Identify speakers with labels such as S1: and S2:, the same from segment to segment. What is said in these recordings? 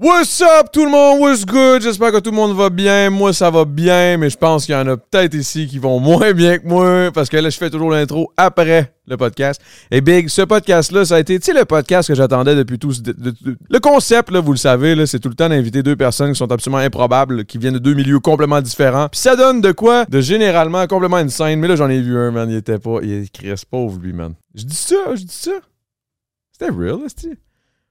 S1: What's up tout le monde? What's good? J'espère que tout le monde va bien. Moi, ça va bien, mais je pense qu'il y en a peut-être ici qui vont moins bien que moi parce que là, je fais toujours l'intro après le podcast. Et Big, ce podcast-là, ça a été, tu sais, le podcast que j'attendais depuis tout... ce- de- de- de- le concept, là, vous le savez, là, c'est tout le temps d'inviter deux personnes qui sont absolument improbables, qui viennent de deux milieux complètement différents. Puis ça donne de quoi? De généralement complètement insane. Mais là, j'en ai vu un, man. Il était pas... Il est Chris, pauvre, lui, man. Je dis ça, je dis ça. C'était real, cest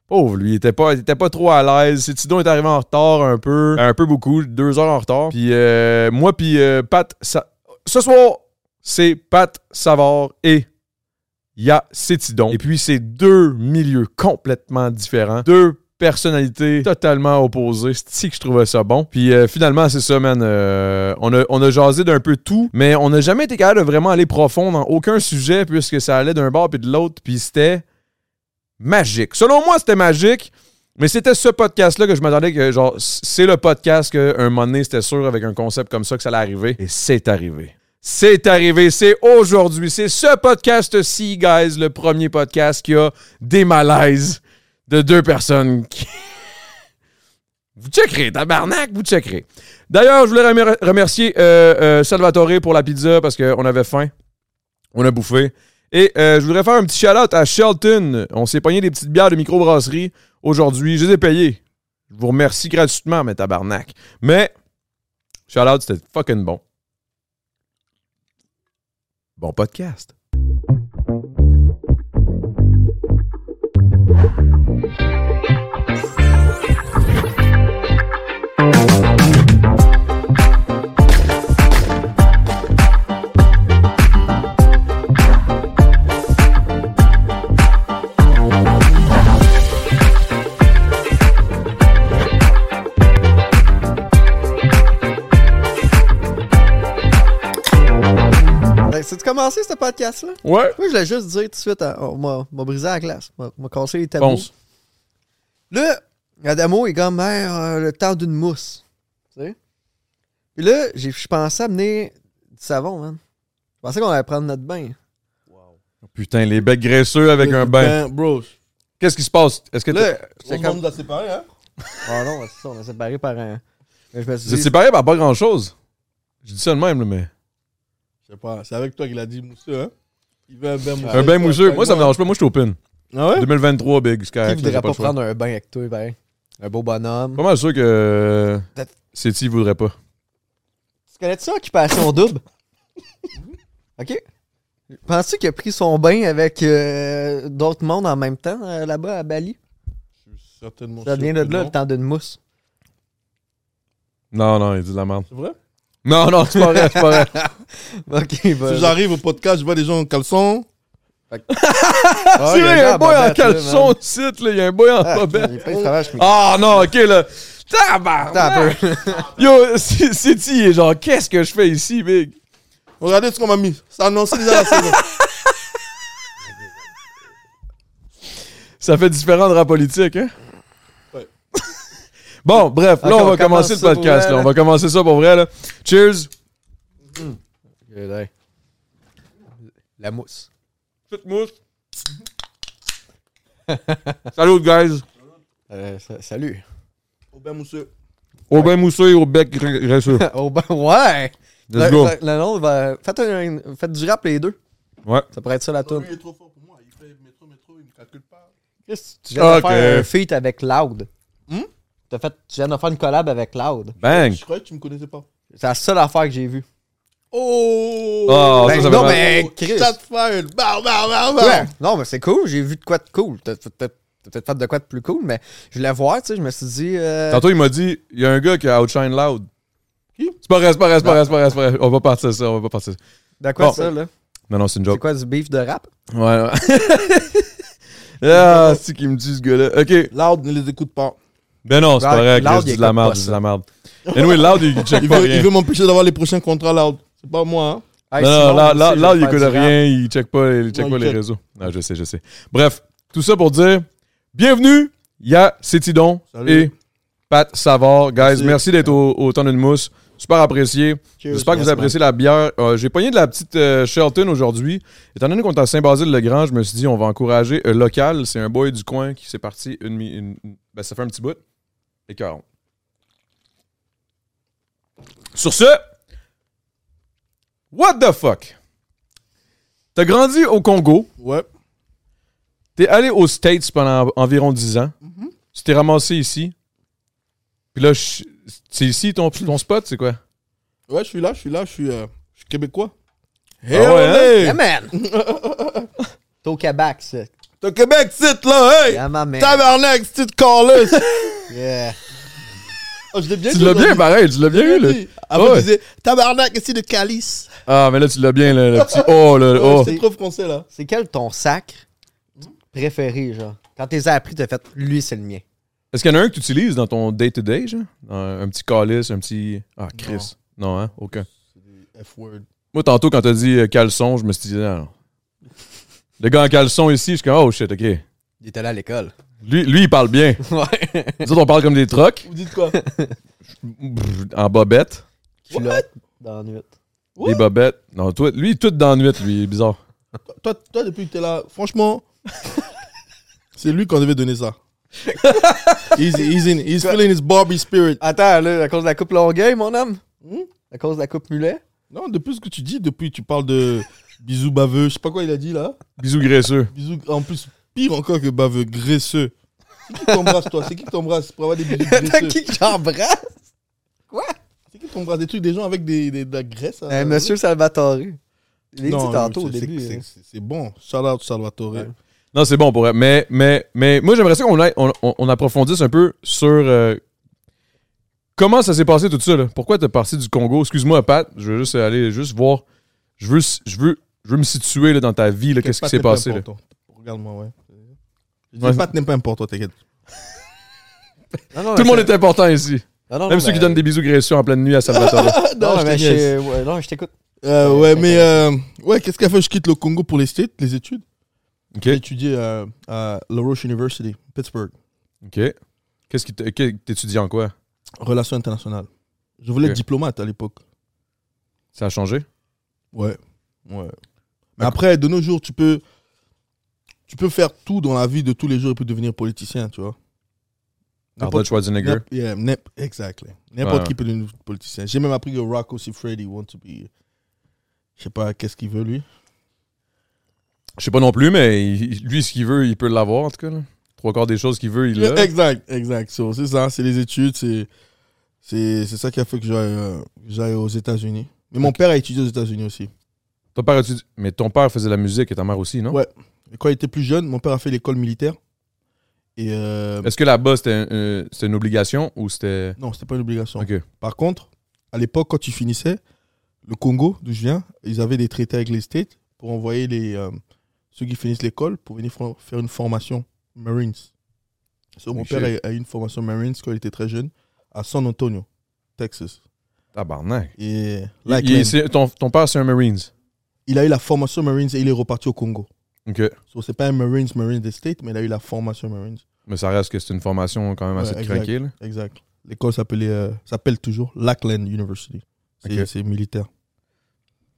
S1: Pauvre lui, il était pas, il était pas trop à l'aise. C'est Tidon est arrivé en retard un peu, un peu beaucoup, deux heures en retard. Puis euh, moi, puis euh, Pat, Sa- ce soir, c'est Pat Savard et Y'a c'est Tidon. Et puis c'est deux milieux complètement différents, deux personnalités totalement opposées. C'est que je trouvais ça bon. Puis euh, finalement, c'est ça, man. euh, on, a, on a jasé d'un peu tout, mais on n'a jamais été capable de vraiment aller profond dans aucun sujet puisque ça allait d'un bord puis de l'autre. Puis c'était magique. Selon moi, c'était magique. Mais c'était ce podcast-là que je m'attendais que, genre, c'est le podcast qu'un moment donné, c'était sûr avec un concept comme ça que ça allait arriver. Et c'est arrivé. C'est arrivé, c'est aujourd'hui. C'est ce podcast-ci, guys, le premier podcast qui a des malaises de deux personnes qui. Vous checkerez, tabarnak, vous checkerez. D'ailleurs, je voulais remer- remercier euh, euh, Salvatore pour la pizza parce qu'on avait faim. On a bouffé. Et euh, je voudrais faire un petit shout-out à Shelton. On s'est pogné des petites bières de microbrasserie aujourd'hui. Je les ai payées. Je vous remercie gratuitement, mes tabarnak. Mais, shout-out, c'était fucking bon. Bon podcast.
S2: Hey, C'est-tu commencé ce podcast-là?
S1: Ouais.
S2: Moi, je voulais juste dire tout de suite, hein, on m'a- m'a brisé la glace, m'a m'a cassé les tabous.
S1: Ponce.
S2: Là, Adamo est comme Hey, euh, le temps d'une mousse. Tu sais? Puis là, j'ai- je pensais amener du savon, man. Je pensais qu'on allait prendre notre bain.
S1: Putain, les becs graisseux avec un bain.
S2: bro.
S1: Qu'est-ce qui se passe? Est-ce que
S2: Là,
S1: t'es-
S2: c'est comme.
S3: a séparé, hein?
S2: Ah non, c'est ça, on est séparés par un. Mais je me suis
S1: vous êtes
S2: dit.
S1: séparés par pas grand-chose? Je dis ça de même, là, mais...
S3: Je sais pas, c'est avec toi qu'il a dit mousseux, hein? Il veut un bain mousseux.
S1: Bah, Un bain mousseux. Hein? Moi, ça me dérange pas. Moi, je suis open.
S3: Ah ouais?
S1: 2023, big. C'est
S2: Qui
S1: correct. là, j'ai
S2: voudrait
S1: pas
S2: pas
S1: le choix.
S2: prendre un bain avec toi, ben? Un beau bonhomme.
S1: Pas mal sûr que... euh, C'est-tu, il voudrait pas.
S2: Tu connais ça, Occupation Double? OK. Penses-tu qu'il a pris son bain avec euh, d'autres mondes en même temps, euh, là-bas, à Bali?
S3: Certainement.
S2: Ça
S3: sûr
S2: vient de
S3: que
S2: là,
S3: non.
S2: le temps d'une mousse.
S1: Non, non, il dit de la merde.
S3: C'est vrai?
S1: Non, non, c'est pas vrai, c'est pas vrai.
S2: Ah, OK, bah,
S3: Si j'arrive au podcast, je vois des gens en caleçon.
S2: ah,
S1: C'est vrai, il
S2: il y a un
S1: y
S2: gars
S1: a un
S2: à
S1: boy en
S2: Babette, là,
S1: caleçon
S2: man.
S1: de site, là. Il y a un boy en
S2: Ah,
S1: bobette.
S2: il paye sa vache, mais-
S1: Ah non, ok, là.
S2: Attends un
S1: Tabarnak!
S2: peu.
S1: Yo, c'est c'est- il est genre, qu'est-ce que je fais ici, big?
S3: Regardez ce qu'on m'a mis. Ça annonce déjà la saison.
S1: Ça fait différent de rap politique, hein?
S3: Ouais.
S1: bon, bref, là,
S2: Ok,
S1: on va
S2: on
S1: commencer le
S2: commence ça pour
S1: podcast,
S2: vrai,
S1: là. On
S2: là.
S1: va commencer ça pour vrai, là. Cheers!
S2: Good day. La mousse.
S1: Petite mousse. Salut, guys.
S2: Euh, sa- salut.
S3: Au bain mousseux.
S1: Au bain mousseux, au bec gra- graisseux.
S2: oh, ben, ouais.
S1: Let's
S2: Le-
S1: go.
S2: le- le nom va. Faites, un- faites du rap les deux.
S1: Ouais.
S2: Ça pourrait être ça la
S3: Non,
S2: toune.
S3: lui, il est trop fort pour moi. Il fait métro, métro, il me calcule pas.
S2: Chris, tu viens
S1: Ok.
S2: de faire un feat avec Loud.
S3: Hmm?
S2: T'as fait, tu viens de faire une collab avec Loud.
S1: Bang.
S3: Je croyais que tu me connaissais pas.
S2: C'est la seule affaire que j'ai vue.
S3: Oh!
S1: Ah, ça,
S2: Ben,
S1: ça
S2: non,
S1: fait
S2: mais
S3: Oh,
S2: Chris.
S3: Shotfire! Bah, bah, bah,
S2: Ouais.
S3: bah!
S2: Non, mais c'est cool. J'ai vu de quoi de cool. T'as t'as- t'as- t'as peut-être fait de quoi de plus cool, mais je voulais voir, tu sais. Je me suis dit. euh,
S1: Tantôt, il m'a dit il y a un gars qui a Outshine Loud. C'est pas vrai, c'est pas vrai, c'est pas vrai, c'est pas vrai, c'est pas vrai. On va pas partir de ça, on va pas partir de ça.
S2: de quoi
S1: Bon.
S2: ça, là
S1: Non, non, c'est une
S2: C'est
S1: joke.
S2: quoi du beef de rap
S1: Ouais, ouais. ah, c'est qui me dit ce gars-là. OK.
S3: Loud ne les écoute pas.
S1: Ben non, c'est pas
S2: Loud-
S1: vrai, Chris,
S2: Loud,
S1: je dis
S2: il
S1: de la
S2: écoute
S1: merde,
S2: pas
S1: je dis de
S2: ça.
S1: la merde. Anyway, Loud, il check
S3: Il
S1: pas
S3: veut,
S1: rien.
S3: il veut m'empêcher d'avoir les prochains contrats Loud. C'est pas moi, hein?
S2: Hey,
S1: non, non,
S2: Simon,
S1: là,
S2: tu
S1: là,
S2: sais,
S1: là,
S2: je
S1: il
S2: vais
S1: écoute
S2: faire du rap.
S1: rien, il check pas, il check
S3: Non,
S1: pas
S3: il
S1: les
S3: check.
S1: réseaux. Ah, je sais, je sais. Bref, tout ça pour dire, bienvenue, il y a Cétidon
S3: Salut.
S1: et Pat Savard. Guys,
S3: Merci.
S1: merci d'être au, au temps d'une mousse. Super apprécié.
S3: Cheers.
S1: J'espère que vous
S3: Yes,
S1: appréciez la bière. Euh, J'ai pogné de la petite euh, Shelton aujourd'hui. Étant donné qu'on est à Saint-Basile-le-Grand, je me suis dit, on va encourager un local. C'est un boy du coin qui s'est parti une, mi- une- une- Ben, ça fait un petit bout. Et Sur ce, what the fuck? T'as grandi au Congo,
S3: Ouais.
S1: t'es allé aux States pendant environ 10 ans, tu t'es ramassé ici, puis là, je- c'est ici ton, ton spot, c'est quoi?
S3: Ouais, je suis là, je suis là, je suis, euh, je suis québécois. Hé,
S1: Ah ouais, hein?
S2: Yeah, man T'es au Québec, ça.
S3: T'es au Québec, c'est là, hey!
S2: Yeah, ma man.
S3: Tabarnak, c'est tu te calles!
S2: Yeah.
S3: Oh, je l'ai bien
S1: Tu
S3: dit
S1: l'as bien,
S3: aujourd'hui.
S1: pareil, tu l'as bien eu, là.
S3: Oui. Avant,
S1: Ah ouais.
S3: tu disais Tabarnak, ici de calice.
S1: Ah, mais là, tu l'as bien, là, le petit. Oh, là, oh.
S3: C'est trop français, là.
S2: C'est quel ton sac préféré, genre? Quand t'es appris, t'as fait lui, c'est le mien.
S1: Est-ce qu'il y en a un que tu utilises dans ton day-to-day, genre un, un petit calice, un petit. Ah, Chris. Non, hein, aucun.
S3: F-word.
S1: Moi, tantôt, quand t'as dit euh, caleçon, je me suis dit, non, non. Le gars en caleçon ici, je suis comme, oh shit, ok.
S2: Il était là à l'école.
S1: Lui, lui il parle bien.
S2: Ouais.
S1: Nous autres, on parle comme des trocs,
S3: Vous dites quoi?
S1: brr, en bobette.
S2: Culotte dans la nuit.
S1: Des bobettes. Non, toi, lui, tout dans la nuit, lui, il est bizarre.
S3: toi, toi, depuis que t'es là, franchement, c'est lui qu'on devait donner ça. he's, he's in, he's feeling his Barbie spirit.
S2: Attends, là, à cause de la coupe longueuil, mon homme? Hmm? À cause de la coupe mulet?
S3: Non, depuis ce que tu dis, depuis tu parles de bisous baveux, je sais pas quoi il a dit là.
S1: Bisous graisseux.
S3: Bisous, en plus, pire encore que baveux, graisseux. C'est qui qui t'embrasse, toi C'est qui qui t'embrasse pour avoir des bisous
S2: T'as
S3: graisseux
S2: qui que j'embrasse?
S3: C'est qui qui t'embrasse Des trucs, des gens avec des, des- de la graisse à-
S2: Euh, Monsieur Salvatore. Il est dit
S3: Non,
S2: tantôt au
S3: c'est- c'est-
S2: début.
S3: c'est-
S2: hein.
S3: C'est c'est bon. Shout out Salvatore.
S1: Non, c'est bon pour elle. Mais, mais, mais moi, j'aimerais ça qu'on aille- on, on- on approfondisse un peu sur euh, comment ça s'est passé tout ça. Là. Pourquoi t'es parti du Congo? Excuse-moi, Pat. Je veux juste aller juste voir. Je veux, je veux, je veux me situer là, dans ta vie. là. Qu'est-ce qui s'est
S3: Pat n'est pas
S1: passé? Là.
S3: important. Regarde-moi, ouais. Je
S1: Ouais.
S3: dis Pat n'est pas important, t'inquiète.
S2: Non, non,
S1: Tout le
S2: mais
S1: monde
S2: c'est-
S1: est important ici.
S2: Non, non,
S1: Même
S2: non,
S1: ceux qui
S2: mais-
S1: donnent des bisous gracieux en pleine nuit à Salvatore.
S2: Non,
S3: je
S2: mais
S3: te
S2: je-
S3: niaise.
S2: ouais, non, je t'écoute.
S3: Euh, ouais, mais euh, ouais, qu'est-ce qu'elle fait Je quitte le Congo pour les States, les études.
S1: OK.
S3: J'ai étudié euh, à La Roche University, Pittsburgh,
S1: OK. Qu'est-ce qui t'- que- t'étudies en quoi?
S3: relations internationales. Je voulais
S1: Ok.
S3: être diplomate à l'époque.
S1: Ça a changé?
S3: Ouais, ouais. Mais après, de nos jours, tu peux, tu peux faire tout dans la vie de tous les jours et puis devenir politicien, tu vois.
S1: Arnold Schwarzenegger.
S3: n'imp- yeah, n'imp- exactly. N'importe
S1: Ouais.
S3: qui peut devenir politicien. J'ai même appris que Rock aussi Freddy want to be. Je sais pas qu'est-ce qu'il veut lui.
S1: Je sais pas non plus, mais il- lui, ce qu'il veut, il peut l'avoir en tout cas. là. Trois quarts des choses qu'il veut, il l'a.
S3: Exact, exact. So, c'est ça, c'est les études, c'est c'est c'est ça qui a fait que j'aille euh, que j'aille aux États-Unis. Mais mon père a étudié aux États-Unis aussi.
S1: Ton père étudie- Mais ton père faisait de la musique et ta mère aussi, non?
S3: Ouais. Et quand il était plus jeune, mon père a fait l'école militaire. Et euh,
S1: Est-ce que là-bas, c'était un- euh, c'était une obligation ou c'était.
S3: non, c'était pas une obligation.
S1: Ok.
S3: Par contre, à l'époque, quand tu finissais, le Congo, d'où je viens, ils avaient des traités avec les States pour envoyer les, euh, ceux qui finissent l'école pour venir fro- faire une formation Marines. So, mon
S1: Ok.
S3: père a- a eu une formation Marines quand il était très jeune à San Antonio, Texas.
S1: Tabarnak.
S3: Et
S1: Il-
S3: Lakeland.
S1: il- c'est- ton, ton père, c'est un Marines.
S3: il a eu la formation Marines et il est reparti au Congo.
S1: OK.
S3: So, c'est pas un Marines Marines des States, mais il a eu la formation Marines.
S1: Mais ça reste que c'est une formation quand même assez
S3: Ouais, exact.
S1: craquée. là.
S3: Exact. L'école s'appelait, euh, s'appelle toujours Lackland University. C'est
S1: Ok.
S3: c'est militaire.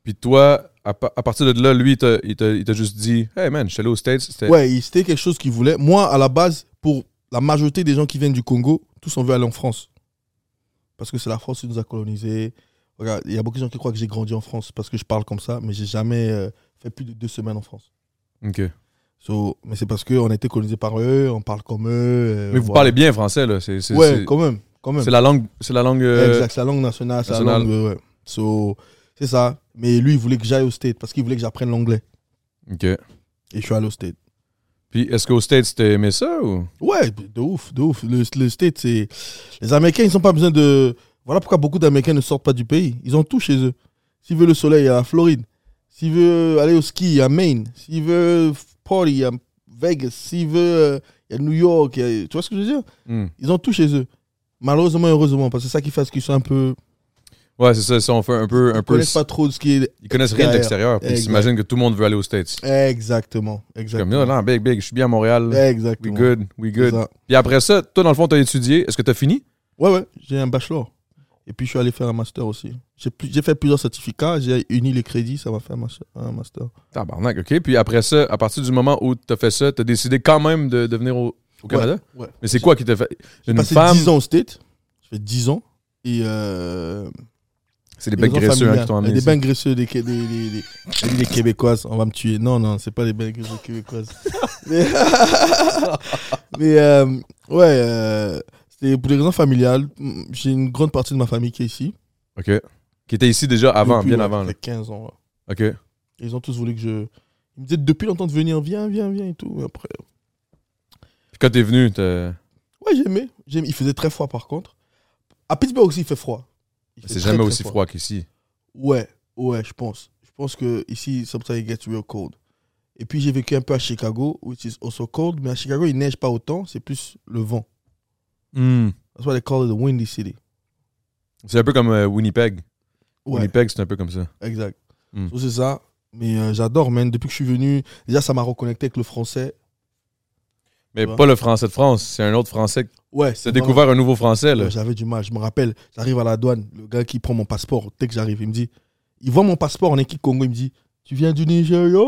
S1: Puis toi, à, pa- à partir de là, lui, il t'a- il t'a il t'a juste dit Hey man, je suis allé aux States. C'était
S3: Ouais, il- c'était quelque chose qu'il voulait. Moi, à la base, pour la majorité des gens qui viennent du Congo, tous on veut aller en France. Parce que c'est la France qui nous a colonisés. Regarde, il y a beaucoup de gens qui croient que j'ai grandi en France parce que je parle comme ça, mais j'ai jamais euh, fait plus de deux semaines en France.
S1: Ok.
S3: Euh, So, mais c'est parce qu'on a été colonisés par eux, on parle comme eux. euh,
S1: Mais vous
S3: voilà.
S1: parlez bien français, là. C'est c'est-
S3: Ouais,
S1: c'est-
S3: quand même. Quand même.
S1: c'est la langue. C'est la langue. euh,
S3: Exact, c'est la langue nationale, c'est la
S1: nationale.
S3: langue. ouais, ouais. So, c'est ça. Mais lui, il voulait que j'aille au States parce qu'il voulait que j'apprenne l'anglais.
S1: Ok.
S3: Et je suis allé au States.
S1: Puis est-ce qu'aux States, t'as aimé ça ou
S3: Ouais, de ouf, de ouf. Le, le state, c'est. Les Américains, ils n'ont pas besoin de. Voilà pourquoi beaucoup d'Américains ne sortent pas du pays. Ils ont tout chez eux. S'ils veulent le soleil, il y a la Floride. S'ils veulent aller au ski, il y a Maine. S'ils veulent party, il y a Vegas. S'ils veulent. euh, Il y a New York. il y a- Tu vois ce que je veux dire
S1: Hmm.
S3: Ils ont tout chez eux. Malheureusement et heureusement, parce que c'est ça qui fait qu'ils sont un peu.
S1: Ouais, c'est ça. Ils sont un peu. Un
S3: Ils ne
S1: peu
S3: connaissent pas trop de ce qui est.
S1: ils connaissent rien de l'extérieur. Puis ils
S3: Exact.
S1: s'imaginent que tout le monde veut aller aux States.
S3: Exactement.
S1: Comme non,
S3: Exactement.
S1: non, big, big, je suis bien à Montréal. We
S3: Exactement.
S1: good, we
S3: C'est
S1: good.
S3: ça.
S1: Puis après ça, toi, dans le fond, t'as étudié. Est-ce que t'as fini?
S3: Ouais, ouais, j'ai un bachelor. Et puis, je suis allé faire un master aussi. J'ai plus- j'ai fait plusieurs certificats, j'ai uni les crédits, ça m'a fait un mach- un master.
S1: Tabarnak, OK. Puis après ça, à partir du moment où t'as fait ça, t'as décidé quand même de, de venir au, au Canada?
S3: Ouais. ouais.
S1: Mais c'est quoi qui t'a fait?
S3: J'ai
S1: Une
S3: passé
S1: femme,
S3: 10 ans au State. J'ai fait 10 ans. Et euh,
S1: c'est des
S3: les
S1: becs
S3: raisons
S1: graisseux hein,
S3: familiales.
S1: qui t'ont
S3: Et
S1: amené
S3: Des
S1: ici.
S3: bains graisseux, des, Qué- des, des, des- j'ai dit des Québécoises, on va me tuer. Non, non, c'est pas des bains graisseux québécoises. Mais, mais, euh, ouais, euh, c'était pour des raisons familiales. J'ai une grande partie de ma famille qui est ici.
S1: OK. Qui était ici déjà avant,
S3: Depuis,
S1: bien
S3: ouais,
S1: avant.
S3: ça
S1: là.
S3: fait 15 ans. ouais.
S1: OK.
S3: Et Ils ont tous voulu que je. Ils me disaient depuis longtemps de venir, viens, viens, viens et tout. Et après,
S1: Puis quand t'es venu, t'as-
S3: ouais, j'aimais. j'aimais. Il faisait très froid par contre. À Pittsburgh aussi, il fait froid. Il fait
S1: c'est
S3: très,
S1: jamais
S3: très
S1: aussi froid qu'ici.
S3: Ouais, ouais, je pense. Je pense que ici, sometimes it gets real cold. Et puis j'ai vécu un peu à Chicago, which is also cold, mais à Chicago, il neige pas autant, c'est plus le vent.
S1: Hmm.
S3: That's why they call it the windy city.
S1: C'est un peu comme euh, Winnipeg.
S3: Ouais,
S1: Winnipeg, c'est un peu comme ça.
S3: exact.
S1: Mm.
S3: So, c'est ça. Mais euh, j'adore, man. Depuis que je suis venu, déjà, ça m'a reconnecté avec le français.
S1: Mais
S3: Ouais.
S1: pas le français de France, c'est un autre français.
S3: Ouais,
S1: T'as
S3: c'est vraiment-
S1: découvert un nouveau français, là.
S3: Ouais, J'avais du mal, je me rappelle. J'arrive à la douane, le gars qui prend mon passeport, dès que j'arrive, il me dit il voit mon passeport en équipe Congo, il me dit Tu viens du Nigeria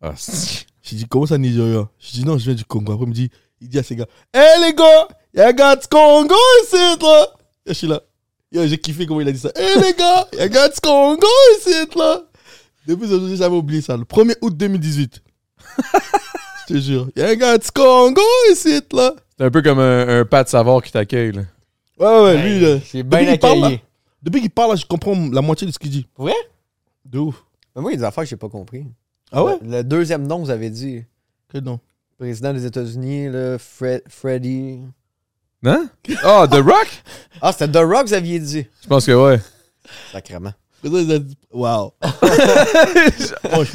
S1: Ah, c'est-
S3: J'ai dit Comment ça, Nigeria Je dis Non, je viens du Congo. Après, il me dit Il dit à ces gars Hé les gars, y'a un gars du Congo ici, là Et Je suis là. Yo, J'ai kiffé comment il a dit ça. Hé les gars, y'a un gars du Congo ici, là Depuis aujourd'hui, j'ai jamais oublié ça. Le 1er août 2018. Je te jure. Y'a un gars du Congo ici, là
S1: C'est un peu comme un, un Pat Savard qui t'accueille, là.
S3: Ouais, ouais,
S4: Ben,
S3: lui, là.
S4: c'est bien
S3: Depuis qu'il parle, là,
S4: accueilli.
S3: Depuis qu'il parle, là, je comprends la moitié de ce qu'il dit.
S4: Pour vrai?
S3: De ouf.
S2: Mais Ben moi, il y a des affaires que j'ai pas compris.
S3: Ah ouais?
S2: Le, le deuxième nom, vous avez dit.
S3: Que non.
S2: Président des États-Unis, là, Fred, Freddy.
S1: Hein? Ah, The Rock?
S2: Ah, c'était The Rock, vous aviez dit.
S1: Je pense que ouais.
S2: Sacrément.
S3: Président des États- Wow.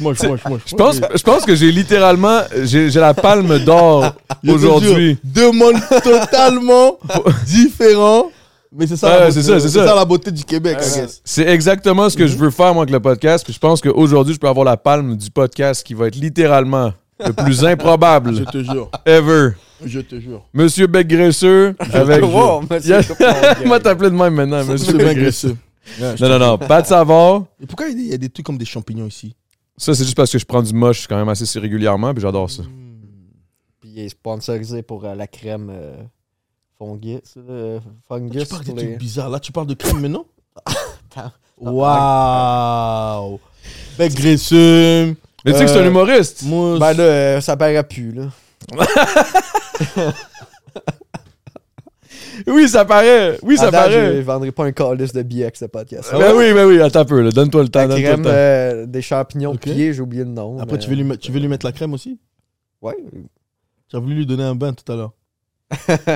S3: moche, moche, moche, moche.
S1: Je pense, je pense que j'ai littéralement, j'ai j'ai la palme d'or
S3: Je te
S1: aujourd'hui.
S3: jure, Deux mondes totalement différents. Mais c'est ça,
S1: Ouais,
S3: la
S1: c'est ça,
S3: beauté-
S1: c'est ça.
S3: la beauté du Québec, I guess.
S1: C'est exactement ce que je veux faire, moi, avec le podcast. Puis je pense qu'aujourd'hui, je peux avoir la palme du podcast qui va être littéralement le plus
S3: Je
S1: improbable
S3: te jure.
S1: ever.
S3: Je te jure.
S1: Monsieur Bec Graisseux avec.
S2: Wow, monsieur
S1: Yeah.
S2: Coupon,
S1: moi, t'appelais de même maintenant, Monsieur
S3: C'est bien
S1: Bec Graisseux.
S3: graisseux. Ouais, je
S1: Non, non, non. Pat Savard.
S3: te- Et pourquoi il y a- il y a des trucs comme des champignons ici?
S1: Ça, c'est juste parce que je prends du moche quand même assez régulièrement, puis j'adore ça.
S2: Puis il est sponsorisé pour euh, la crème euh, Fungus. euh,
S3: Tu
S2: fungus
S3: parles
S2: pour
S3: des
S2: les...
S3: trucs bizarres. Là, tu parles de crime maintenant?
S2: Attends.
S3: Waouh! Bec graisseux.
S1: Mais tu sais que c'est un
S3: Euh,
S1: humoriste. Bah,
S3: Mousse.
S2: Ben là, euh, ça paraît plus, là.
S1: Oui, ça paraît. Oui,
S2: À
S1: ça
S2: date, Je
S1: paraît.
S2: vendrai euh, pas un calice de billets avec ce podcast.
S1: Ben oui, ben oui. Attends un peu. là. Donne-toi le temps.
S2: La
S1: Donne-toi le
S2: crème
S1: temps.
S2: Ah,
S1: Ah,
S2: euh, des champignons
S3: Ok.
S2: pieds, j'ai oublié le nom. mais-
S3: Après,
S2: euh,
S3: tu veux, lui, mettre- tu veux lui mettre la crème aussi?
S2: Ouais.
S3: J'ai voulu lui donner un bain tout à l'heure.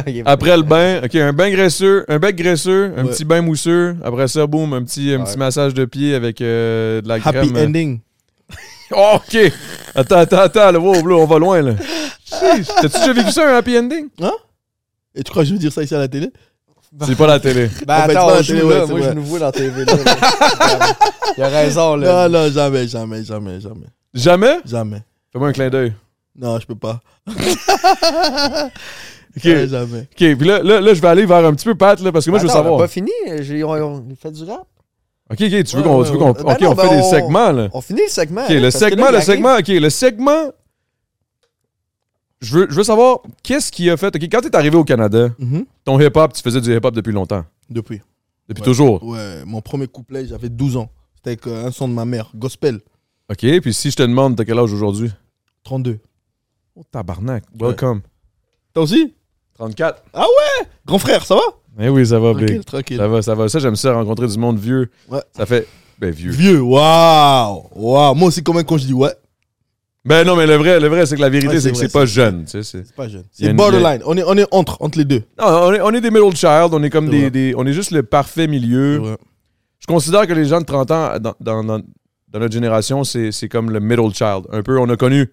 S2: Il est-
S1: Après le bain, ok, un bain graisseux, un bec graisseux, un
S3: Ouais.
S1: petit bain mousseux. Après ça, boum, un petit, un petit
S2: Ouais.
S1: massage de pied avec euh, de la
S3: Happy
S1: crème.
S3: ending.
S1: Oh, ok. Attends, attends, attends. Là, wow, là, on va loin là. Sheesh. T'as-tu déjà vécu ça un happy ending
S3: Et tu crois que je veux dire ça ici à la télé?
S1: C'est pas la télé.
S2: Ben
S3: Ah,
S2: attends,
S3: ben, tu vois,
S2: on
S3: c'est
S2: joue
S3: vrai,
S2: là. Moi,
S3: c'est
S2: je
S3: vrai.
S2: suis nouveau dans TV. Là, là. Il a raison, là.
S3: Non, non, jamais, jamais, jamais, jamais.
S1: Jamais
S3: Jamais.
S1: Fais-moi un clin d'œil.
S3: Non, je peux pas.
S1: Ok.
S3: Ouais, jamais.
S1: Ok, puis là, là, là, je vais aller vers un petit peu Pat là, parce que moi, je veux
S2: Attends, Ben on
S1: savoir.
S2: a pas fini. J'ai on- on- il fait du rap.
S1: OK, OK, tu veux
S2: Ouais,
S1: qu'on
S2: ouais,
S1: tu veux
S2: ouais.
S1: qu'on-
S2: Ben
S1: OK,
S2: non,
S1: on fait
S2: ben
S1: des
S2: on-
S1: segments, là.
S2: On finit le segment. hein,
S1: OK, le
S2: parce que là,
S1: segment,
S2: il
S1: le
S2: arrive.
S1: segment, OK, le segment. Je veux, je veux savoir, qu'est-ce qui a fait. OK, quand t'es arrivé au Canada,
S3: Mhm.
S1: ton hip-hop, tu faisais du hip-hop depuis longtemps.
S3: Depuis.
S1: Depuis
S3: Ouais.
S1: toujours.
S3: Ouais, mon premier couplet, j'avais 12 ans. C'était avec euh, un son de ma mère, gospel,
S1: OK, puis si je te demande, t'as quel âge aujourd'hui?
S3: 32.
S1: Oh, tabarnak. Welcome.
S3: Toi aussi Ah
S1: 34.
S3: Grand frère, ça va
S1: Eh oui, ça va, Big.
S3: Tranquille, tranquille.
S1: Ça va, ça va. Ça, j'aime ça, rencontrer du monde vieux.
S3: Ouais.
S1: Ça fait. Ben, vieux.
S3: Vieux, waouh Waouh Moi aussi, quand même, quand je dis ouais,
S1: Ben non, mais le vrai, le vrai c'est que la vérité,
S3: Ouais,
S1: c'est
S3: c'est
S1: que
S3: vrai,
S1: c'est pas
S3: c'est-
S1: jeune. tu sais, c'est-
S3: c'est pas jeune.
S1: Il y a
S3: C'est
S1: une-
S3: borderline. On est, on est entre, entre les deux.
S1: Non, on est, on est des middle child, on est comme
S3: C'est
S1: des,
S3: vrai.
S1: des- On est juste le parfait milieu.
S3: Ouais.
S1: Je considère que les gens de 30 ans euh, dans, dans- dans- dans notre génération, c'est c'est comme le middle child. Un peu, on a connu.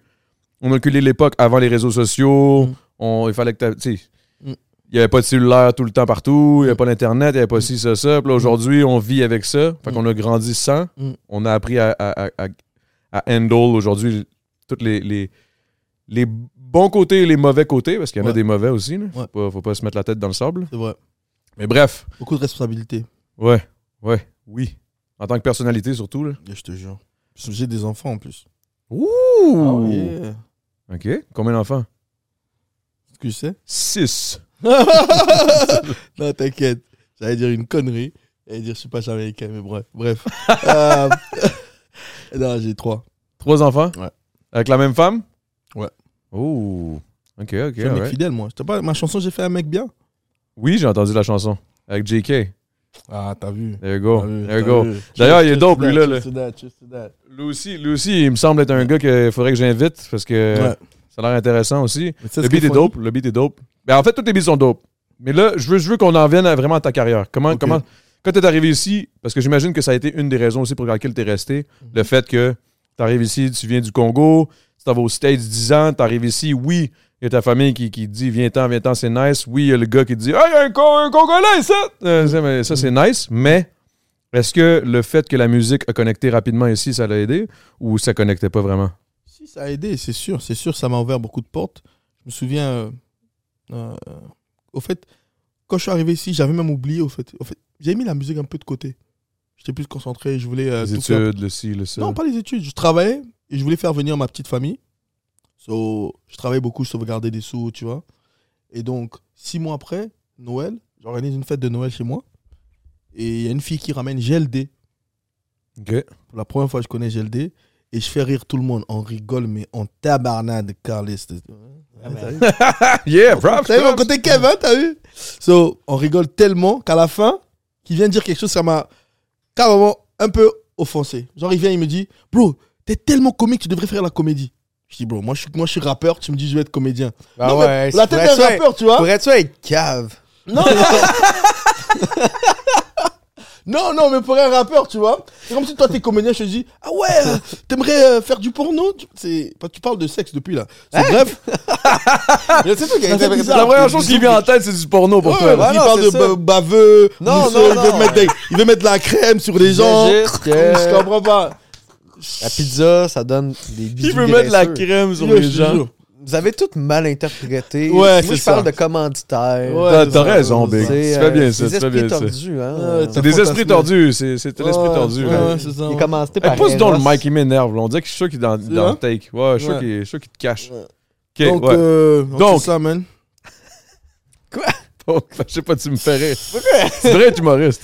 S1: On a connu l'époque avant les réseaux sociaux.
S3: Mm.
S1: On, il fallait que t'a- tu sais,
S3: Mm.
S1: Il n'y avait pas de cellulaire tout le temps partout, il n'y avait pas d'Internet, il n'y avait pas ci, ça, ça. Puis là, aujourd'hui, on vit avec ça. Fait
S3: Mm.
S1: qu'on a grandi sans.
S3: Mm.
S1: On a appris à, à, à- à- à handle aujourd'hui toutes les, les, les bons côtés et les mauvais côtés, parce qu'il y en a
S3: Ouais.
S1: des mauvais aussi. là. Faut,
S3: Ouais.
S1: pas, faut pas se mettre la tête dans le sable.
S3: C'est vrai.
S1: Mais bref,
S3: Beaucoup de responsabilités,
S1: ouais, ouais, oui. En tant que personnalité, surtout. Là.
S3: je te jure. Parce que J'ai des enfants en plus. Ah
S1: Ouh!
S3: Yeah.
S1: OK. Combien d'enfants?
S3: Est-ce que je sais
S1: Six.
S3: non, t'inquiète. J'allais dire une connerie. J'allais dire je suis pas américain, mais bref. Bref. Euh, non, j'ai trois.
S1: Trois enfants?
S3: Ouais.
S1: Avec la même femme?
S3: Ouais.
S1: Oh. OK, OK.
S3: Je suis un mec
S1: alright.
S3: fidèle, moi. Je te parle, ma chanson, j'ai fait un mec bien.
S1: Oui, j'ai entendu la chanson. Avec JK.
S3: Ah, t'as vu.
S1: There you go.
S3: T'as vu,
S1: There you
S3: t'as
S1: go.
S3: vu.
S1: D'ailleurs, il est
S3: Cheers
S1: dope,
S3: to
S1: lui,
S3: that,
S1: là, là.
S3: cheers to that, cheers to that.
S1: Lui aussi, lui aussi, il me semble être un gars qu'il faudrait que j'invite parce que
S3: Ouais.
S1: ça a l'air intéressant aussi.
S3: Mais tu sais
S1: Le
S3: ce qu'il
S1: beat est
S3: faut-
S1: dope. Le beat est dope. Ben, en fait, tous tes beats sont dope. Mais là, je veux, je veux qu'on en vienne à vraiment à ta carrière. Comment,
S3: Ok.
S1: comment, quand t'es arrivé ici, parce que j'imagine que ça a été une des raisons aussi pour laquelle t'es resté,
S3: Mhm.
S1: le fait que t'arrives ici, tu viens du Congo, tu t'en vas aux States 10 ans, t'arrives ici, oui, il y a ta famille qui, qui dit viens-t'en, viens-t'en, c'est nice. Oui, il y a le gars qui dit hey, un, Con- un Congolais, ça! Euh, ça, mais ça, c'est
S3: Mhm.
S1: nice, mais est-ce que le fait que la musique a connecté rapidement ici, ça l'a aidé ou ça connectait pas vraiment?
S3: Si, ça a aidé, c'est sûr. C'est sûr, ça m'a ouvert beaucoup de portes. Je me souviens. euh, euh, au fait, quand je suis arrivé ici, j'avais même oublié. Au fait, au fait j'ai mis la musique un peu de côté. J'étais plus concentré. Je voulais. euh,
S1: Les
S3: tout faire.
S1: études, euh. le ci, le ça.
S3: Non, pas les études. Je travaillais et je voulais faire venir ma petite famille. So, je travaillais beaucoup, je sauvegardais des sous, tu vois. Et donc, six mois après, Noël, j'organise une fête de Noël chez moi. Et il y a une fille qui ramène GLD.
S1: Ok.
S3: Pour la première fois, je connais GLD. Et je fais rire tout le monde. On rigole, mais on tabarnade, Carlis.
S2: Ah,
S3: T'as vu
S1: Yeah, props,
S3: T'as vu mon
S1: props.
S3: côté Kevin, t'as vu So, on rigole tellement qu'à la fin, qu'il vient dire quelque chose, ça m'a carrément un peu offensé. Genre, il vient, il me dit, bro, t'es tellement comique, tu devrais faire la comédie. Je dis, bro, moi je, suis- moi, je suis rappeur, tu me dis, je vais être comédien.
S2: Bah
S3: Non, mais
S2: ouais,
S3: la tête d'un rappeur, tu vois.
S2: Pourrais-tu être cave?
S3: Non, non. Non, non, mais pour un rappeur, tu vois. C'est comme si toi, t'es comédien, je te dis, ah ouais, euh, t'aimerais euh, faire du porno Tu- c'est- parce que Tu parles de sexe depuis là. So, Bref.
S2: Tu sais, toi, qui a
S3: Ça
S2: été-
S3: fait bizarre.
S1: La première chose qui vient en tête, c'est du porno pour
S3: Ouais,
S1: toi. là.
S2: ouais.
S3: il
S2: non,
S3: parle
S2: c'est
S3: de
S2: ça.
S3: ba- baveux,
S2: Non,
S3: mousseux,
S2: non,
S3: il, veut
S2: non.
S3: mettre des- il veut mettre de la crème sur les gens.
S2: Juste
S3: Je
S2: que
S3: comprends pas.
S2: La pizza, ça donne des bisous
S1: Il veut mettre la
S2: graisseux.
S1: crème sur
S3: Yo,
S1: les
S3: je te
S1: gens.
S3: jure.
S2: Vous avez tout mal interprété.
S3: Ouais,
S2: Moi,
S3: c'est
S2: je parle de
S3: ça.
S2: commanditaire.
S3: Ouais,
S1: T'as
S3: c'est
S1: t'as
S3: ça.
S1: raison,
S2: C'est,
S1: Big. Tu
S2: euh,
S1: fais bien ça,
S2: des
S1: tu fais bien
S2: esprits
S1: ça.
S2: tordus, hein.
S3: Ouais,
S1: C'est
S3: t'as
S1: des
S3: fantasmé.
S1: esprits tordus, c'est c'est
S3: Ouais,
S1: l'esprit tordu.
S3: ouais,
S1: là.
S3: ouais, c'est ça,
S2: Il est
S3: ouais.
S2: commencé
S1: Hey,
S2: par
S1: Pousse donc le
S2: Eros.
S1: mic, il m'énerve. là. On dirait que je suis sûr qu'il est dans, dans le take. Ouais, je suis sûr
S3: Ouais.
S1: qu'il est- je suis sûr qu'il te cache.
S3: Ouais.
S1: Ok,
S3: Donc,
S1: ouais.
S3: euh,
S1: Donc.
S3: donc, c'est ça, man.
S1: Donc, je sais pas, tu me fais rire. Tu devrais être humoriste.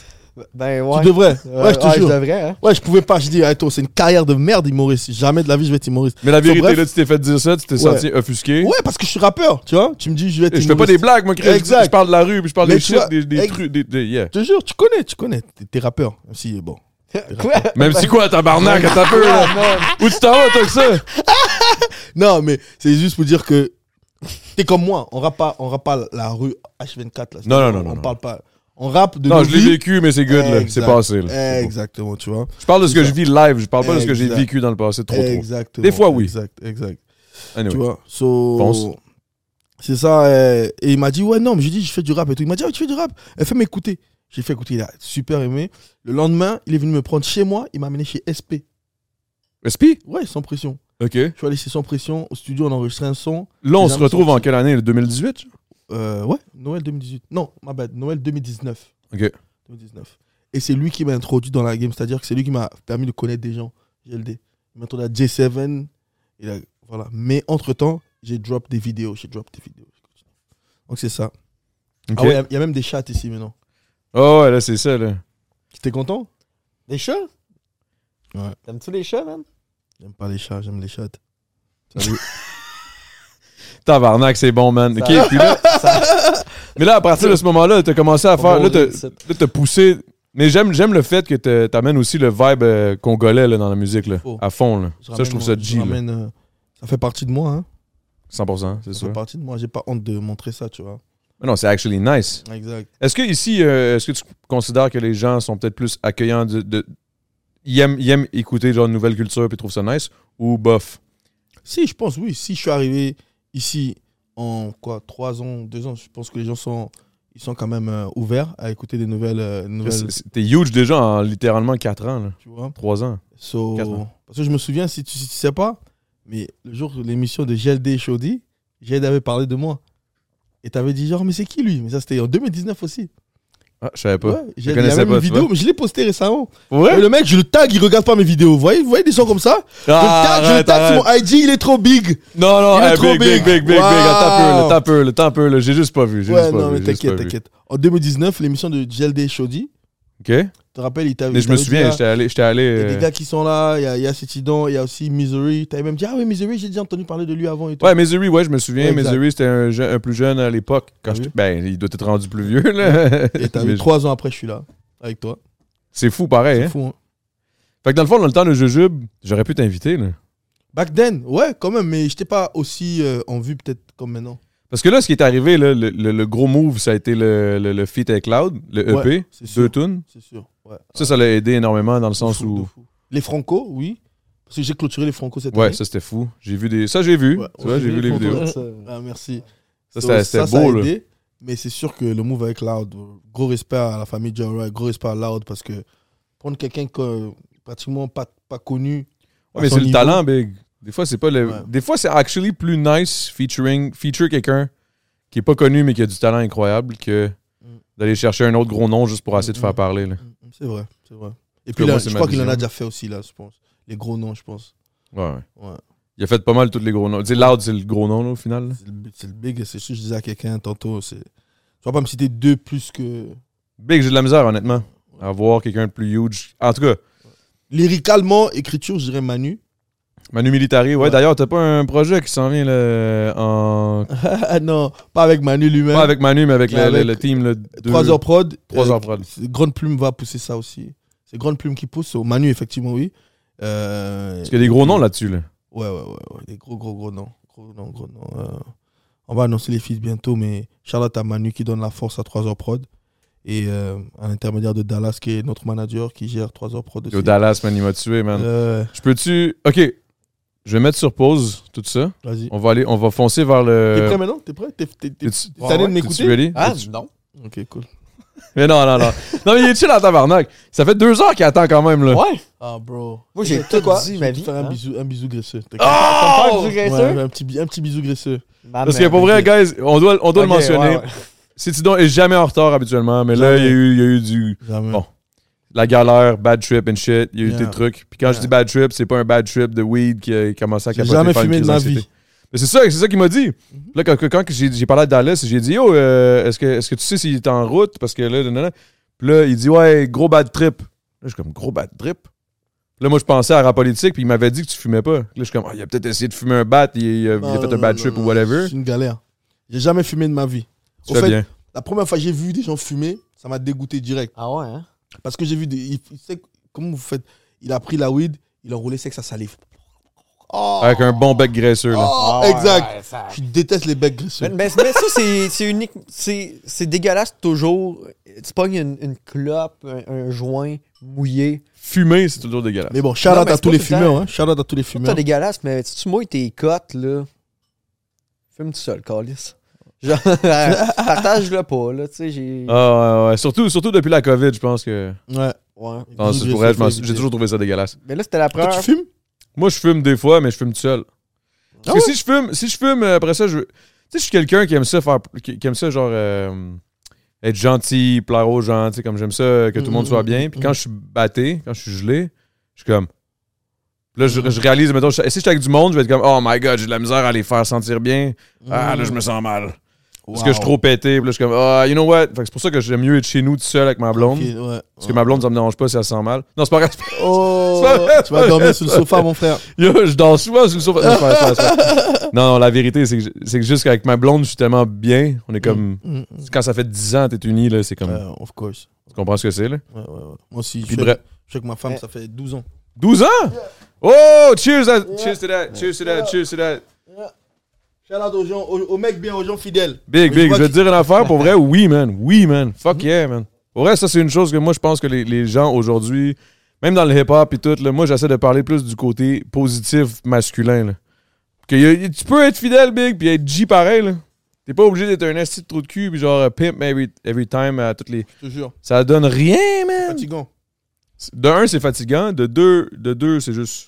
S2: Ben ouais.
S3: Tu devrais.
S2: Euh,
S3: ouais, je te
S2: ouais,
S3: jure.
S2: devrais, hein.
S3: Ouais, je pouvais pas. Je dis, attends, c'est une carrière de merde, humoriste. Jamais de la vie, je vais être humoriste.
S1: Mais la
S3: So,
S1: vérité,
S3: bref.
S1: là, tu t'es fait dire ça, tu t'es
S3: Ouais.
S1: senti offusqué.
S3: Ouais, parce que je suis rappeur, tu vois. Tu me dis, je vais être
S1: Et Je
S3: humoriste.
S1: fais pas des blagues, moi, Chris. Je-
S3: Exact.
S1: Je parle de la rue, puis je parle
S3: Mais
S1: des
S3: tu
S1: shit,
S3: vois,
S1: des- des
S3: ex-
S1: trucs, des- des. yeah.
S3: Je te jure, tu connais, tu connais. T'es- T'es rappeur. Même Si, bon.
S2: Quoi?
S1: Même si quoi, tabarnak, t'as peur, là. Où tu t'en vas, toi, que ça?
S3: Non, mais c'est juste pour dire que t'es comme moi. On rappe pas, on rappe pas la rue H24. Là.
S1: Non, non, non,
S3: On
S1: non, non.
S3: parle pas. On rappe de
S1: Non,
S3: nos
S1: je l'ai
S3: vies.
S1: vécu, mais c'est good, là. C'est
S3: Exact.
S1: passé, là. C'est bon.
S3: Exactement, tu vois.
S1: Je parle de ce que je vis live, je parle pas de ce que j'ai
S3: Exact.
S1: vécu dans le passé, trop trop.
S3: Exactement.
S1: Des fois, oui.
S3: Exact, exact.
S1: Anyway.
S3: Tu vois, so,
S1: Eh Pense.
S3: c'est ça. euh, et il m'a dit, ouais, non, mais j'ai dit, je fais du rap et tout. Il m'a dit, ah, tu fais du rap. Elle fait m'écouter. J'ai fait écouter, il a super aimé. Le lendemain, il est venu me prendre chez moi, il m'a amené chez SP.
S1: Respi?
S3: Ouais, sans pression.
S1: OK.
S3: Je suis allé chez Sans Pression, au studio, on a enregistré un son.
S1: Là, on
S3: Les
S1: se
S3: armes
S1: retrouve
S3: sont-
S1: en quelle année? Le 2018?
S3: Euh, ouais, Noël 2018. Non, ma bad, Noël 2019.
S1: Ok.
S3: 2019. Et c'est lui qui m'a introduit dans la game, c'est-à-dire que c'est lui qui m'a permis de connaître des gens, JLD. Maintenant, on a J7, et là, voilà. Mais entre-temps, j'ai drop des vidéos, j'ai drop des vidéos. Donc c'est ça. Ah ouais, il y a même des chats ici maintenant.
S1: Oh, ouais, là, c'est ça, là.
S3: T'es content
S2: Les chats?
S3: Ouais.
S2: T'aimes-tu les chats, man?
S3: J'aime pas les chats, j'aime les chats. Salut.
S1: Tabarnak, c'est bon, man.
S2: Ça-
S1: OK, puis là- mais là, à partir de ce moment-là, t'as commencé à faire.
S2: Bon,
S1: Là, t'as
S2: c'est-
S1: là, t'as poussé. Mais j'aime j'aime le fait que t'as- t'amènes aussi le vibe euh, congolais là, dans la musique, là,
S3: Faut.
S1: à fond. Là. ça,
S3: ramène
S1: je trouve
S3: mon-
S1: ça G, là.
S3: ramène, euh, ça fait partie de moi, hein.
S1: 100%, c'est
S3: Ça
S1: ça.
S3: fait partie de moi. J'ai pas honte de montrer ça, tu vois.
S1: Mais non, c'est actually nice.
S3: Exact.
S1: Est-ce que ici, euh, est-ce que tu considères que les gens sont peut-être plus accueillants de. de- ils, aiment, ils aiment écouter genre une nouvelle culture puis ils trouvent ça nice ou bof?
S3: Si, je pense, oui. Si je suis arrivé ici en quoi, trois ans, deux ans, je pense que les gens sont, ils sont quand même euh, ouverts à écouter des nouvelles, euh, nouvelles
S1: C'est- c'est- T'es huge déjà en littéralement 4 ans, là.
S3: tu vois.
S1: 3 ans.
S3: So,
S1: Quatre ans.
S3: parce que je me souviens, si tu, si tu sais pas, mais le jour de l'émission de GLD et Chaudi, GLD avait parlé de moi. Et t'avais dit genre, mais c'est qui lui Mais ça, c'était en 2019 aussi.
S1: Ah, je savais pas.
S3: Ouais, j'ai- il y a
S1: connaissais
S3: même
S1: pas,
S3: une
S1: tu
S3: vidéo,
S1: vois.
S3: mais je l'ai postée récemment.
S1: Ouais?
S3: Et le mec, je le tag, il regarde pas mes vidéos. Vous voyez, vous voyez des sons comme ça
S1: Ah,
S3: Je le tag, je le
S1: arrête,
S3: tag
S1: arrête.
S3: sur mon IG, il est trop big.
S1: Non, non,
S3: Il est
S1: hey,
S3: trop
S1: big, big, big,
S3: big.
S1: big, big,
S3: Wow.
S1: attends un peu, là, attends un peu, là, attends un peu, là, j'ai juste pas vu, j'ai
S3: Ouais,
S1: juste pas
S3: non,
S1: vu,
S3: mais
S1: j'ai juste
S3: t'inquiète,
S1: pas vu.
S3: t'inquiète. En 2019, l'émission de GLD Chaudi,
S1: OK?
S3: tu te rappelles, il t'avait
S1: Mais
S3: il
S1: je me
S3: t'avait dit,
S1: souviens,
S3: ah,
S1: j'étais allé, j'étais allé...
S3: Il y a des
S1: euh,
S3: gars qui sont là, il y a, il y a Cetidon, il y a aussi Misery. T'avais même dit, ah oui, Misery, j'ai déjà entendu parler de lui avant et tout.
S1: Ouais, Missouri, ouais, je me souviens,
S3: Ouais, exact.
S1: Missouri, c'était un, je- un plus jeune à l'époque, quand
S3: T'as
S1: j'étais-
S3: vu?
S1: ben, il doit être rendu plus vieux, là.
S3: Et t'as
S1: Mais
S3: vu,
S1: je-
S3: trois ans après, je suis là, avec toi.
S1: C'est fou, pareil,
S3: C'est
S1: hein?
S3: fou, hein.
S1: Fait que dans le fond, dans le temps de Jujube, j'aurais pu t'inviter, là.
S3: Back then, ouais, quand même, mais j'étais pas aussi euh, en vue peut-être comme maintenant.
S1: Parce que là, ce qui est arrivé, là, le, le- le gros move, ça a été le, le, le feat avec Cloud, le EP,
S3: Ouais, c'est sûr.
S1: deux tunes.
S3: C'est sûr, ouais.
S1: Ça, ça l'a aidé énormément dans le
S3: De
S1: sens
S3: fou, de
S1: où...
S3: fou. Les Franco, oui. Parce que j'ai clôturé les Franco cette
S1: Ouais,
S3: année.
S1: ça, c'était fou. J'ai vu des... Ça, j'ai vu.
S3: Ouais,
S1: tu vois, j'ai vu les vidéos.
S2: euh,
S3: Ah, merci.
S1: Ça,
S3: So,
S1: c'était- c'était beau,
S3: a
S1: là.
S3: aidé, mais c'est sûr que le move avec Loud, euh, gros respect à la famille Jara, gros respect à Loud parce que prendre quelqu'un que, pratiquement pas, pas connu.
S1: Ouais,
S3: à
S1: mais
S3: son
S1: c'est le
S3: niveau,
S1: talent, Big. Des fois, c'est pas le.
S3: Ouais.
S1: Des fois, c'est actually plus nice featuring feature quelqu'un qui est pas connu mais qui a du talent incroyable que d'aller chercher un autre gros nom juste pour essayer de faire parler. là.
S3: Mm, mm, C'est vrai, c'est vrai. Et
S1: que
S3: puis là,
S1: moi, c'est
S3: je
S1: ma
S3: crois qu'il en
S1: vision.
S3: a déjà fait aussi, là, je pense. Les gros noms, je pense.
S1: Ouais, ouais.
S3: Ouais.
S1: Il a fait pas mal tous les gros noms. Tu sais, Loud, c'est le gros nom là, au final. là.
S3: C'est le, big- c'est le big, c'est sûr, je disais à quelqu'un tantôt, c'est. Tu vas pas me citer deux plus que.
S1: Big, j'ai de la misère, honnêtement. À voir quelqu'un de plus huge. En tout cas,
S3: Lyricalement, écriture, je dirais Manu.
S1: Manu Militari. Ouais,
S3: Ouais.
S1: d'ailleurs, t'as pas un projet qui s'en vient là, en.
S3: Ah non, pas avec Manu lui-même.
S1: Pas avec Manu, mais avec,
S3: Mais
S1: le-
S3: avec
S1: le, le team. Là, de-
S3: 3 heures prod.
S1: Trois
S3: Euh,
S1: heures prod.
S3: c'est- Grande Plume va pousser ça aussi. C'est Grande Plume qui pousse. so, Manu, effectivement, oui. Euh,
S1: Parce qu'il y a des gros noms là-dessus. Là.
S3: Ouais, ouais, ouais, ouais, Des gros, gros, gros noms. Gros noms, gros noms. Euh, on va annoncer les fils bientôt, mais Charlotte à Manu qui donne la force à 3 heures prod. Et euh, à l'intermédiaire de Dallas, qui est notre manager, qui gère 3 heures prod aussi.
S1: Yo, Dallas, man, il m'a tué, man.
S3: Euh,
S1: Je peux-tu. Ok. Je vais mettre sur pause tout ça.
S3: Vas-y.
S1: On va aller, on va foncer vers le.
S3: T'es prêt maintenant T'es prêt T'es t'es- t'es-
S1: T'es-tu-
S3: t'es allé de
S1: T'es-tu
S3: m'écouter
S1: ready?
S2: Ah,
S1: T'es-tu-
S2: non.
S3: Ok, cool.
S1: Mais non, non, non. non, mais il est chill en tabarnak. Ça fait deux heures qu'il attend quand même, là.
S2: Ouais.
S3: Ah, bro.
S2: Moi, j'ai
S3: Je vais
S2: tout
S3: te quoi
S2: dit,
S3: Je
S2: ma
S3: vais te
S2: vie,
S3: faire
S2: hein.
S3: un bisou, un bisou graisseux. t'inquiète.
S2: Oh!
S3: Ouais, ouais, un, petit, bi- un petit bisou graisseux.
S1: Parce que pour vrai, guys, on doit, on doit le mentionner. C'est Tidon est jamais en retard habituellement, mais là, il y, a eu, il y a eu du.
S3: Jamais.
S1: Bon. La galère, bad trip and shit, il y a eu
S3: Yeah.
S1: des trucs. Puis quand je
S3: Yeah.
S1: dis bad trip, c'est pas un bad trip de weed qui a commencé à
S3: J'ai
S1: capoter
S3: jamais
S1: faire une
S3: fumé de
S1: crise
S3: ma
S1: d'anxiété.
S3: vie. Mhm.
S1: Mais c'est ça, c'est ça qu'il m'a dit. Là, quand, quand j'ai j'ai parlé à Dallas, j'ai dit Yo, euh, est-ce que, est que tu sais s'il est en route Parce que là, nanana. Puis là, il dit Ouais, gros bad trip. Là, je suis comme Gros bad trip. Là, moi, je pensais à rap politique, puis il m'avait dit que tu fumais pas. Là, je suis comme Ah, Il a peut-être essayé de fumer un bat, il, il a, il a
S3: Non,
S1: fait
S3: non,
S1: un bad
S3: non,
S1: trip
S3: non,
S1: ou
S3: non,
S1: whatever.
S3: C'est une galère. J'ai jamais fumé de ma vie.
S1: Tu
S3: Au
S1: fais
S3: fait,
S1: bien.
S3: La première fois que j'ai vu des gens fumer, ça m'a dégoûté direct.
S2: Ah ouais, hein?
S3: Parce que j'ai vu des. Il, il sait que- comment vous faites Il a pris la weed, il a enroulé ça avec sa salive. Oh,
S1: Avec un bon bec graisseux,
S2: Ah
S1: là.
S3: oh, exact. Je déteste les becs graisseux.
S2: Mais, mais- mais ça, c'est c'est unique. C'est c'est dégueulasse toujours. Tu pognes une, une clope, un, un joint mouillé.
S1: Fumer, c'est toujours dégueulasse.
S3: Mais bon,
S2: Non,
S3: shout-out
S2: mais
S3: à
S2: c'est
S3: tous
S2: pas
S3: les
S2: tout le temps.
S3: fumeurs. Hein. Shout-out à tous les
S2: Tout est
S3: fumeurs.
S2: dégueulasse, mais si tu mouilles tes cotes, là, fume tout seul, calice. Genre, euh, partage-le pas, là, tu sais, j'ai...
S1: Ah, ouais, ouais. Surtout, surtout depuis la COVID, je pense que.
S3: Ouais.
S2: Ouais.
S1: Non, c'est pour elle, je m'en suis- j'ai toujours Ah trouvé ça dégueulasse.
S2: Mais là, c'était la
S3: Toi,
S2: première...
S3: tu fumes
S1: Moi, je fume des fois, mais je fume tout seul. Parce que si je fume, si je fume, euh, après ça, je. Tu sais, je suis quelqu'un qui aime ça faire. qui, qui aime ça, genre. euh, être gentil, plaire aux gens, tu sais, comme j'aime ça, que tout le monde soit bien. Puis quand je suis batté, quand je suis gelé, je suis comme. Là, je, je réalise, mettons, je- si je suis avec du monde, je vais être comme, oh my god, j'ai de la misère à les faire sentir bien. Ah, là, je me sens mal. Parce que je suis trop pété. Puis là, je suis comme, ah, you know what? Fait que c'est pour ça que j'aime mieux être chez nous tout seul avec ma blonde. Parce que ma blonde, ça me dérange pas si elle se sent mal. Non, c'est pas grave.
S3: Oh,
S1: C'est pas vrai,
S3: tu vas dormir sur le sofa, mon frère.
S1: Yo, je danse souvent sur le sofa. Non, c'est pas vrai, c'est pas vrai, c'est pas vrai. non, non, la vérité, c'est que, je- c'est que juste qu'avec ma blonde, je suis tellement bien. On est comme.
S3: Mm, mm.
S1: Quand ça fait 10 ans, t'es uni, là, c'est comme.
S3: Euh, of course.
S1: Tu comprends ce que c'est, là?
S3: Ouais, ouais, ouais. Moi aussi, je
S1: Puis
S3: suis
S1: bref.
S3: avec, je suis avec ma femme,
S2: Eh.
S3: ça fait 12 ans.
S1: 12 ans? Oh, cheers, that- cheers to that, cheers to that, cheers to that.
S3: Shout out aux gens, aux, aux mecs bien, aux gens fidèles.
S1: Big,
S3: Mais
S1: big,
S3: vois
S1: je vais te
S3: que-
S1: dire une affaire, pour vrai, oui, man. Oui, man. Fuck yeah, man. Pour vrai, ça, c'est une chose que moi, je pense que les, les gens aujourd'hui, même dans le hip-hop et tout, là, moi, j'essaie de parler plus du côté positif masculin. Là. Que y a- y- tu peux être fidèle, big, puis être G pareil. là. T'es pas obligé d'être un esti de trou de cul, puis genre euh, pimp every, every time à toutes les.
S3: Je te jure,
S1: Ça donne rien, man.
S3: fatigant.
S1: De un, c'est fatigant. De deux, de deux c'est juste.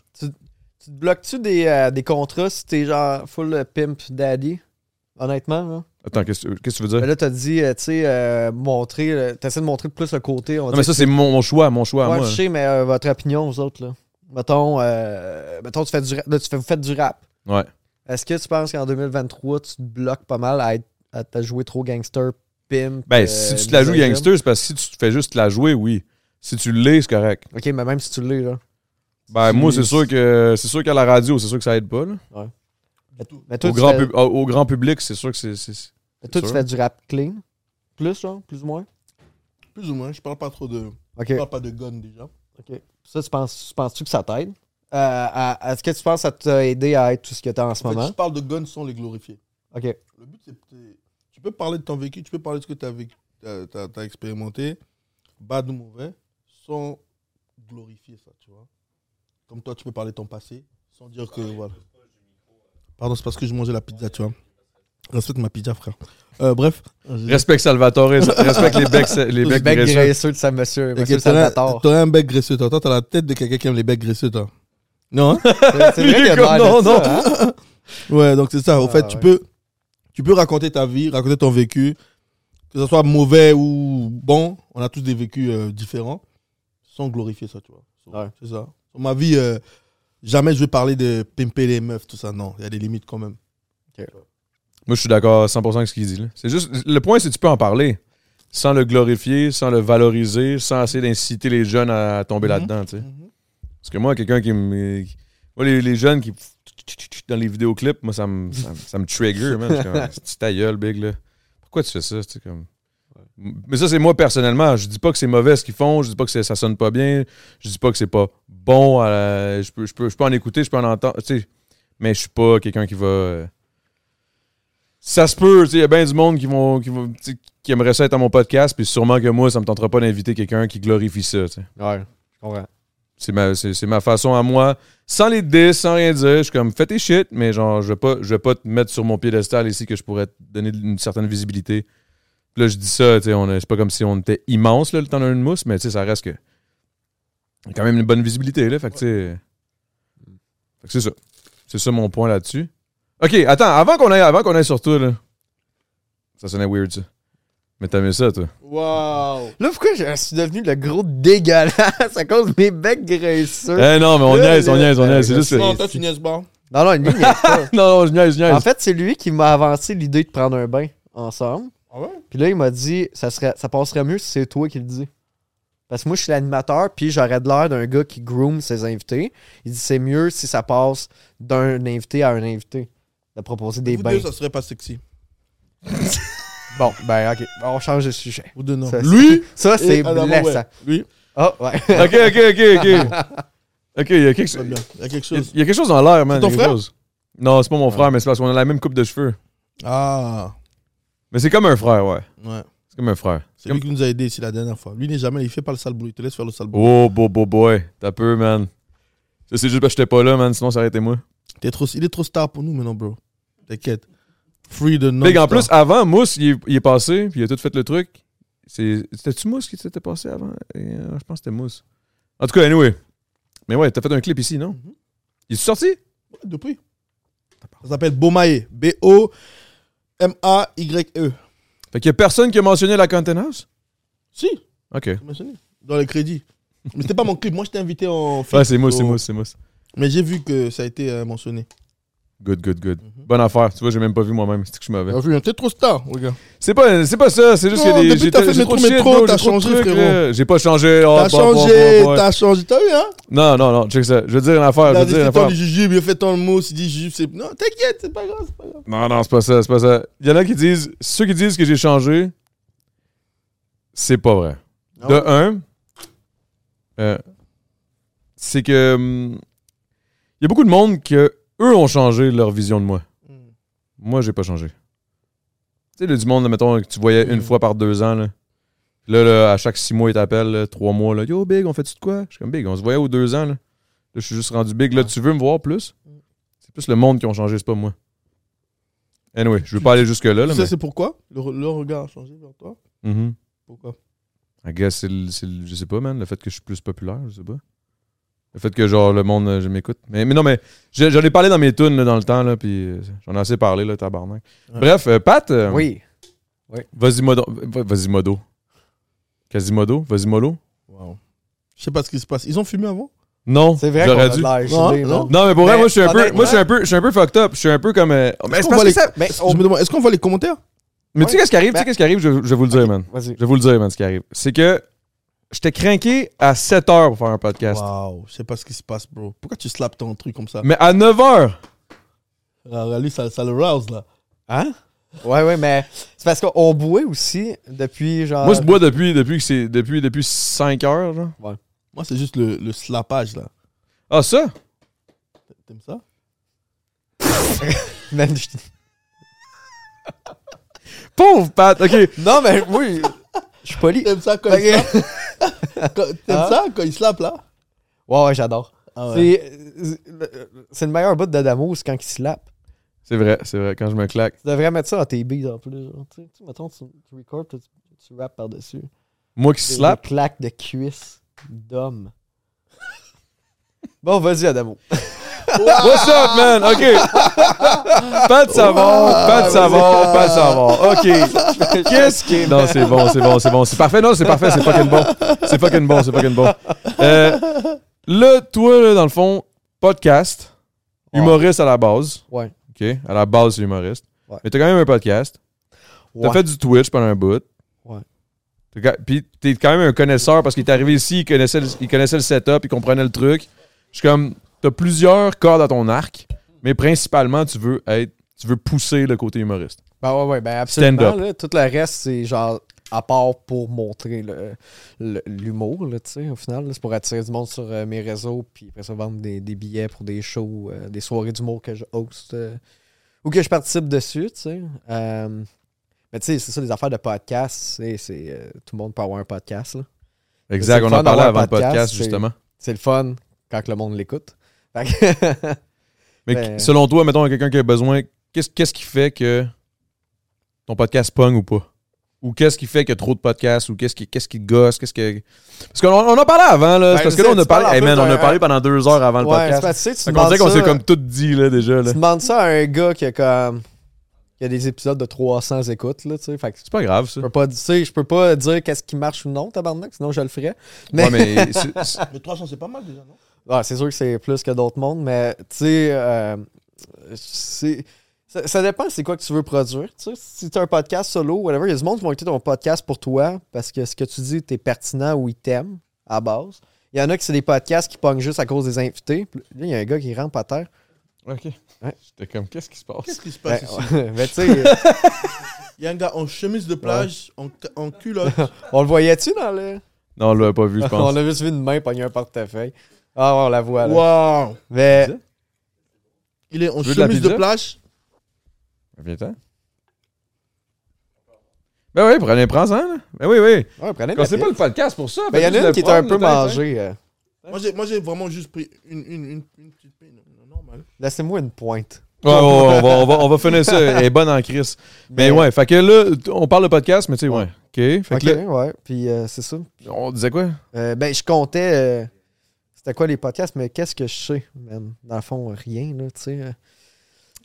S2: Tu te bloques-tu des, euh, des contrats si t'es genre full euh, pimp daddy? Honnêtement, là.
S1: Attends, qu'est-ce que qu'est-ce que tu veux
S2: Mais
S1: dire?
S2: là, t'as dit, euh, tu sais, euh, montrer, euh, t'essaies de montrer plus le côté. On va
S1: Non, mais ça,
S2: dire
S1: c'est mon, mon choix, mon choix. à
S2: Ouais,
S1: moi. hein.
S2: je sais, mais euh, votre opinion, vous autres, là. Mettons, euh, mettons tu fais du, ra- là, tu fais, vous faites du rap.
S1: Ouais.
S2: Est-ce que tu penses qu'en 2023, tu te bloques pas mal à, être, à te jouer trop gangster, pimp?
S1: Ben,
S2: euh,
S1: si tu te la joues
S2: misogyne?
S1: gangster, c'est parce que si tu te fais juste te la jouer, oui. Si tu l'es, c'est correct.
S2: Ok, mais même si tu l'es, là.
S1: Ben, moi, c'est
S3: c'est-
S1: sûr que c'est sûr qu'à la radio, c'est sûr que ça aide pas. là.
S2: Mais- Mais toi,
S1: Au
S2: tu,
S1: grand,
S2: fais,
S1: pub- au, au grand public, c'est sûr que c'est. c'est-
S2: mais toi, tu
S1: sûr.
S2: fais du rap clean. Plus, genre, plus ou moins.
S3: Plus ou moins, je parle pas trop de.
S2: Ok.
S3: Je parle pas de gun déjà.
S2: ok. Ça, tu penses- tu penses-tu que ça t'aide? Euh, à- Est-ce que tu penses que ça t'a aidé à être tout ce que t'es en ce
S3: En fait,
S2: moment?
S3: je parle de gun sans les glorifier.
S2: Ok.
S3: Le but, c'est. c'est- Tu peux parler de ton vécu, tu peux parler de ce que tu as, vécu, t'as- t'as- t'as expérimenté, bad ou mauvais, sans glorifier ça, tu vois. Comme toi, tu peux parler de ton passé, sans dire que. Voilà. Pardon, c'est parce que je mangeais la pizza, tu vois. Respecte ma pizza, frère. Euh, bref.
S1: Respecte Salvatore, respecte les becs, les
S2: Les
S1: becs
S2: becs
S1: graisseux.
S2: graisseux de ça, monsieur. Monsieur
S3: T'as un-
S2: Salvatore.
S3: T'as un bec graisseux, toi. Toi, t'as la tête de quelqu'un qui aime les becs graisseux, toi. Non, hein
S2: C'est c'est vrai
S1: Il est
S2: qu'il y a de
S1: comme,
S2: l'air
S1: non,
S2: de ça, hein?
S3: Ouais, donc c'est ça. Au
S2: Ah,
S3: fait, tu
S2: ouais.
S3: peux, tu peux raconter ta vie, raconter ton vécu, que ce soit mauvais ou bon. On a tous des vécus euh, différents, sans glorifier ça, tu vois. So,
S2: Ouais.
S3: C'est ça. Sur ma vie, euh, jamais je vais parler de pimper les meufs, tout ça. Non, il y a des limites quand même.
S1: Moi, je suis d'accord à 100% avec ce qu'il dit. là. C'est juste, le point, c'est que tu peux en parler sans le glorifier, sans le valoriser, sans essayer d'inciter les jeunes à tomber là-dedans. tu sais. Parce que moi, quelqu'un qui me. Moi, les, les jeunes qui. Dans les vidéoclips, moi, ça me, ça me, ça me trigger, man. Je suis comme, C'est ta gueule, big, là. Pourquoi tu fais ça? C'est comme. Mais ça, c'est moi personnellement. Je dis pas que c'est mauvais ce qu'ils font. Je dis pas que c'est- ça sonne pas bien. Je dis pas que c'est pas bon. à la- Je, peux, je, peux, je peux en écouter, je peux en entendre. tu sais. Mais je suis pas quelqu'un qui va. euh, Ça se peut, tu sais, il y a bien du monde qui vont, qui vont- tu sais, qui aimerait ça être à mon podcast, puis sûrement que moi, ça me tentera pas d'inviter quelqu'un qui glorifie ça. tu sais.
S2: Ouais, je comprends.
S1: C'est ma, c'est, c'est ma façon à moi. Sans les 10, sans rien dire, je suis comme fais tes shit, mais genre, je vais pas, je vais pas te mettre sur mon piédestal ici que je pourrais te donner une certaine visibilité. Puis Là, je dis ça, tu sais, on a- c'est pas comme si on était immense là, le temps d'une mousse, mais tu sais, ça reste que. il y a quand même une bonne visibilité, là. Fait que, tu sais. Fait que c'est ça. C'est ça mon point là-dessus. Ok, attends, avant qu'on aille, avant qu'on aille sur toi, là. Ça sonnait weird, ça. Mais t'aimais ça, toi.
S3: Waouh
S2: Là, pourquoi je suis devenu le gros dégueulasse à cause de mes becs graisseux?
S1: Eh non, mais on
S2: Là,
S1: niaise, on
S2: là,
S1: niaise, on
S2: là,
S1: niaise. C'est
S2: là,
S1: juste.
S3: Non,
S1: que-
S3: toi, tu niaises pas.
S2: Non, non, lui, il niaise pas.
S1: Non, non, je niaise, je niaise.
S2: En fait, c'est lui qui m'a avancé l'idée de prendre un bain ensemble.
S3: Ah ouais
S2: Puis là, il m'a dit, ça, serait, ça passerait mieux si c'est toi qui le dis. Parce que moi, je suis l'animateur, puis j'aurais de l'air d'un gars qui groom ses invités. Il dit, c'est mieux si ça passe d'un invité à un invité, de proposer des
S3: Vous
S2: bains.
S3: deux, ça serait pas sexy.
S2: Bon, ben, ok, on change de sujet.
S3: Vous deux, non. Eh,
S2: Ça,
S1: Lui?
S2: Ça,
S3: Et
S2: c'est
S3: Adamo,
S2: blessant.
S3: ouais. Lui,
S2: Ah, ouais.
S1: Ok, ok, ok, ok. Ok, il y a quelque
S3: très
S1: chose.
S3: bien. Il y a quelque
S1: Il y a-
S3: chose.
S1: il y a quelque chose dans l'air, man.
S3: C'est
S1: il
S3: ton
S1: y a quelque
S3: frère?
S1: chose. Non, c'est pas mon frère, mais c'est parce qu'on a la même coupe de cheveux.
S3: Ah,
S1: Mais c'est comme un frère, ouais.
S3: ouais.
S1: C'est comme un frère.
S3: C'est lui qui nous a aidés ici la dernière fois. Lui n'est jamais, il fait pas le sale boulot. Il te laisse faire le sale boulot.
S1: Oh, beau, beau boy. T'as peu, man. Ça, c'est juste parce que j'étais pas là, man. Sinon, ça aurait été moi.
S3: T'es trop, il est trop star pour nous maintenant, bro. T'inquiète. Free de non.
S1: Big, en plus, ah. avant, Mousse, il est, il est passé, puis il a tout fait le truc. C'est- C'était-tu Mousse qui s'était passé avant Euh, Je pense que c'était Mousse. En tout cas, anyway. Mais ouais, t'as fait un clip ici, non
S3: Mhm.
S1: Il est sorti
S3: Depuis. E. Ça s'appelle Bomaye. B-O-M-A-Y-E.
S1: Fait qu'il y a personne qui a mentionné la Content House?
S3: Si,
S1: OK.
S3: j'ai mentionné. Dans les crédits. Mais c'était pas mon clip. Moi, j'étais invité en film.
S1: Ouais, c'est mousse, c'est
S3: So-
S1: mousse, c'est mousse.
S3: Mais j'ai vu que ça a été euh, mentionné.
S1: Good, good, good.
S3: Mhm.
S1: Bonne affaire. Tu vois, j'ai même pas vu moi-même. C'est que je suis mauvais.
S3: T'as vu, hein, t'es trop star, regarde.
S1: C'est pas, c'est pas ça. C'est juste
S3: Non,
S1: que des,
S3: depuis que t'as
S1: j'ai-
S3: fait
S1: j'ai
S3: métro,
S1: trop de shit,
S3: métro,
S1: bro,
S3: t'as
S1: j'ai trop de
S3: changé,
S1: trucs,
S3: frérot.
S1: là. J'ai pas changé. Oh,
S3: T'as
S1: bon, bon,
S3: changé,
S1: bon, bon, ouais.
S3: t'as changé. T'as vu, hein
S1: Non, non, non. Check ça. Je veux dire une affaire.
S3: Il
S1: Je
S3: a
S1: veux
S3: dit,
S1: dire une
S3: fait
S1: affaire.
S3: tant du jujube, il a fait tant le mot, il dit jujube, c'est. Non, t'inquiète, c'est pas grave, c'est pas grave.
S1: Non, non, c'est pas ça, c'est pas ça. Il y en a qui disent, ceux qui disent que j'ai changé, c'est pas vrai.
S3: Ah
S1: De
S3: ouais?
S1: un, euh, c'est que hum, il y a beaucoup de monde que eux ont changé leur vision de moi.
S3: Hmm.
S1: Moi, j'ai pas changé. Tu sais, là, du monde, mettons, que tu voyais une
S3: Mm.
S1: fois par deux ans, là. Là, là, à chaque six mois, ils t'appellent, là, trois mois, là. Yo, Big, on fait-tu de quoi? Je suis comme Big, on se voyait aux deux ans, là. Là, je suis juste rendu Big. Là, tu veux me voir plus? C'est plus le monde qui ont changé, c'est pas moi. Anyway, je veux pas aller jusque-là, là,
S3: Tu sais, c'est pourquoi le, re- leur regard a changé vers toi
S1: mais. Mhm.
S3: Pourquoi
S1: I guess, c'est le- c'est le- je sais pas, man. Le fait que je suis plus populaire, je sais pas. Le fait que, genre, le monde, euh, je m'écoute. Mais, mais non, mais j'ai- j'en ai parlé dans mes tunes, là, dans le temps, là, puis euh, j'en ai assez parlé, là, tabarnak.
S3: Ouais.
S1: Bref, euh, Pat, euh,
S2: Oui.
S1: Vasimodo. va- Vasimodo. Quasimodo? Vasimolo?
S3: Waouh. Je sais pas ce qui se passe. Ils ont fumé avant
S1: Non,
S2: C'est vrai qu'on
S1: j'aurais
S2: a de
S1: dû.
S2: l'air
S3: Non,
S2: gelé,
S3: non.
S2: man.
S1: Non, mais pour vrai,
S2: Mais
S1: moi, je suis un peu,
S2: honnêtement-
S1: moi, je suis un peu, je suis un peu fucked up. Je suis un peu comme. euh, mais
S3: Est-ce
S1: c'est
S3: qu'on
S1: parce
S3: voit
S1: que
S3: les-
S1: ça-
S2: Mais
S3: Je
S2: on-
S3: me demande, est-ce qu'on voit les commentaires
S1: Mais tu sais qu'est-ce qui arrive? Tu sais qu'est-ce qui arrive? Je, je vais vous le dire, man.
S2: Vas-y.
S1: Je vais vous le dire, man, ce qui arrive. C'est que j'étais craqué à 7 heures pour faire un podcast.
S3: Waouh, je sais pas ce qui se passe, bro. Pourquoi tu slappes ton truc comme ça
S1: Mais à 9 heures,
S3: Ah, Lui, ça, ça le rouse, là.
S2: Hein? Ouais, ouais, mais c'est parce qu'on boit aussi depuis genre.
S1: moi, je bois depuis, depuis que c'est, depuis, depuis 5 heures, genre.
S3: Moi, c'est juste le, le slappage, là.
S1: Ah, ça?
S3: T'aimes ça
S2: Man, je-
S1: Pauvre Pat, ok.
S2: Non, mais moi, je- je suis poli.
S3: T'aimes ça quand
S2: Ok.
S3: il slappe Quand- T'aimes
S2: Hein
S3: ça quand il slappe, là
S2: Ouais, ouais, j'adore.
S3: Ah
S2: C'est- C'est le meilleur bout de Damo, c'est quand il slap.
S1: C'est vrai, c'est vrai, quand je me claque.
S2: Tu devrais mettre ça dans tes beats en plus. genre. Tu sais, tu sais, mettons, tu, tu records, tu, tu rappes par-dessus.
S1: Moi qui
S2: Des-
S1: slap.
S2: Des claques de cuisse d'homme. bon, vas-y, Adamo.
S1: What's up, man? OK. Pas de savon, pas de savon, pas de savon. OK. Qu'est-ce qui... Non, c'est bon, c'est bon, c'est bon. C'est parfait. Non, c'est parfait. C'est fucking bon. C'est fucking bon, c'est fucking bon. Euh, là, toi, là, dans le fond, podcast, humoriste à la base.
S2: Ouais.
S1: OK. À la base, c'est humoriste.
S2: Ouais.
S1: Mais t'as quand même un podcast. T'as
S2: Ouais.
S1: fait du Twitch pendant un bout.
S2: Ouais.
S1: T'as ca- Puis t'es quand même un connaisseur parce qu'il est arrivé ici, il connaissait le, il connaissait le setup, il comprenait le truc. Je suis comme, t'as plusieurs cordes à ton arc, mais principalement, tu veux être, tu veux pousser le côté humoriste.
S2: Ben ouais, ouais, ben
S1: Stand
S2: absolument.
S1: up.
S2: là. tout le reste, c'est genre à part pour montrer le- le- l'humour, là, tu sais, au final. là. C'est pour attirer du monde sur euh, mes réseaux, puis après ça, vendre des, des billets pour des shows, euh, des soirées d'humour que je host euh, ou que je participe dessus, tu sais. Euh, mais tu sais, c'est ça, les affaires de podcast, c'est c'est, euh, tout le monde peut avoir un podcast, là. C'est
S1: Exact,
S2: le
S1: on
S2: fun
S1: en parlait
S2: d'avoir un
S1: avant le
S2: podcast,
S1: podcast,
S2: c'est-
S1: justement.
S2: C'est le fun quand que le monde l'écoute. Fait que-
S1: Mais
S2: ben-
S1: qu- selon toi, mettons, quelqu'un qui a besoin, qu'est-ce qu'est-ce qui fait que ton podcast pogne ou pas? Ou qu'est-ce qui fait qu'il y a trop de podcasts? Ou qu'est-ce qui, qu'est-ce qui gosse? Qu'est-ce que... Parce qu'on on en parlait avant, là.
S2: Ben,
S1: c'est parce
S2: je
S1: que là,
S2: sais,
S1: on a
S2: tu
S1: parlé...
S2: parles
S1: Hey,
S2: un peu
S1: man, on
S2: d'un-
S1: a parlé pendant deux heures avant le
S2: ouais, c'est
S1: podcast.
S2: parce que, tu sais, tu
S1: Fait qu'on dirait
S2: demandes
S1: qu'on s'est
S2: ça- euh,
S1: comme tout dit, là, déjà. Là.
S2: Tu demandes ça à un gars qui a comme. qui a des épisodes de 300 écoutes, là, tu sais. Fait que tu
S1: C'est pas grave, ça.
S2: peux pas, tu sais, je peux pas dire qu'est-ce qui marche ou non, tabarnak, sinon je le ferais. Mais,
S1: Ouais, mais c'est- c'est-
S3: Mais 300, c'est pas mal déjà, non
S2: Ouais, Ah, c'est sûr que c'est plus que d'autres mondes, mais tu sais, euh, c'est- ça, ça dépend c'est quoi que tu veux produire. Tu sais, si t'as un podcast solo, whatever, il y a du monde qui vont écouter ton podcast pour toi parce que ce que tu dis, t'es pertinent ou ils t'aiment à base. Il y en a qui c'est des podcasts qui pognent juste à cause des invités. Puis Là, il y a un gars qui rentre à terre.
S1: OK.
S2: Ouais.
S1: J'étais comme, qu'est-ce qui se passe?
S3: Qu'est-ce qui se
S2: Ben,
S3: passe ici
S2: mais tu sais.
S3: Il y a un gars en chemise de plage, en, ca- en culotte.
S2: On le voyait-tu dans le.
S1: Non, on l'avait pas vu, je pense.
S2: on a juste vu une main pogner un portefeuille. Ah, ouais, on la voit là.
S3: Waouh
S2: Mais.
S1: Pizza?
S3: Il est en
S1: Tu veux de la
S3: chemise de,
S1: pizza
S3: plage.
S1: Viens-t'en. Ben oui, prenez, prends-en. là. Ben oui, oui.
S2: Ouais, prenez
S1: Quand c'est pas
S2: le.
S1: le podcast pour ça.
S2: Mais il y
S1: faites
S2: en a
S1: juste
S2: une
S1: le
S2: qui était un
S1: prendre,
S2: peu
S1: le temps, hein.
S2: mangée. euh.
S3: Moi, j'ai- Moi, j'ai vraiment juste pris une, une, une, une petite paix, non, normal.
S2: Laissez-moi une pointe.
S1: Ouais, ouais, ouais, on, va, on, va, on va finir ça. Elle est bonne en crise. Mais, ouais, fait que là, t- on parle de podcast, mais tu sais, ouais. OK. Fait
S2: Ok,
S1: que
S2: ouais. Puis euh, c'est ça.
S1: là, on disait quoi?
S2: Euh, ben, je comptais. euh, C'était quoi les podcasts, mais qu'est-ce que je sais, man? Dans le fond, rien, là, tu sais. euh.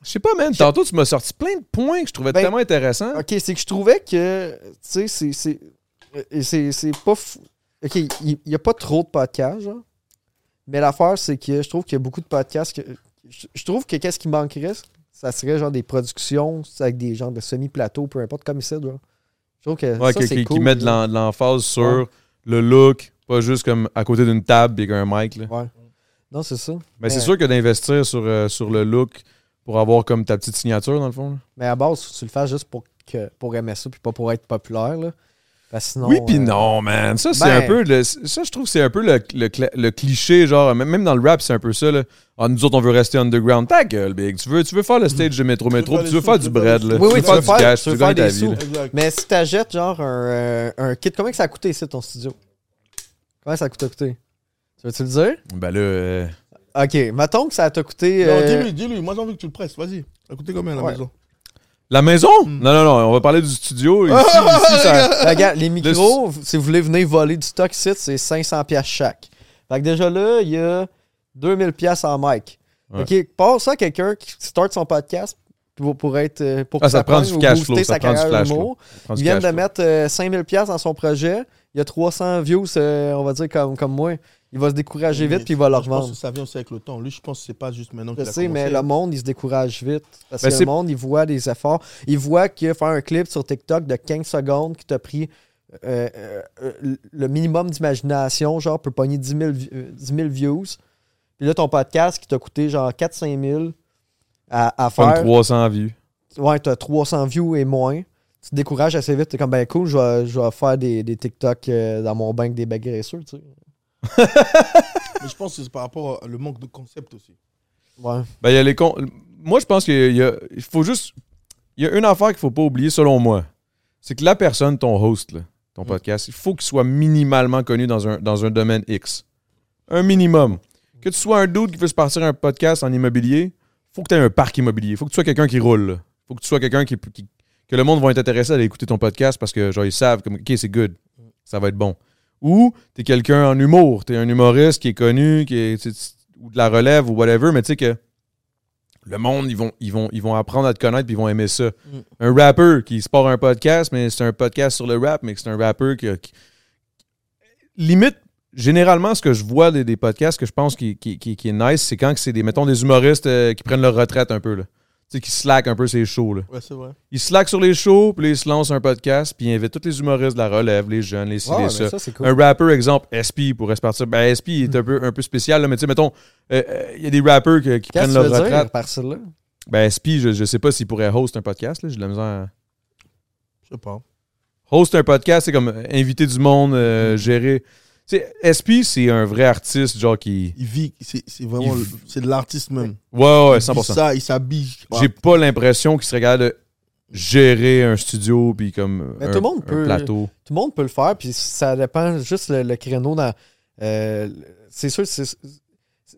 S1: Je sais pas, man. Tantôt, tu m'as sorti plein de points que je trouvais
S2: Ben,
S1: tellement intéressants.
S2: Ok, c'est que je trouvais que, tu sais, c'est- c'est. euh, c'est- C'est pas. fou- Ok, il n'y a pas trop de podcasts, genre. Mais l'affaire, c'est que je trouve qu'il y a beaucoup de podcasts que. Je, je trouve que qu'est-ce qui manquerait, ça serait genre des productions avec des genres de semi-plateaux, peu importe, comme ça, genre. Je trouve que.
S1: Ouais,
S2: ça,
S1: qui,
S2: c'est
S1: qui- qui
S2: cool,
S1: mettent de
S2: genre.
S1: l'en- de l'emphase sur
S2: Ouais.
S1: le look, pas juste comme à côté d'une table et avec un mic. là.
S2: Ouais. Non, c'est ça.
S1: Mais c'est
S2: Ouais.
S1: sûr que d'investir sur, euh, sur le look pour avoir comme ta petite signature, dans le fond. là.
S2: Mais à base, faut que tu le fasses juste pour, que, pour aimer ça, puis pas pour être populaire, là. Parce que sinon.
S1: oui, puis
S2: euh,
S1: non, man. Ça, c'est
S2: ben-
S1: un peu. le- ça, je trouve que c'est un peu le, le cla- le cliché, genre. même- Même dans le rap, c'est un peu ça, là. Ah, nous autres, on veut rester underground. Ta gueule, Big. Tu veux, tu veux faire le stage de Métro Métro, puis
S3: faire les
S1: tu veux
S3: sous,
S1: faire du
S3: tu veux faire
S1: bread,
S3: les
S1: là.
S3: sous.
S2: Oui, oui, tu veux
S1: du
S2: faire-
S1: cash,
S2: tu veux
S1: gagner
S2: faire
S1: ta
S2: des
S1: vie,
S2: sous.
S1: là.
S3: Exact.
S2: Mais si t'achètes genre un, euh, un kit, combien que ça a coûté ici ton studio? Combien ça coûte coûté? Tu veux-tu le dire?
S1: Ben là, euh,
S2: Ok, mettons que ça t'a coûté.
S3: Non,
S2: euh,
S3: dis-lui, dis-lui. Moi, j'ai envie que tu le presses. Vas-y. Ça coûtait combien à la
S2: Ouais.
S3: maison
S1: La maison? Non, non, non. On va parler du studio. Ici, ici, ça-
S2: ben, regarde, les micros, v- si vous voulez venir voler du stock ici, c'est 500$ piastres chaque. Fait que déjà là, il y a 2000$ piastres en mic. Ok, passe ça à quelqu'un qui start son podcast pour, pour être. euh, Pour
S1: Ah, ça
S2: que
S1: prend du
S2: prenne ou
S1: cash
S2: booster
S1: flow, ça
S2: sa
S1: prend du
S2: carrière
S1: flash
S2: d'humour.
S1: flow. prends du
S2: Il vient
S1: cash,
S2: de
S1: là.
S2: mettre euh, 5000 pièces dans son projet. Il y a 300 views, euh, on va dire, comme, comme moi. Il va se décourager
S1: Mmh.
S2: vite,
S3: Mais
S2: puis il va le
S3: Je pense
S2: revendre.
S3: que ça vient aussi avec le temps. Lui, je pense que c'est pas juste maintenant
S2: Je
S3: qu'il a
S2: sais, mais
S3: commencé.
S2: le monde, il se décourage vite. Parce
S1: Ben,
S2: que
S1: c'est-
S2: le monde, il voit des efforts. Il voit que faire un clip sur TikTok de 15 secondes qui t'a pris euh, euh, euh, le minimum d'imagination, genre, peut pogner 10 000, vi- euh, 10 000 views. Puis là, ton podcast qui t'a coûté genre 4-5 000 à, à
S1: Comme
S2: faire.
S1: 300 vues.
S2: ouais, t'as 300 views et moins. Tu te décourages assez vite. T'es comme, ben cool, je vais, je vais faire des, des TikTok euh, dans mon bank des bagresseurs, tu sais.
S3: Mais je pense que c'est par rapport au manque de concept aussi.
S2: Ouais.
S1: Ben, il y a les con- Moi, je pense qu'il y a- il faut juste. Il y a une affaire qu'il faut pas oublier, selon moi. C'est que la personne, ton host, là, ton podcast, il faut qu'il soit minimalement connu dans un, dans un domaine X. Un minimum. Que tu sois un dude qui veut se partir un podcast en immobilier, faut que tu aies un parc immobilier. faut que tu sois quelqu'un qui roule. là. faut que tu sois quelqu'un qui, qui- que le monde va être intéressé à aller écouter ton podcast parce que, genre, ils savent, comme, OK, c'est good. Ça va être bon. Ou t'es quelqu'un en humour, t'es un humoriste qui est connu, qui est, tu sais, ou de la relève ou whatever, mais tu sais que le monde, ils vont, ils, vont, ils vont apprendre à te connaître puis ils vont aimer ça. Un rappeur qui se part un podcast, mais c'est un podcast sur le rap, mais que c'est un rappeur qui, a- qui- Limite, généralement, ce que je vois des, des podcasts que je pense qui, qui, qui- qui est nice, c'est quand que c'est des, mettons, des humoristes euh, qui prennent leur retraite un peu, là. Tu sais, qui slack un peu ces shows, là.
S3: Ouais, c'est vrai.
S1: Ils slack sur les shows, puis là, ils se lancent un podcast, puis ils invitent tous les humoristes de la relève, les jeunes, les ci,
S2: Ouais,
S1: les
S2: mais
S1: ça.
S2: ça, c'est cool. Mm.
S1: Un rappeur, exemple, SP pourrait se partir. Ben, SP il est un peu, un peu spécial, là, mais tu sais, mettons, euh, euh, il y a des rappeurs que- qui prennent
S2: Qu'est-ce que tu
S1: leur
S2: veux
S1: retraite.
S2: dire par celle-là?
S1: Ben, Spi, je, je sais pas s'il pourrait host un podcast. là, J'ai de la misère. à-
S3: Je sais pas.
S1: Host un podcast, c'est comme euh, inviter du monde, euh,
S2: Mm-hmm.
S1: gérer. Tu sais, SP, c'est un vrai artiste, genre qui.
S3: Il vit, c'est c'est vraiment,
S1: Il-
S3: le- c'est de l'artiste même.
S1: Ouais, ouais, ouais,
S3: Il vit
S1: 100%.
S3: ça, il s'habille.
S1: J'ai pas l'impression qu'il serait capable de gérer un studio, puis comme
S2: Mais
S1: un,
S2: tout le monde
S1: un
S2: peut-
S1: plateau.
S2: Tout le monde peut le faire, puis ça dépend juste le, le créneau dans. euh, le- c'est sûr, c'est-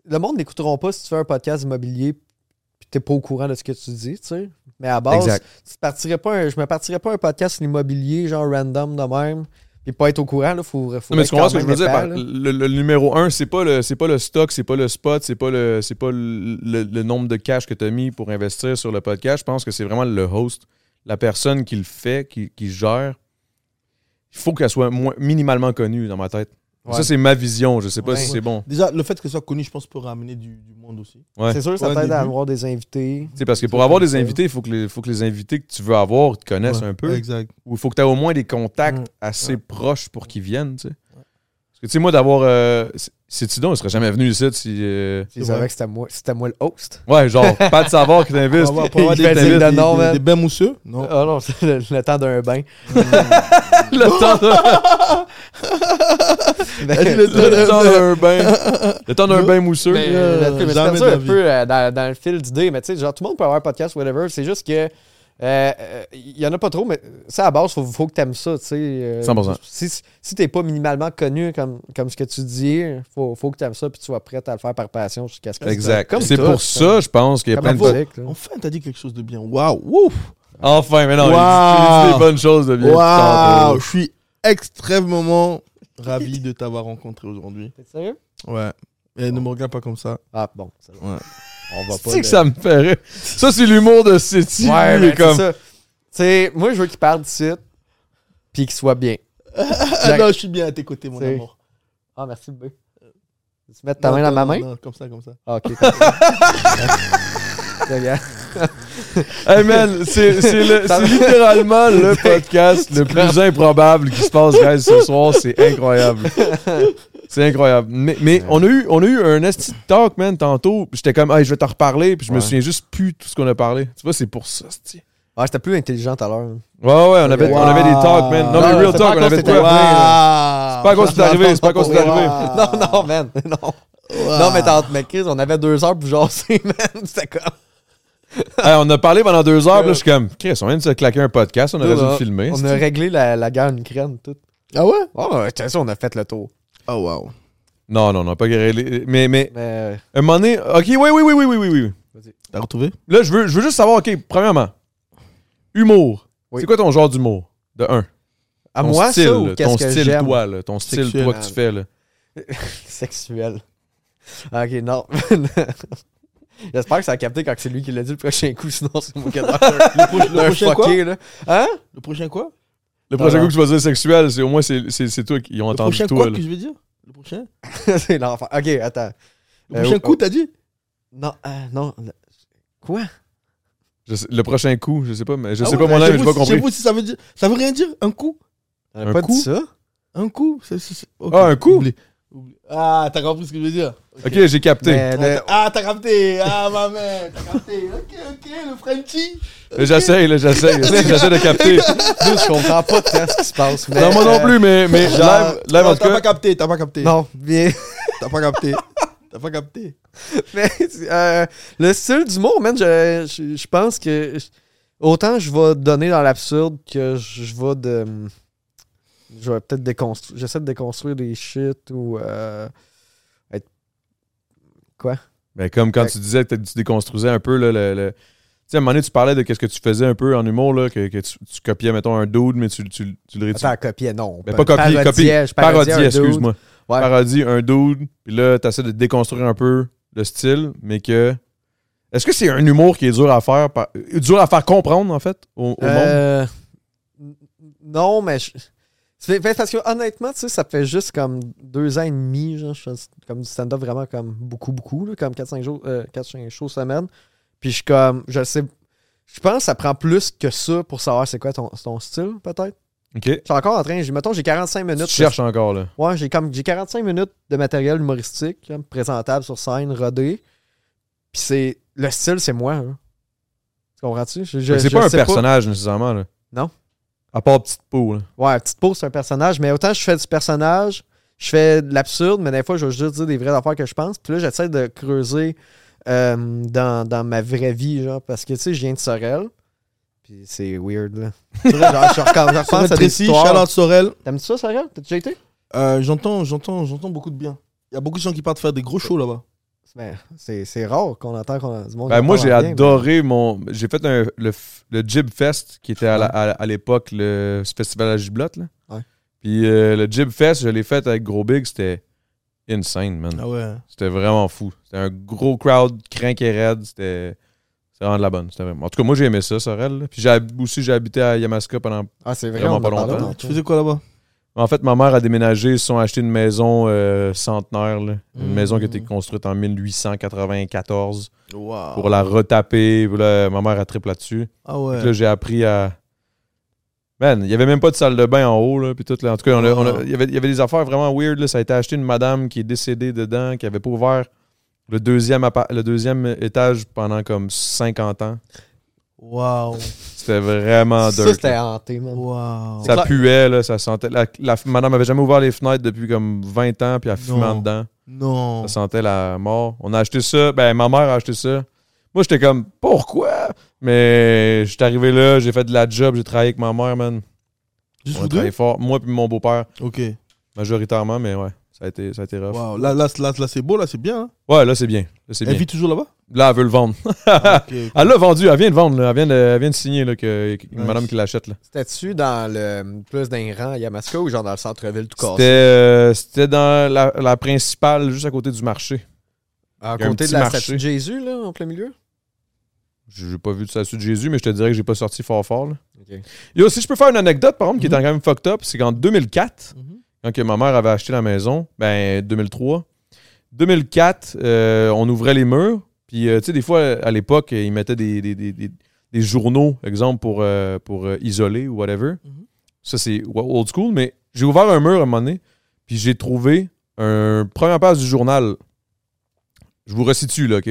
S2: le monde n'écouteront pas si tu fais un podcast immobilier puis t'es pas au courant de ce que tu dis, tu sais. Mais à base,
S1: Exact.
S2: tu te partirais pas un- je me partirais pas un podcast sur l'immobilier, genre random de même, puis pas être au courant, là, faut, faut
S1: Non, mais
S2: être
S1: tu comprends ce
S2: quand
S1: que je
S2: même
S1: veux dire?
S2: épais,
S1: par-
S2: là.
S1: le, le numéro un, c'est pas le c'est pas le stock, c'est pas le spot, c'est pas le c'est pas le, le- le nombre de cash que tu as mis pour investir sur le podcast. Je pense que c'est vraiment le host, la personne qui le fait, qui, qui gère. Il faut qu'elle soit moins- minimalement connue dans ma tête. Ça,
S2: Ouais.
S1: c'est ma vision. Je sais pas
S2: Ouais.
S1: si c'est bon.
S3: Déjà, le fait que ce soit connu, je pense, peut ramener du, du monde aussi.
S1: Ouais.
S2: C'est sûr, ça
S3: Au
S2: t'aide à
S3: début.
S2: avoir des invités.
S1: C'est parce que pour
S2: ça,
S1: avoir
S2: comme
S1: des
S2: ça.
S1: invités, il faut que les, faut que les invités que tu veux avoir te connaissent
S3: Ouais,
S1: un peu.
S3: Exact.
S1: Ou il faut que tu aies au moins des contacts
S3: Mm.
S1: assez proches pour qu'ils viennent, tu sais. Parce que, tu sais, moi, d'avoir... euh, c'est- c'est Tidon, il serait jamais venu ici si... euh,
S2: Ils
S3: vrai.
S2: savaient que c'était moi, c'était moi le host.
S1: Ouais, genre, pas de savoir qui t'invite.
S3: Pour avoir, pour avoir
S1: Il
S3: des,
S1: fait
S3: des, hein.
S2: signe
S1: t'invite.
S2: de
S3: des,
S2: non,
S3: des-
S2: man.
S3: des bains mousseux Non.
S2: Ah non, c'est le, le temps d'un bain.
S1: Le temps d'un-
S2: Mais-
S1: le temps d'un bain. Le temps d'un bain mousseux.
S2: Mais,
S3: Euh,
S2: là-dessus, mais
S3: jamais
S2: c'est sûr
S3: de la
S2: un
S3: vie.
S2: peu euh, dans, dans le fil d'idée, mais tu sais, genre tout le monde peut avoir un podcast, whatever. C'est juste que. euh, euh, Il y en a pas trop, mais ça, à base, faut, faut que t'aimes ça, tu sais. euh,
S1: 100%.
S2: Si, si t'es pas minimalement connu comme, comme ce que tu dis, faut, faut que t'aimes ça, puis tu sois prêt à le faire par passion jusqu'à ce que
S1: Exact.
S2: Comme
S1: C'est
S2: tout,
S1: pour ça, je pense qu'il y a
S2: Comme
S1: plein de
S2: la
S1: fois.
S2: musique, là.
S3: Enfin, t'as dit quelque chose de bien. Waouh. Ouf.
S1: Enfin, mais non, il dit- il dit
S3: Wow.
S1: des bonnes choses de bien.
S3: Waouh. Je suis extrêmement ravi de t'avoir rencontré aujourd'hui.
S2: T'es sérieux?
S1: Eh,
S3: Ouais. Et ne me regarde pas comme ça.
S2: Ah, bon. c'est bon.
S3: Ouais.
S2: On va pas.
S1: Tu sais
S2: le-
S1: que ça me ferait. Ça, c'est l'humour de City.
S2: Ouais,
S1: lui,
S2: mais
S1: comme...
S2: c'est ça. Tu sais, moi, je veux qu'il parte d'ici, puis qu'il soit bien.
S3: Ah non, je suis bien à tes côtés, mon
S2: C'est-
S3: amour.
S2: Ah, merci, le bœuf. Tu mets ta
S3: Non,
S2: main dans
S3: non,
S2: ma main?
S3: non, non, comme ça, comme ça.
S2: Ah, ok. parfait. Regarde.
S1: Hey man, c'est c'est le-
S2: Ça
S1: c'est
S2: me-
S1: littéralement le podcast le plus improbable qui se passe guys, ce soir. C'est incroyable. C'est incroyable. Mais, mais on, a eu, on a eu un esti de talk, man, tantôt. J'étais comme, hey, je vais t'en reparler. Puis je me
S2: Ouais.
S1: souviens juste plus tout ce qu'on a parlé. Tu vois, c'est pour ça, esti.
S2: Ah, j'étais plus intelligent tout à l'heure.
S1: Ouais, ouais, on avait, on avait des talks, man. Non,
S2: Non,
S1: mais real
S2: c'est
S1: talk,
S2: pas
S1: on avait
S2: à cause
S1: de quoi.
S2: t'étais arrivé,
S1: C'est pas à cause que c'est arrivé, c'est pas à cause que c'est arrivé.
S2: Non, non, man. Non. Non, mais t'as mais Chris, on avait deux heures pour jaser, man. C'était comme.
S1: Hey, on a parlé pendant deux heures. puis là, je suis comme, Chris, on vient de se claquer un podcast. On aurait dû le filmer.
S2: On
S1: esti.
S2: a réglé la, la guerre en Ukraine, tout.
S3: Ah ouais
S2: Oh, ouais, t'as ça, on a fait le tour.
S3: Oh wow.
S1: Non, non, non, pas guérir. Mais, mais,
S2: Mais.
S1: un moment donné, OK, oui, oui, oui, oui, oui, oui, oui.
S3: T'as retrouvé
S1: Là, je veux, je veux juste savoir, OK, premièrement, humour.
S2: Oui.
S1: C'est quoi ton genre d'humour? De un.
S2: À
S1: ton
S2: moi,
S1: style,
S2: ça,
S1: là,
S2: ou
S1: ton
S2: qu'est-ce que
S1: style,
S2: j'aime?
S1: toi, là, ton style,
S3: Sexuel,
S1: toi que tu
S3: hein.
S1: fais. Là.
S2: Sexuel. Ok, non. J'espère que ça a capté quand c'est lui qui l'a dit le prochain coup, sinon c'est moi qui ai l'air d'un- d'un
S3: prochain quoi?
S2: fucké, là. Hein?
S3: Le prochain quoi
S1: Le prochain
S2: Alors.
S1: coup que tu vas dire sexuel, c'est au moins c'est, c'est, c'est toi qui ont
S3: Le
S1: entendu
S3: prochain
S1: toi.
S3: quoi
S1: là.
S3: que je veux dire Le prochain
S2: c'est l'enfer. Ok, attends.
S3: Le
S1: Eh,
S2: Euh,
S3: prochain
S2: oh,
S3: coup,
S2: oh.
S3: t'as dit
S2: Non, euh, non. le- Quoi?
S1: Je sais- le prochain coup, je sais pas, mais je
S3: Ah
S1: sais
S3: ouais,
S1: pas mon
S3: chez
S1: âme, j'ai
S3: vous,
S1: pas compris.
S3: Chez vous, si ça veut dire, ça veut rien dire. Un coup,
S2: On
S1: Un
S2: a pas
S1: coup?
S2: dit ça?
S3: un coup. c'est- c'est- c'est- ok.
S1: Ah, un coup?
S3: Oublie. Oublie. Ah, t'as compris ce que je veux dire.
S1: Ok, j'ai capté.
S2: Mais le-
S3: Ah, t'as capté. Ah, ma mère, t'as capté. Ok, ok, le Frenchie.
S1: Mais J'essaye, là, j'essaye. j'essaie de capter.
S2: je comprends pas tout ce qui se passe. mais-
S1: non, moi non
S2: euh,
S1: plus, mais, mais
S3: Genre,
S1: live, live,
S3: non,
S1: en tout
S3: T'as
S1: cas.
S3: pas capté, t'as pas capté.
S2: Non, mais,
S3: T'as pas capté. T'as pas capté.
S2: mais, euh, le style d'humour, man, je, je, je pense que je- autant je vais donner dans l'absurde que je, je vais de. Je vais peut-être déconstruire. J'essaie de déconstruire des shit ou. euh,
S1: Ben, comme quand tu disais que t'as- tu déconstruisais un peu là, le. le- Tu sais, à un moment donné, tu parlais de qu'est-ce que tu faisais un peu en humour, là, que, que tu, tu copiais, mettons, un dude, mais tu, tu, tu le réutilisais.
S2: Attends, copier, non.
S1: Mais Ben, pas copier, copier.
S2: Parodiais, je
S1: Parodier,
S2: parodiais un dude.
S1: excuse-moi.
S2: Ouais.
S1: Parodie, un dude, puis là, t'essaies de déconstruire un peu le style, mais que. Est-ce que c'est un humour qui est dur à faire, par- euh, dur à faire comprendre, en fait, au, au monde?
S2: Euh, n- non, mais je- c'est- ben, parce que honnêtement, tu sais, ça fait juste comme deux ans et demi, genre, je fais comme du stand-up vraiment comme beaucoup, beaucoup, là, comme 4-5 jours, euh, 4-5 shows semaine. Puis je suis comme, je sais, je pense que ça prend plus que ça pour savoir c'est quoi ton, ton style, peut-être.
S1: Ok.
S2: Je suis encore en train, j'ai- mettons, j'ai 45 minutes.
S1: Tu cherches encore, là.
S2: Ouais, j'ai comme j'ai 45 minutes de matériel humoristique, comme présentable sur scène, rodé. Puis c'est le style, c'est moi. hein. Tu comprends-tu? Je- je-
S1: Fait que C'est
S2: je
S1: pas un
S2: sais
S1: personnage, nécessairement, là.
S2: Non.
S1: À part Petite Peau, là.
S2: Ouais, petite pause, c'est un personnage, mais autant je fais du personnage, je fais de l'absurde, mais des fois, je vais juste dire des vraies affaires que je pense. Puis là, j'essaie de creuser euh, dans, dans ma vraie vie, genre, parce que tu sais, je viens de Sorel. Puis c'est weird, là. Tu sais, genre, je, repense- je repense à des
S3: Tracy,
S2: histoires.
S3: Charlotte Sorel.
S2: T'aimes-tu ça, Sorel? T'as déjà été?
S3: Euh, J'entends, j'entends, j'entends beaucoup de bien. Il y a beaucoup de gens qui partent faire des gros shows là-bas.
S2: Ben, c'est c'est rare qu'on entend qu'on du monde.
S1: Ben,
S2: qui
S1: moi,
S2: parle
S1: j'ai
S2: en bien,
S1: adoré mon. J'ai fait un- le, f- le Jib Fest, qui était à la- à à l'époque le festival à Giblotte, là.
S2: Ouais.
S1: Puis euh, le Jib Fest, je l'ai fait avec Gros Big, c'était insane, man.
S3: ouais.
S1: C'était vraiment fou. C'était un gros crowd, crank et raide. C'était c'était vraiment de la bonne. C'était vraiment- En tout cas, moi, j'ai aimé ça, Sorel. là. Puis j'ai hab- aussi, j'ai habité à Yamaska pendant.
S2: mais- Ah, c'est vrai,
S1: vraiment
S2: on en
S1: pas
S2: parlait
S1: longtemps.
S2: tantôt.
S3: Tu faisais quoi là-bas
S1: En fait, ma mère a déménagé. Ils se sont achetés une maison euh, centenaire. là. Une
S3: Mm. Ah.
S1: maison qui a été construite en 1894
S3: Wow.
S1: pour la retaper. Puis là, ma mère a triple là-dessus.
S3: Ah
S1: Puis Là,
S3: ouais.
S1: j'ai appris à. Man, il n'y avait même pas de salle de bain en haut. Là, puis tout, là. En tout cas, on a- on
S3: Ah.
S1: a- il y, avait, il y avait des affaires vraiment weird. Là. Ça a été acheté une madame qui est décédée dedans, qui avait pas ouvert le deuxième, appa- le deuxième étage pendant comme 50 ans.
S3: Wow.
S1: C'était vraiment
S2: Ça,
S1: dirt,
S2: c'était
S1: là.
S2: hanté, man.
S3: Wow.
S1: Ça puait, là, ça sentait. La, la- madame avait jamais ouvert les fenêtres depuis comme 20 ans, puis elle fumait
S3: Non.
S1: en dedans.
S3: Non.
S1: Ça sentait la mort. On a acheté ça. Ben, ma mère a acheté ça. Moi, j'étais comme, pourquoi? Mais j'étais arrivé là, j'ai fait de la job, j'ai travaillé avec ma mère, man.
S3: Juste
S1: On a
S3: vous deux
S1: travaillé fort. Moi puis mon beau-père,
S3: Ok.
S1: majoritairement, mais ouais, ça a été, ça a été rough.
S3: Wow. Là, là, là, là, c'est beau, là, c'est bien. hein.
S1: Ouais, là, c'est bien. Là, c'est
S3: Elle
S1: bien. Ah.
S3: vit toujours là-bas
S1: Là, elle veut le vendre.
S3: Ok, ok.
S1: Elle l'a vendu, elle vient de vendre, là. Elle vient de, elle vient de signer, là, que, que-
S3: Nice.
S1: madame qui l'achète, là.
S2: C'était-tu dans le plus d'un rang à Yamaska ou genre dans le centre-ville tout
S1: C'était euh, c'était dans la, la principale, juste à côté du marché.
S2: À
S1: Il y a un
S2: côté
S1: petit
S2: de la
S1: marché.
S2: statue de Jésus, là, en plein milieu.
S1: J'ai pas vu de statut de Jésus, mais je te dirais que j'ai pas sorti fort fort. Là.
S2: Ok.
S1: Yo, si je peux faire une anecdote, par exemple, qui
S3: Mhm.
S1: était quand même fucked up, c'est qu'en 2004,
S3: Mhm.
S1: quand que ma mère avait acheté la maison, ben 2003, 2004, euh, on ouvrait les murs, puis euh, tu sais, des fois, à l'époque, ils mettaient des, des, des, des- des journaux, exemple, pour, euh, pour euh, isoler ou whatever.
S3: Mhm.
S1: Ça, c'est wa- old school, mais j'ai ouvert un mur à un moment donné, puis j'ai trouvé un première page du journal. Je vous resitue, là, OK?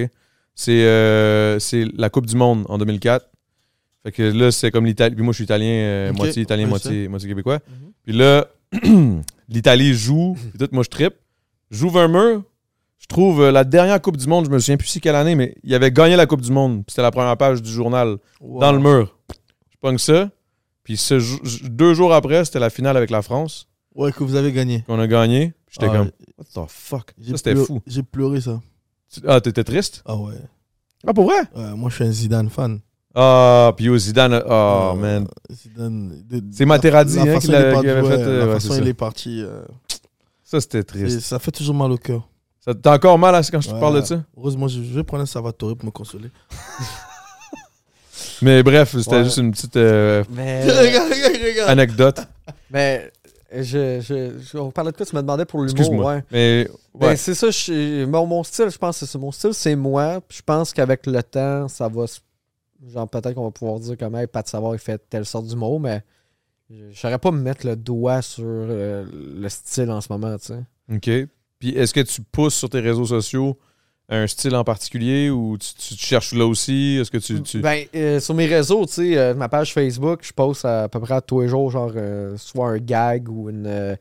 S1: C'est euh, c'est la Coupe du Monde en 2004. Fait que là, c'est comme l'Italie. Puis moi, je suis italien, euh,
S3: Ok,
S1: moitié italien,
S3: ouais, Mhm.
S1: moitié, moitié québécois. Puis là, l'Italie joue. Puis tout, moi, je trippe. J'ouvre un mur. Je trouve euh, la dernière Coupe du Monde, je me souviens plus si quelle année, mais il avait gagné la Coupe du Monde. Puis c'était la première page du journal dans le mur. Je pogne ça. Puis ce jou- deux jours après, c'était la finale avec la France
S3: Ouais, que vous avez gagné.
S1: qu'on a gagné. Puis J'étais
S3: Ah,
S1: comme, what the fuck?
S3: j'ai
S1: Ça, c'était
S3: pleu-
S1: fou.
S3: J'ai pleuré ça.
S1: Tu- Ah, t'étais triste?
S3: Ah ouais.
S1: Ah, pour vrai?
S3: Ouais, moi, je suis un Zidane fan.
S1: Ah, puis au Zidane, oh
S3: Euh,
S1: man.
S3: Zidane, de-
S1: C'est
S3: la-
S1: Materazzi,
S3: la
S1: hein,
S3: façon
S1: qui
S3: il
S1: l'a-
S3: est parti,
S1: qui avait
S3: ouais,
S1: fait, euh,
S3: La
S1: ouais,
S3: façon
S1: c'est
S3: il
S1: ça.
S3: est parti. euh,
S1: Ça, c'était
S3: c'est-
S1: triste.
S3: ça fait toujours mal au cœur.
S1: Ça t'a encore mal à- quand je te
S3: Ouais.
S1: parle de ça?
S3: Heureusement, je, je vais prendre un Salvatore pour me consoler.
S1: Mais bref, c'était
S2: Ouais.
S1: juste une petite euh,
S2: Mais,
S3: regarde.
S1: anecdote.
S2: mais je, je, je- on parlait de quoi Tu me demandais pour l'humour,
S1: Excuse-moi.
S2: ouais.
S1: Mais ouais.
S2: Ben, c'est ça, je suis- mon, mon style, je pense que c'est mon style, c'est moi. Puis je pense qu'avec le temps, ça va. se- Genre, peut-être qu'on va pouvoir dire comme, hey, pas de savoir, il fait telle sorte d'humour, mais je je saurais pas me mettre le doigt sur euh, le style en ce moment, tu sais.
S1: OK. Puis est-ce que tu pousses sur tes réseaux sociaux un style en particulier ou tu, tu- tu cherches là aussi? Est-ce que tu. tu-
S2: Ben, euh, sur mes réseaux, tu sais, euh, ma page Facebook, je poste à, peu près à tous les jours, genre, euh, soit un gag ou une, euh,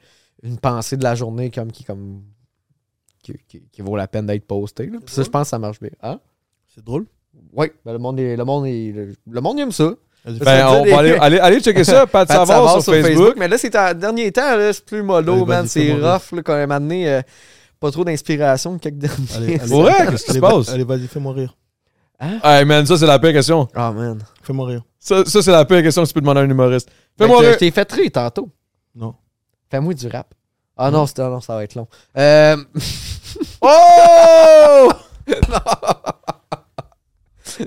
S2: une pensée de la journée comme qui, comme, qui, qui- qui vaut la peine d'être postée. là. Puis Ça, je pense que ça marche bien. Hein?
S3: C'est drôle.
S2: Oui, ben, le, monde est- le, monde est- le, le monde aime ça.
S3: Vas-y,
S1: Ben,
S2: ça veut
S1: on
S2: dire
S1: va aller,
S2: que-
S1: aller- aller checker ça, Pat,
S2: Pat
S1: Savard,
S2: Savard
S1: sur, Facebook.
S2: Mais là, c'est en dernier temps, là, c'est plus mollo,
S3: Allez,
S2: man.
S3: vas-y,
S2: C'est
S3: fais-moi
S2: rough, là, quand même, amené euh, pas trop d'inspiration de quelques derniers.
S3: allez, allez.
S1: Ouais, qu'est-ce qui se
S3: Allez, va-
S1: passe?
S3: Allez, vas-y, fais-moi rire.
S1: Hey man, ça c'est la pire question.
S2: Ah, man.
S3: Fais-moi rire.
S1: Ça, ça, c'est la pire question que tu peux demander à un humoriste. Fais-moi
S2: Fait que
S1: rire.
S2: Je t'ai fait rire tantôt.
S3: Non.
S2: Fais-moi du rap.
S3: Mm.
S2: Ah non, c'était- ah non, ça va être long. Euh,
S1: Oh!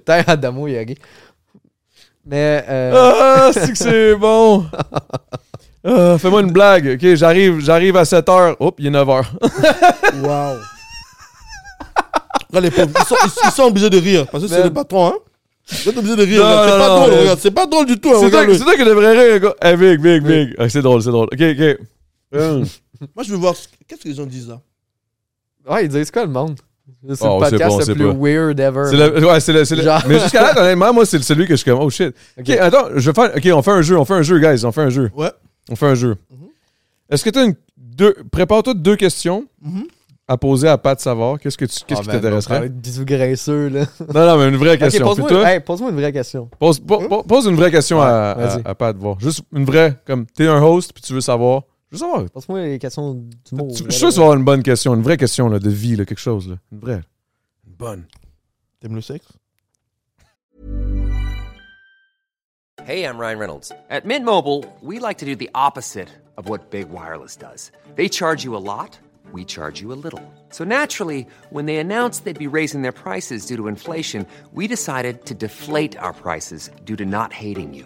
S2: T'as un hâte d'amour, Yogi. Mais. Euh,
S1: Ah, c'est que c'est bon! Ah, Fais-moi une blague. OK, j'arrive j'arrive à 7 h. Oups, il est 9 h.
S3: Waouh. Regarde les pauvres, ils sont, ils- ils sont obligés de rire parce que c'est
S2: Ben.
S3: le patron, hein. Vous êtes obligés de rire.
S1: Non,
S3: regarde, c'est
S1: non,
S3: pas
S1: non,
S3: drôle,
S1: mais-
S3: regarde, c'est pas drôle du tout. hein,
S1: C'est toi,
S3: regarde-le.
S1: c'est toi qui devrais rire, gars. Eh, Hey, big, big, big. Ah, c'est drôle, c'est drôle. OK, OK. Hum.
S3: Moi, je veux voir ce- qu'est-ce que les gens disent là.
S2: Ouais, ils disent quoi, le monde? C'est
S1: Ah! on
S2: le
S1: sait pas,
S2: podcast
S1: on sait
S2: le plus
S1: pas.
S2: weird ever. Ah,
S1: C'est le, ouais, c'est le, c'est le-
S2: Genre-
S1: Mais jusqu'à là, honnêtement, moi, c'est le- celui que je suis comme, oh shit. Ok,
S2: Ok.
S1: attends, je vais faire. Ok, on fait un jeu, on fait un jeu, guys, on fait un jeu.
S3: Ouais.
S1: On fait un jeu.
S2: Mhm.
S1: Est-ce que tu as une. Deux, prépare-toi deux questions
S3: Mhm.
S1: à poser à Pat Savard. Qu'est-ce, que tu, qu'est-ce
S2: Ah,
S1: qui
S2: man, on
S1: t'intéresserait
S2: parlait de bisous graisseux, là.
S1: Non, non, mais une vraie
S2: Ok,
S1: question. Puis toi,
S2: pose-moi hey, pose-moi une vraie question.
S1: pose, po- po- pose une vraie question
S2: Ouais,
S1: à, à,
S2: vas-y.
S1: à Pat, voir. Juste une vraie, comme t'es un host, puis tu veux savoir. Je veux savoir.
S2: Pose-moi les questions du mot.
S1: Tu- je suis sûr que tu vas avoir une bonne question, une vraie question là, de vie, là, quelque chose. Là. Une vraie. Une bonne.
S3: T'aimes le sexe
S5: Hey, I'm Ryan Reynolds. At Mint Mobile, we like to do the opposite of what Big Wireless does. They charge you a lot, we charge you a little. So naturally, when they announced they'd be raising their prices due to inflation, we decided to deflate our prices due to not hating you.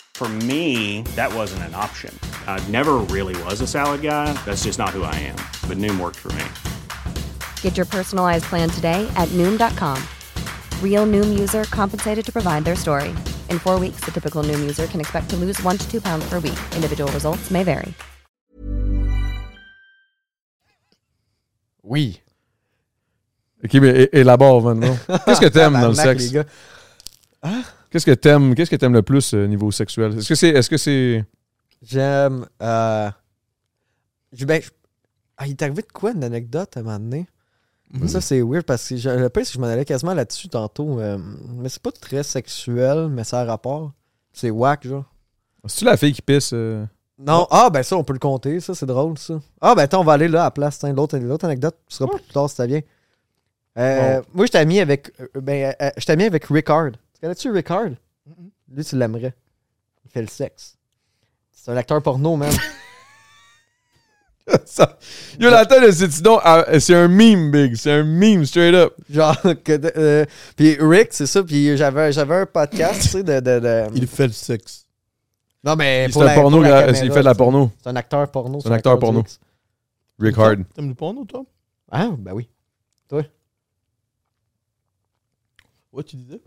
S6: For me, that wasn't an option. I never really was a salad guy. That's just not who I am. But Noom worked for me.
S4: Get your personalized plan today at Noom.com. Real Noom user compensated to provide their story. In four weeks, the typical Noom user can expect to lose one to two pounds per week. Individual results may vary.
S2: Oui.
S1: Ok, mais é- élabore maintenant. Qu'est-ce que t'aimes dans le
S2: Tabarnak,
S1: sexe?
S2: les gars.
S1: Qu'est-ce que t'aimes, qu'est-ce que t'aimes le plus euh, niveau sexuel? Est-ce que c'est, est-ce que c'est,
S2: J'aime. Euh... j'ai- Ben, je- ah, il est arrivé de quoi une anecdote à un moment donné?
S1: Mhm.
S2: Ça, c'est weird parce que je, le pire, c'est que je m'en allais quasiment là-dessus tantôt. euh, mais c'est pas très sexuel, mais ça a rapport. C'est whack, genre.
S1: C'est-tu la fille qui pisse? euh?
S2: Non, ah, ben ça, on peut le compter, ça, c'est drôle, ça. Ah, ben attends, on va aller là à la place. tiens, L'autre l'autre anecdote sera pour
S1: Hmm.
S2: plus tard si ça vient. Euh, Moi, j'étais ami avec. euh, Ben, euh, j'étais ami avec Rickard. Tu connais-tu Rickard? Lui, tu l'aimerais. Il fait le sexe. C'est un acteur porno, man.
S1: Ça- Yo, la tête de cet idon, ah, c'est un meme, Big. C'est un meme, straight up.
S2: Genre, que de- euh, puis Rick, c'est ça, puis j'avais j'avais un podcast, tu sais, de. de- de-
S3: Il fait le sexe.
S2: Non, mais.
S1: C'est
S2: pour
S1: un
S2: la-
S1: porno,
S2: pour la
S1: gra-
S2: caméra,
S1: il fait de la porno.
S2: C'est un acteur porno.
S1: C'est un acteur
S2: du
S1: porno.
S2: X.
S1: Rick Hard.
S3: T'aimes le porno, toi
S2: Ah, ben oui.
S3: Ouais, tu disais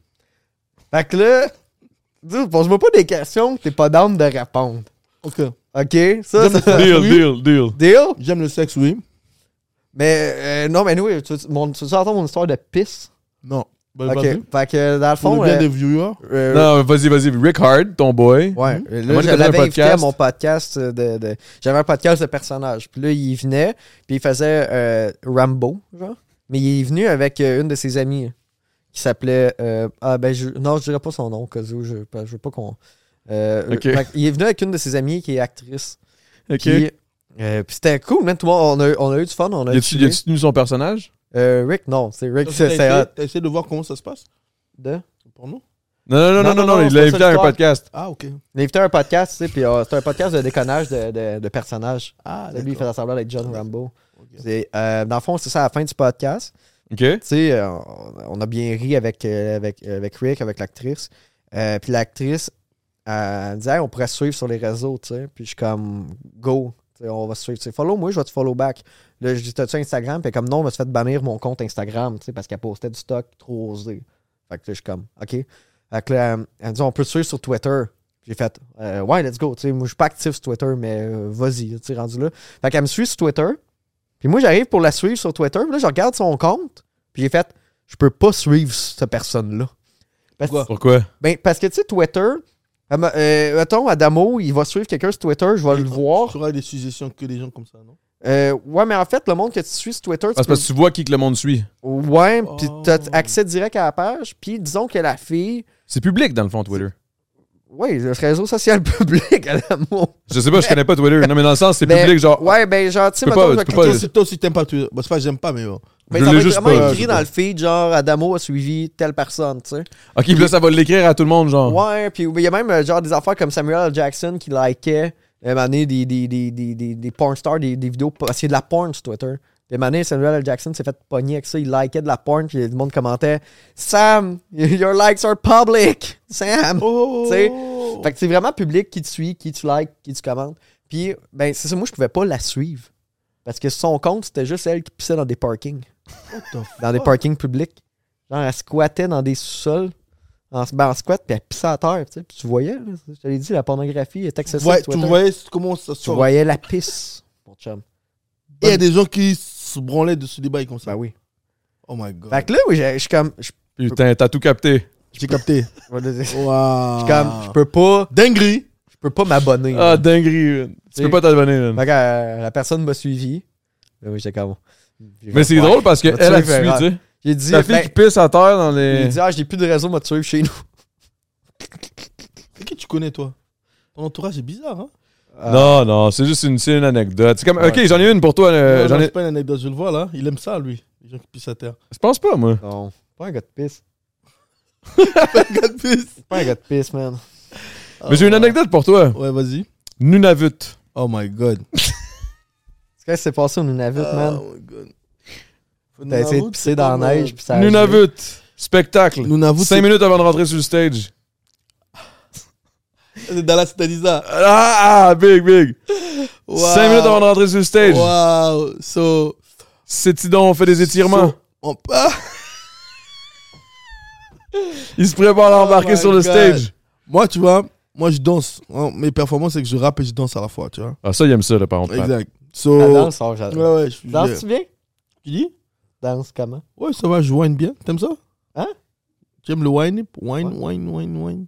S2: Fait que là, dude, pose-moi pas des questions que t'es pas d'âme de répondre.
S3: Ok.
S2: OK? Ça,
S3: J'aime
S2: ça.
S3: le-
S1: Deal,
S3: Oui.
S1: deal, deal.
S2: Deal?
S3: J'aime le sexe, oui.
S2: Mais euh, non, mais nous, tu, mon, tu veux entendre mon histoire de pisse?
S3: Non.
S1: Euh,
S3: Bah,
S2: OK.
S3: vas-y.
S2: Fait que dans le
S3: Pour
S2: fond.
S3: le bien
S2: euh,
S3: des viewers,
S2: euh,
S1: Non, vas-y, vas-y. Rick Hard, ton boy.
S2: Ouais, euh,
S1: Hmm? Moi, j'ai
S2: là, je
S1: fait un
S2: l'avais invité à
S1: podcast.
S2: mon podcast euh, de, de- j'avais un podcast de personnages. Puis là, il venait, puis il faisait euh, Rambo, genre. Mais il est venu avec euh, une de ses amies hein, qui s'appelait euh, ah ben je, non, je dirais pas son nom, cause où je, je veux pas qu'on euh,
S1: Ok.
S2: fait que Il est venu avec une de ses amies qui est actrice.
S1: Ok.
S2: Puis, euh, puis c'était cool, man. Tout le monde, on a, on a eu du fun, on a
S1: Y a-tu
S2: chillé.
S1: y a-tu tenu son personnage?
S2: Euh, Rick, non, c'est Rick,
S3: t'as
S2: c'est c'est
S3: essayé-
S2: hot.
S3: t'as essayé de voir comment ça se passe,
S2: De-
S3: le porno
S1: Non, non, non, non, non, non,
S2: non,
S1: il
S2: c'est
S1: l'a
S2: pas
S1: invité
S2: ça
S1: à un
S2: l'histoire.
S1: podcast.
S3: Ah, ok.
S2: On a invité un podcast, tu sais, puis euh, c'était un podcast de déconnage de, de, de personnages.
S3: Ah,
S2: Lui, il
S3: d'accord.
S2: faisait semblant d'être John Rambo.
S3: Ok.
S2: C'est, euh, dans le fond, c'est ça à la fin du podcast.
S1: OK? Fait
S2: Tu sais, euh, on a bien ri avec, euh, avec, euh, avec Rick, avec l'actrice. Euh, puis l'actrice, euh, elle me disait, Hey, on pourrait se suivre sur les réseaux, tu sais. Puis je suis comme, go, Tu sais, on va se suivre. Tu sais, follow moi, je vais te follow back. Là, je dis, t'as-tu Instagram? Puis comme, non, on va se faire bannir mon compte Instagram, tu sais, parce qu'elle postait du stock trop osé. Fait que là, je suis comme, OK. Fait que là, elle me dit, on peut se suivre sur Twitter. J'ai fait, Euh, ouais, let's go. Tu sais, moi, je suis pas actif sur Twitter, mais euh, vas-y, tu sais, rendu là. Fait qu'elle me suit sur Twitter. Puis moi, j'arrive pour la suivre sur Twitter. Puis là, je regarde son compte. Puis j'ai fait, je peux pas suivre cette personne-là. Parce,
S1: Pourquoi? Ah,
S2: ben, parce que, tu sais, Twitter, elle m'a- euh, mettons, Adamo, il va suivre quelqu'un sur Twitter, je vais le voir.
S3: Tu auras des suggestions que des gens comme ça, non
S2: Euh, ouais, mais en fait, le monde que tu suis sur Twitter, tu
S1: Parce
S2: peux
S1: Ah, parce que tu vois qui que le monde suit.
S2: Ouais, puis
S3: Oh.
S2: t'as accès direct à la page. Puis disons que la fille.
S1: C'est public, dans le fond, Twitter.
S2: Ouais, le réseau social public, à l'amour.
S1: Je sais pas, je connais pas Twitter. Non, mais dans le sens, c'est
S2: Mais-
S1: public, genre.
S2: Ouais, ben genre, tu sais,
S1: Tu peux
S2: mettons,
S1: pas-
S2: je
S1: tu
S2: vais
S1: peux
S2: cliquer
S1: pas-
S2: sur-
S3: Toi, si- toi aussi, t'aimes pas Twitter. Bah, c'est pas, j'aime pas, mais bon.
S2: Ben,
S1: Je
S2: ça
S1: l'ai
S2: va être
S1: juste
S2: vraiment
S1: pas,
S2: écrit
S1: je
S2: dans le feed, genre, Adamo a suivi telle personne, tu sais.
S1: OK, puis là, ça va l'écrire à tout le monde, genre.
S2: Ouais, puis il y a même euh, genre des affaires comme Samuel L. Jackson qui likait euh, à un moment donné, des, des, des, des, des, des porn stars, des, des vidéos. po- C'est de la porn sur Twitter. Puis à un moment donné, Samuel L. Jackson s'est fait pogner avec ça. Il likait de la porn, puis le monde commentait Sam, your likes are public. Sam.
S3: Oh
S2: Tu sais, Fait que c'est vraiment public qui te suit, qui tu likes, qui tu commentes. Puis, ben, c'est ça, moi, je pouvais pas la suivre. Parce que son compte, c'était juste elle qui pissait dans des parkings. dans
S1: Oh.
S2: des parkings publics. Genre, elle squattait dans des sous-sols. En, ben, en squat, puis elle pissait à terre. tu sais. Puis tu voyais, là, je te l'ai dit, la pornographie est accessible.
S3: Ouais,
S2: sur
S3: tu
S2: Twitter.
S3: voyais comment ça
S2: Tu
S3: sort.
S2: voyais la pisse, mon chum.
S3: Et Il y a des gens qui se branlaient de ce débat comme ça.
S2: Ben oui.
S3: Oh my god.
S2: Fait que là, oui, j'ai- je suis comme. Je
S1: Putain, t'as tout capté.
S3: J'ai capté.
S2: je suis
S3: Waouh.
S2: comme, je peux pas,
S3: Dinguerie.
S2: je peux pas m'abonner.
S1: Ah,
S2: là.
S1: dinguerie. man. Tu peux pas t'abonner, man.
S2: Fait que, euh, la personne m'a suivi. Là, oui, j'étais comme.
S1: Mais c'est drôle parce que
S2: Va te
S1: elle a
S2: suivre,
S1: suivi,
S2: euh,
S1: tu sais.
S2: J'ai dit,
S1: La fille
S2: ben,
S1: qui pisse à terre dans
S2: J'ai
S1: les.
S2: dit, ah, j'ai plus de réseau, m'a tué chez nous.
S3: C'est qui tu connais, toi Ton entourage est bizarre, hein
S1: Non, non, c'est juste une, c'est une anecdote. C'est comme, ok, j'en ai une pour toi. euh,
S3: Non,
S1: j'en
S3: non,
S1: ai...
S3: C'est pas une anecdote, je le vois là. Il aime ça, lui. Les gens qui pissent à terre.
S1: Je pense pas, moi.
S2: Non. Pas un gars de pisse.
S3: Regarde, pisse.
S2: Pas un gars de pisse, man.
S1: Mais j'ai une anecdote pour toi.
S3: Ouais, vas-y.
S1: Nunavut.
S3: Oh my god.
S2: Qu'est-ce qui s'est passé au Nunavut,
S1: Euh,
S2: man?
S3: Oh my god.
S2: Ah. T'as essayé de pisser dans la neige, puis ça a gelé.
S1: Nunavut. Spectacle.
S3: Nunavut,
S1: Cinq
S3: c'est-
S1: minutes avant de rentrer sur le stage.
S3: C'est Dallas, t'as dit ça.
S1: Ah, ah, big, big.
S3: Wow.
S1: Cinq minutes avant de rentrer sur le stage.
S3: Wow. So.
S1: C'est Tidon, on fait des étirements.
S3: so- on- Ah.
S1: Il se prépare à embarquer
S3: my
S1: sur le
S3: God.
S1: stage.
S3: Moi, tu vois, moi je danse. Hein, Mes performances, c'est que je rappe et je danse à la fois, tu vois.
S1: Ah, ça, il aime ça, là, par contre.
S3: Exact. So.
S2: Ah, danse, oh, j'adore.
S3: Ouais, ouais, je-
S2: Danses-tu bien?
S3: Tu dis
S2: Danse comment?
S3: Ouais, ça va, je whine bien. T'aimes ça
S2: Hein
S3: Tu aimes le wine Wine, wine, wine, wine.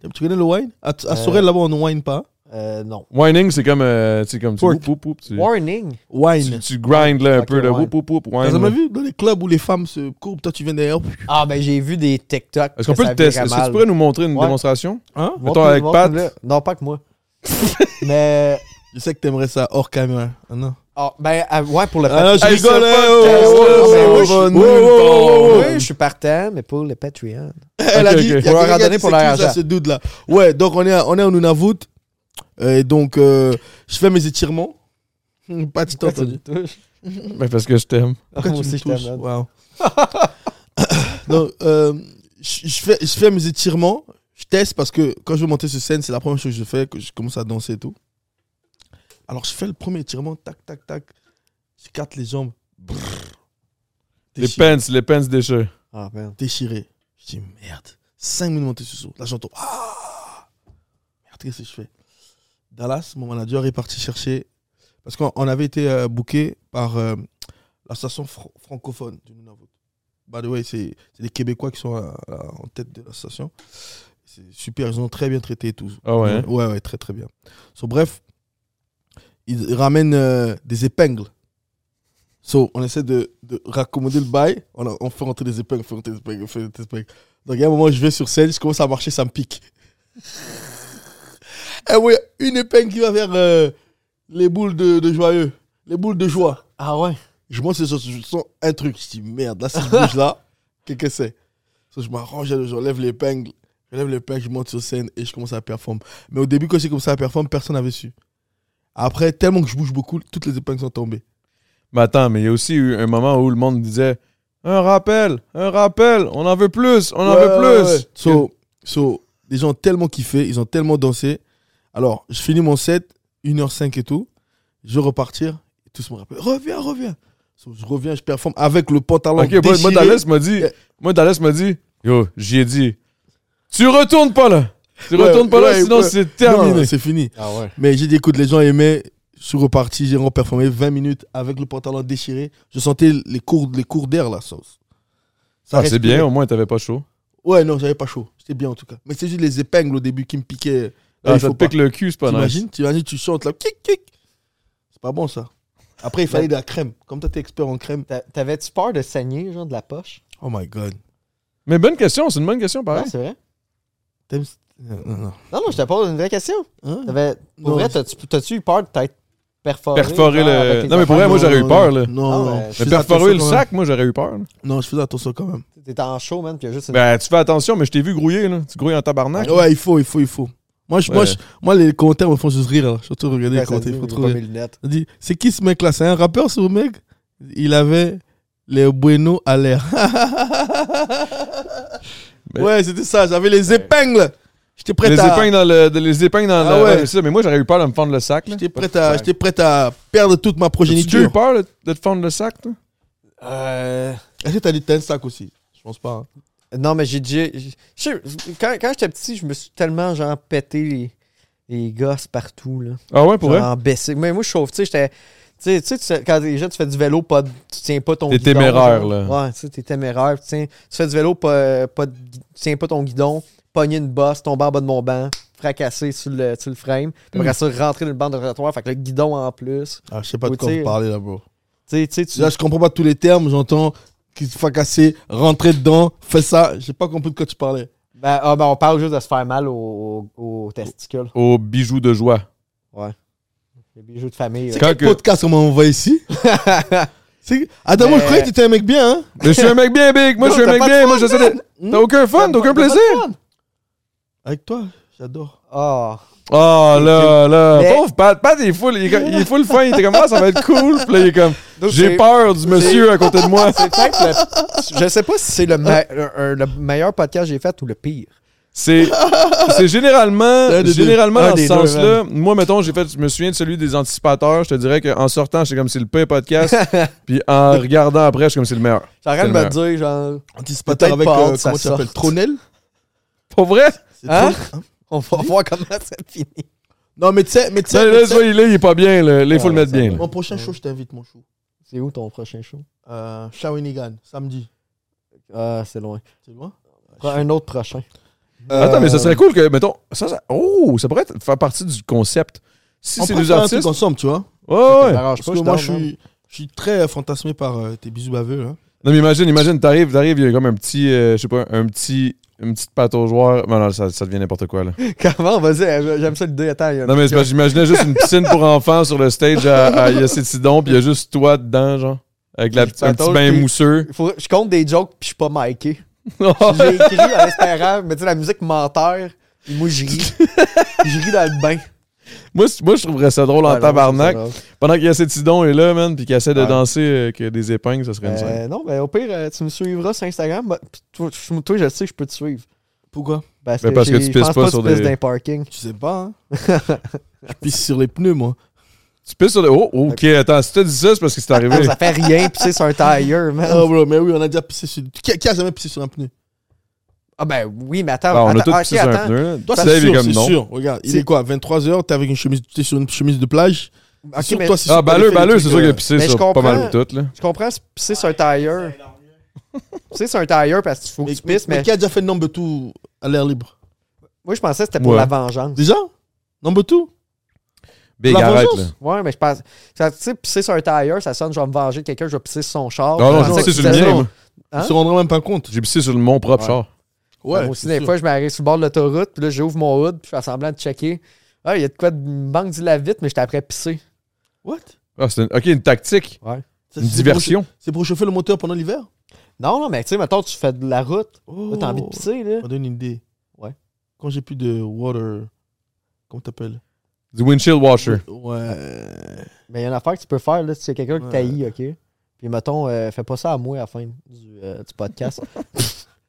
S3: T'aimes- Tu connais le wine À, à Sorel, là-bas, on ne wine pas.
S2: Euh, non.
S1: Whining, c'est comme, euh, tu sais, comme tu,
S3: Twerk.
S1: whoop, whoop, whoop, tu,
S2: Warning.
S1: tu,
S3: Wine.
S1: tu grindes là, un
S2: Ok,
S1: peu, là,
S2: whine.
S1: whoop, whoop, whoop, whine,
S3: T'as jamais
S1: là.
S3: vu dans les clubs où les femmes se courbent, toi tu viens derrière.
S2: Ah, ben j'ai vu des TikTok.
S1: Est-ce qu'on
S2: que
S1: peut
S2: ça
S1: le tester?
S2: virait
S1: Est-ce que tu
S2: mal.
S1: pourrais nous montrer une
S2: Ouais.
S1: démonstration?
S3: Hein
S1: Mettons
S2: Montre-nous,
S1: avec Pat.
S2: montre-nous-le. Non, pas que moi. Mais. euh,
S3: Je sais que t'aimerais ça hors caméra. Ah non.
S2: ah, ben, ah, ouais, pour le
S3: Ah non, je
S1: Hey,
S3: rigole,
S1: ce
S3: hein,
S1: podcast-là,
S3: oh, oh,
S1: ça
S3: oh,
S1: va
S3: je suis-
S1: nulle
S3: oh, oh,
S1: part.
S2: Oui, je suis partant, mais pour le Patreon.
S3: Elle a
S1: Ok, ok.
S3: dit, il y a
S2: Faut leur
S3: quelqu'un
S2: en donner
S3: qui
S2: pour
S3: s'excuse
S2: leur
S3: à
S2: argent.
S3: ce dude là. Ouais, donc on est à, on est en Nunavut. Euh, Et donc euh, je fais mes étirements. Hum, Pas de temps
S2: Pourquoi tu
S3: entendu.
S2: me touches?
S1: Ben, parce que je t'aime.
S2: Ah, Moi aussi, je
S3: touches
S2: t'aime.
S3: Wow. Donc euh, je je fais je fais mes étirements. Je teste parce que quand je veux monter sur scène, c'est la première chose que je fais, que je commence à danser et tout. Alors je fais le premier étirement, tac tac tac. J'écarte les jambes. Brrr.
S1: Les
S3: Déchiré.
S1: pants, les pants déchets.
S2: Ah, merde.
S3: déchiré. Je dis merde. 5 minutes montée sur saut. Là, j'entends. Ah Merde, qu'est-ce que je fais Dallas, mon manager est parti chercher. Parce qu'on on avait été euh, booké par euh, l'association fr- francophone du Nunavut. By the way, c'est c'est les Québécois qui sont à- à- en tête de l'association. C'est super, ils ont très bien traité et tout.
S1: Ah ouais, hein?
S3: Ouais, ouais, très très bien. So, bref, ils ramènent euh, des épingles. So, on essaie de, de raccommoder le bail. On, a- on fait rentrer des épingles, on fait rentrer des épingles, on fait rentrer des épingles. Donc, à un moment, je vais sur scène, je commence à marcher, ça me pique. Et Eh oui, une épingle qui va vers euh, les boules de, de joyeux, les boules de joie.
S2: Ah, ouais.
S3: Je monte, je sens, je sens un truc. Je dis merde, là, si je bouge là, qu'est-ce que c'est So, Je m'arrange, j'enlève l'épingle, j'enlève l'épingle, je monte sur scène et je commence à performer. Mais au début, quand j'ai commencé à performer, personne n'avait su. Après, tellement que je bouge beaucoup, toutes les épingles sont tombées.
S1: Mais attends, mais il y a aussi eu un moment où le monde disait un rappel, un rappel, on en veut plus, on en
S3: Ouais,
S1: veut
S3: ouais,
S1: plus.
S3: ouais. So, so, les gens ont tellement kiffé, ils ont tellement dansé. Alors, je finis mon set, 1h05 et tout. Je veux repartir. Et tous me rappellent Reviens, reviens. So, je reviens, je performe avec le pantalon.
S1: Ok, moi, moi,
S3: déchiré.
S1: Dallas m'a dit,
S3: Euh.
S1: moi, Dallas m'a dit, yo, j'y ai dit, tu retournes pas là. Tu
S3: Ouais,
S1: retournes pas là,
S3: ouais,
S1: sinon
S3: ouais.
S1: c'est
S3: Non,
S1: terminé.
S3: non, C'est fini.
S2: Ah, ouais.
S3: Mais j'ai dit, écoute, les gens aimaient. Je suis reparti, j'ai reperformé 20 minutes avec le pantalon déchiré. Je sentais les cours, les cours d'air, la sauce. Ça
S1: Ah, c'est
S3: respirait.
S1: bien, au moins, t'avais pas chaud.
S3: Ouais, non, j'avais pas chaud. C'était bien en tout cas. Mais c'est juste les épingles au début qui me piquaient. Là,
S1: Ah,
S3: il
S1: ça
S3: faut
S1: te pique
S3: pas.
S1: le cul, c'est pas nice.
S3: T'imagines T'imagines, tu chantes là, kick, kick. C'est pas bon ça. Après, il fallait de la crème. Comme toi, t'es expert en crème.
S2: T'a- T'avais-tu peur de saigner, genre, de la poche?
S3: Oh my god.
S1: Mais bonne question, c'est une bonne question,
S2: Non,
S1: pareil.
S2: c'est vrai.
S3: T'aimes- Non, non, non.
S2: Non, non, je te pose une vraie question.
S3: Hein
S2: T'avais- pour
S3: Non,
S2: vrai,
S3: je-
S2: t'as-tu t'as-tu eu peur de t'être perforé?
S1: Perforer
S2: genre,
S1: le-
S2: avec les
S1: Non, mais pour vrai,
S2: affaires?
S1: moi,
S3: Non,
S1: j'aurais eu
S3: non,
S1: peur,
S3: non.
S1: là.
S3: Non,
S2: Ah ouais,
S3: non.
S2: je
S3: Je
S1: Mais
S3: faisais
S1: perforer
S3: attention
S1: le
S3: quand
S1: sac, moi, j'aurais eu peur. là.
S3: même. Non, je faisais attention quand même.
S2: T'étais en show, man, puis il y a juste une...
S1: Ben, tu fais attention, mais je t'ai vu grouiller, là. Tu grouilles en tabarnak.
S3: Ah Ouais, il faut, il faut, il faut. Moi, je, moi,
S1: Ouais.
S3: je- moi, les commentaires me font juste rire. là. Surtout regarder
S2: Ouais,
S3: les
S2: ça dit,
S3: commentaires. Il faut
S2: j'ai
S3: trop
S2: pas
S3: rire.
S2: mes lunettes.
S3: On dit, c'est qui ce mec-là C'est un rappeur, ce mec Il avait les buenos à l'air.
S1: Mais-
S3: Ouais, c'était ça. J'avais les épingles. J'étais prêt
S1: Les
S3: à.
S1: épingles dans le. de- Les épingles dans
S3: Ah
S1: le.
S3: ouais.
S1: ouais, c'est ça, mais moi, j'aurais eu peur de me fendre le sac, là.
S3: J'étais prêt à. J'étais prêt à perdre toute ma
S1: J'ai déjà eu
S3: progéniture.
S1: peur là, de te fendre le sac, toi?
S2: Euh,
S3: Est-ce que t'as dit t'as un sac aussi Je pense pas. hein.
S2: Non, mais j'ai déjà... j'ai- je sais, Quand, quand j'étais petit, je me suis tellement, genre, pété les, les gosses partout, là.
S1: Ah ouais, pour vrai?
S2: Genre, baissé. Mais moi, je chauffe, tu sais, j'étais... Tu sais, tu sais, tu sais, quand déjà tu fais du vélo, pas de- tu tiens pas ton
S1: T'es
S2: guidon.
S1: téméraire,
S2: genre.
S1: là.
S2: Ouais, tu sais, t'es téméraire. Tu, tiens- tu fais du vélo, pas, pas de gui- tu tiens pas ton guidon, pogner une bosse, tomber en bas de mon banc, fracasser sur le, sur le frame, puis après
S1: Hmm.
S2: ça, rentrer dans le banc de rotatoire, fait que le guidon en plus.
S3: Ah, je sais pas
S2: Ou
S3: de quoi
S2: tu sais-
S3: vous parlez là, bro.
S2: Tu sais, tu sais, tu-
S3: Là, je comprends pas tous les termes. J'entends qu'il se casser, rentrer dedans, fais ça. J'ai pas compris de quoi tu parlais.
S2: Ben, ah, ben, on parle juste de se faire mal aux, aux- aux testicules.
S1: Aux bijoux de joie.
S2: Les bijoux de famille.
S3: C'est
S1: Quand
S3: quel
S1: que-
S3: podcast on m'envoie ici C'est- Adam, moi, je
S2: Mais-
S3: croyais que t'étais un mec bien, hein
S1: Mais je suis un mec bien big, moi, je
S3: Non,
S1: suis un
S3: t'as
S1: mec
S3: pas de
S1: bien,
S3: fun, Hmm?
S1: moi, j'essaie de. T'as aucun fun, t'as aucun plaisir?
S3: Avec toi, j'adore.
S2: Ah.
S1: Oh là là,
S2: Mais-
S1: pauvre Pat. Pat, il est full, il est, comme- il est full fin. Il était comme, ah, ça va être cool. Puis là, il est comme,
S2: Donc,
S1: j'ai
S2: c'est-
S1: peur du monsieur à côté de moi.
S2: C'est peut-être le- Ah. Je sais pas si c'est le, me- un- le meilleur podcast que j'ai fait ou le pire.
S1: C'est c'est généralement,
S3: Un des deux.
S1: généralement
S3: Un
S1: dans ce
S3: des deux,
S1: sens-là. Moi, mettons, j'ai fait, je me souviens de celui des anticipateurs. Je te dirais qu'en sortant, j'étais comme, c'est le pire podcast. Puis en regardant après, je suis comme, c'est le meilleur.
S2: J'arrête de
S1: C'est le
S2: me dire, genre,
S3: Anticipateur
S2: Peut-être
S3: avec,
S2: pas
S3: euh,
S2: hâte que ça
S3: comment tu s'appelle
S2: sorte.
S3: Tronel
S1: Pour vrai?
S3: C'est
S2: Hein
S3: Tronel,
S2: on va voir comment ça finit.
S3: Non, mais tu sais, mais tu
S1: Là,
S3: sais,
S1: là,
S3: mais
S1: tu
S3: tu
S1: vois,
S3: sais,
S1: il est, il est pas bien. Là, Là, il faut le mettre bien. là.
S3: mon prochain show, je t'invite, mon chou.
S2: C'est où ton prochain show?
S3: Euh, Shawinigan, samedi.
S2: Ah, c'est loin.
S3: C'est loin
S2: Prends un autre prochain.
S1: Euh, Attends, mais ça serait cool que, mettons, ça, ça- oh, ça pourrait être- faire partie du concept. Si
S3: On
S1: c'est
S3: peut
S1: des
S3: faire un truc
S1: artistes.
S3: ensemble, tu vois.
S1: Ouais, ouais.
S2: Dérange
S3: Parce
S2: pas,
S3: que
S2: je
S3: moi,
S2: dors,
S3: Ah, je
S2: man.
S3: suis, je suis très fantasmé par euh, tes bisous baveux. Hein.
S1: Non, mais imagine, imagine, t'arrives, t'arrives, il y a comme un petit, euh, je sais pas, un petit, une petite pâte aux joueurs. Non, non, ça, ça devient n'importe quoi, là.
S2: Comment, vas-y, euh, j'aime ça l'idée. Attends, il y a un
S1: Non, mais c'est
S2: truc,
S1: parce que j'imaginais juste une piscine pour enfants sur le stage à, à Yacétidon, puis il y a juste toi dedans, genre. Avec la,
S2: Puis
S1: petite- un petit
S2: patauge,
S1: bain
S2: puis-
S1: mousseux.
S2: euh, faut- je compte des jokes puis je suis pas miké.
S1: ouais,
S2: J'ai écrit en espérant, mais tu sais, la musique menteur. et Moi, je ris. je ris dans le bain.
S1: Moi, c- moi, je trouverais ça drôle en
S2: Ouais, non,
S1: tabarnak.
S2: c'est
S1: Pendant que Yacétidon est là, man, puis qu'il essaie de
S2: Ouais.
S1: danser euh, avec des épingles, ça serait
S2: ça.
S1: une scène.
S2: Euh, non, mais au pire, euh, tu me suivras sur Instagram. bah, pis toi, je- toi, je sais que je peux te suivre.
S3: Pourquoi
S2: Parce
S1: Mais Ben, parce que
S2: j'ai-
S1: tu
S2: je
S1: pisses
S2: pense
S1: pas sur
S2: que tu pisses
S1: des-
S2: dans les parkings.
S3: Tu sais pas. Hein. je pisse sur les pneus, moi.
S1: Tu pisses sur le. Oh, ok, attends, si tu dis ça, c'est parce que c'est arrivé.
S2: Ça fait rien pisser sur un tire, man.
S3: Ah, bro, mais oui, on a déjà pissé sur. Qui, qui a jamais pissé sur un pneu
S2: Ah ben oui, mais attends,
S1: Ah, on a tous
S2: attends, ah,
S1: pissé
S2: ok,
S1: sur un
S2: attends.
S1: pneu. là.
S3: Toi,
S1: Dave
S3: c'est
S1: est
S3: sûr,
S1: comme
S3: c'est
S1: non.
S3: sûr. Regarde, il
S2: C'est-
S3: est quoi 23h, t'es avec une chemise, t'es sur une chemise de plage.
S2: Ok,
S3: Sur
S2: mais
S3: toi, c'est sûr
S1: Ah,
S3: que t'as fait
S1: balleux,
S3: le
S1: balleux,
S3: truc,
S1: c'est sûr qu'il
S3: euh,
S1: a pissé
S2: mais je
S1: sur pas mal
S2: comprends.
S1: tout, là.
S2: je comprends c'est pisser sur un tire. Pisser sur un tire parce qu'il faut que tu pisses, mais
S3: qui a déjà fait number two à l'air libre
S2: moi je pensais que c'était pour
S1: Ouais.
S2: la vengeance.
S3: Déjà Number two
S1: Big,
S3: La
S1: arrête, là.
S3: vengeance.
S2: Ouais, mais je pense. ça, Tu sais, pisser sur un tire, ça sonne, je vais me venger de quelqu'un, je vais pisser sur son char.
S1: Non,
S2: Je
S1: non, j'ai
S2: pensais que
S1: pissé sur le
S2: c'était
S1: mien,
S2: ça.
S1: moi.
S3: Ils se rendraient même pas compte.
S1: J'ai pissé sur mon propre char.
S3: Hein Ouais.
S2: Bah, Moi aussi,
S3: c'est
S2: des
S3: sûr.
S2: fois, je m'arrive sur le bord de l'autoroute, puis là, j'ouvre mon hood, puis je fais semblant de checker. Ah, il y a de quoi de une banque du lave-vite, mais j'étais après pisser.
S3: What
S1: Ah, c'est une- ok, une tactique,
S2: Ouais.
S3: Ça,
S1: une
S3: c'est pour
S1: diversion.
S3: chauffer- C'est pour chauffer le moteur pendant l'hiver
S2: Non, non, mais tu sais, maintenant tu fais de la route.
S3: oh.
S2: Là, t'as envie de pisser, là.
S3: Ça me donne une idée.
S2: Ouais.
S3: Quand j'ai plus de water. Comment t'appelles
S1: Du windshield washer.
S3: Ouais.
S2: Mais il y a une affaire que tu peux faire, là, si c'est quelqu'un
S3: Ouais.
S2: que t'haïs, OK? Puis mettons, euh, fais pas ça à moi à la fin du, euh, du podcast.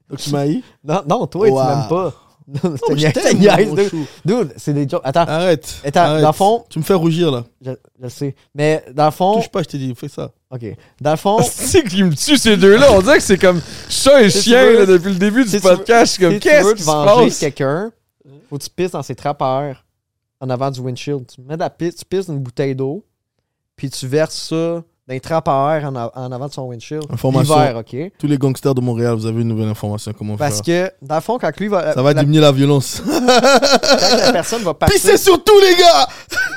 S3: Donc tu m'as eu
S2: non, non, toi,
S3: Wow.
S2: tu m'aimes pas. Non,
S3: mais je
S2: c'est
S3: t'aime, mon
S2: dude.
S3: chou.
S2: Dude, c'est des jokes. Attends,
S3: Arrête.
S2: Attends,
S3: arrête.
S2: dans le fond-
S3: Tu me fais rougir là.
S2: je, je sais. Mais dans le fond.
S3: Touche pas, je t'ai dit, fais ça.
S2: OK. Dans le fond.
S1: C'est qui me tue ces deux-là. On dirait que c'est comme chat et
S2: Oh. Si tu
S1: chien
S2: veux-
S1: là, depuis le début
S2: si
S1: du
S2: tu veux-
S1: podcast. Je suis
S2: si
S1: comme
S2: tu
S1: qu'est-ce
S2: veux
S1: qui
S2: te
S1: se
S2: venger de
S1: passe?
S2: quelqu'un, faut que tu pisses dans ses trappeurs en avant du windshield. Tu mets de la pisse, tu pisses dans une bouteille d'eau, puis tu verses ça dans les trappeurs en, a- en avant de son windshield.
S3: Information.
S2: L'hiver, OK?
S3: Tous les gangsters de Montréal, vous avez une nouvelle information. Comment
S2: Parce
S3: faire
S2: que, dans le fond, quand lui va.
S3: Ça va
S2: la,
S3: diminuer la violence.
S2: quand la personne va
S3: Pissez
S2: partir.
S3: sur tout, les gars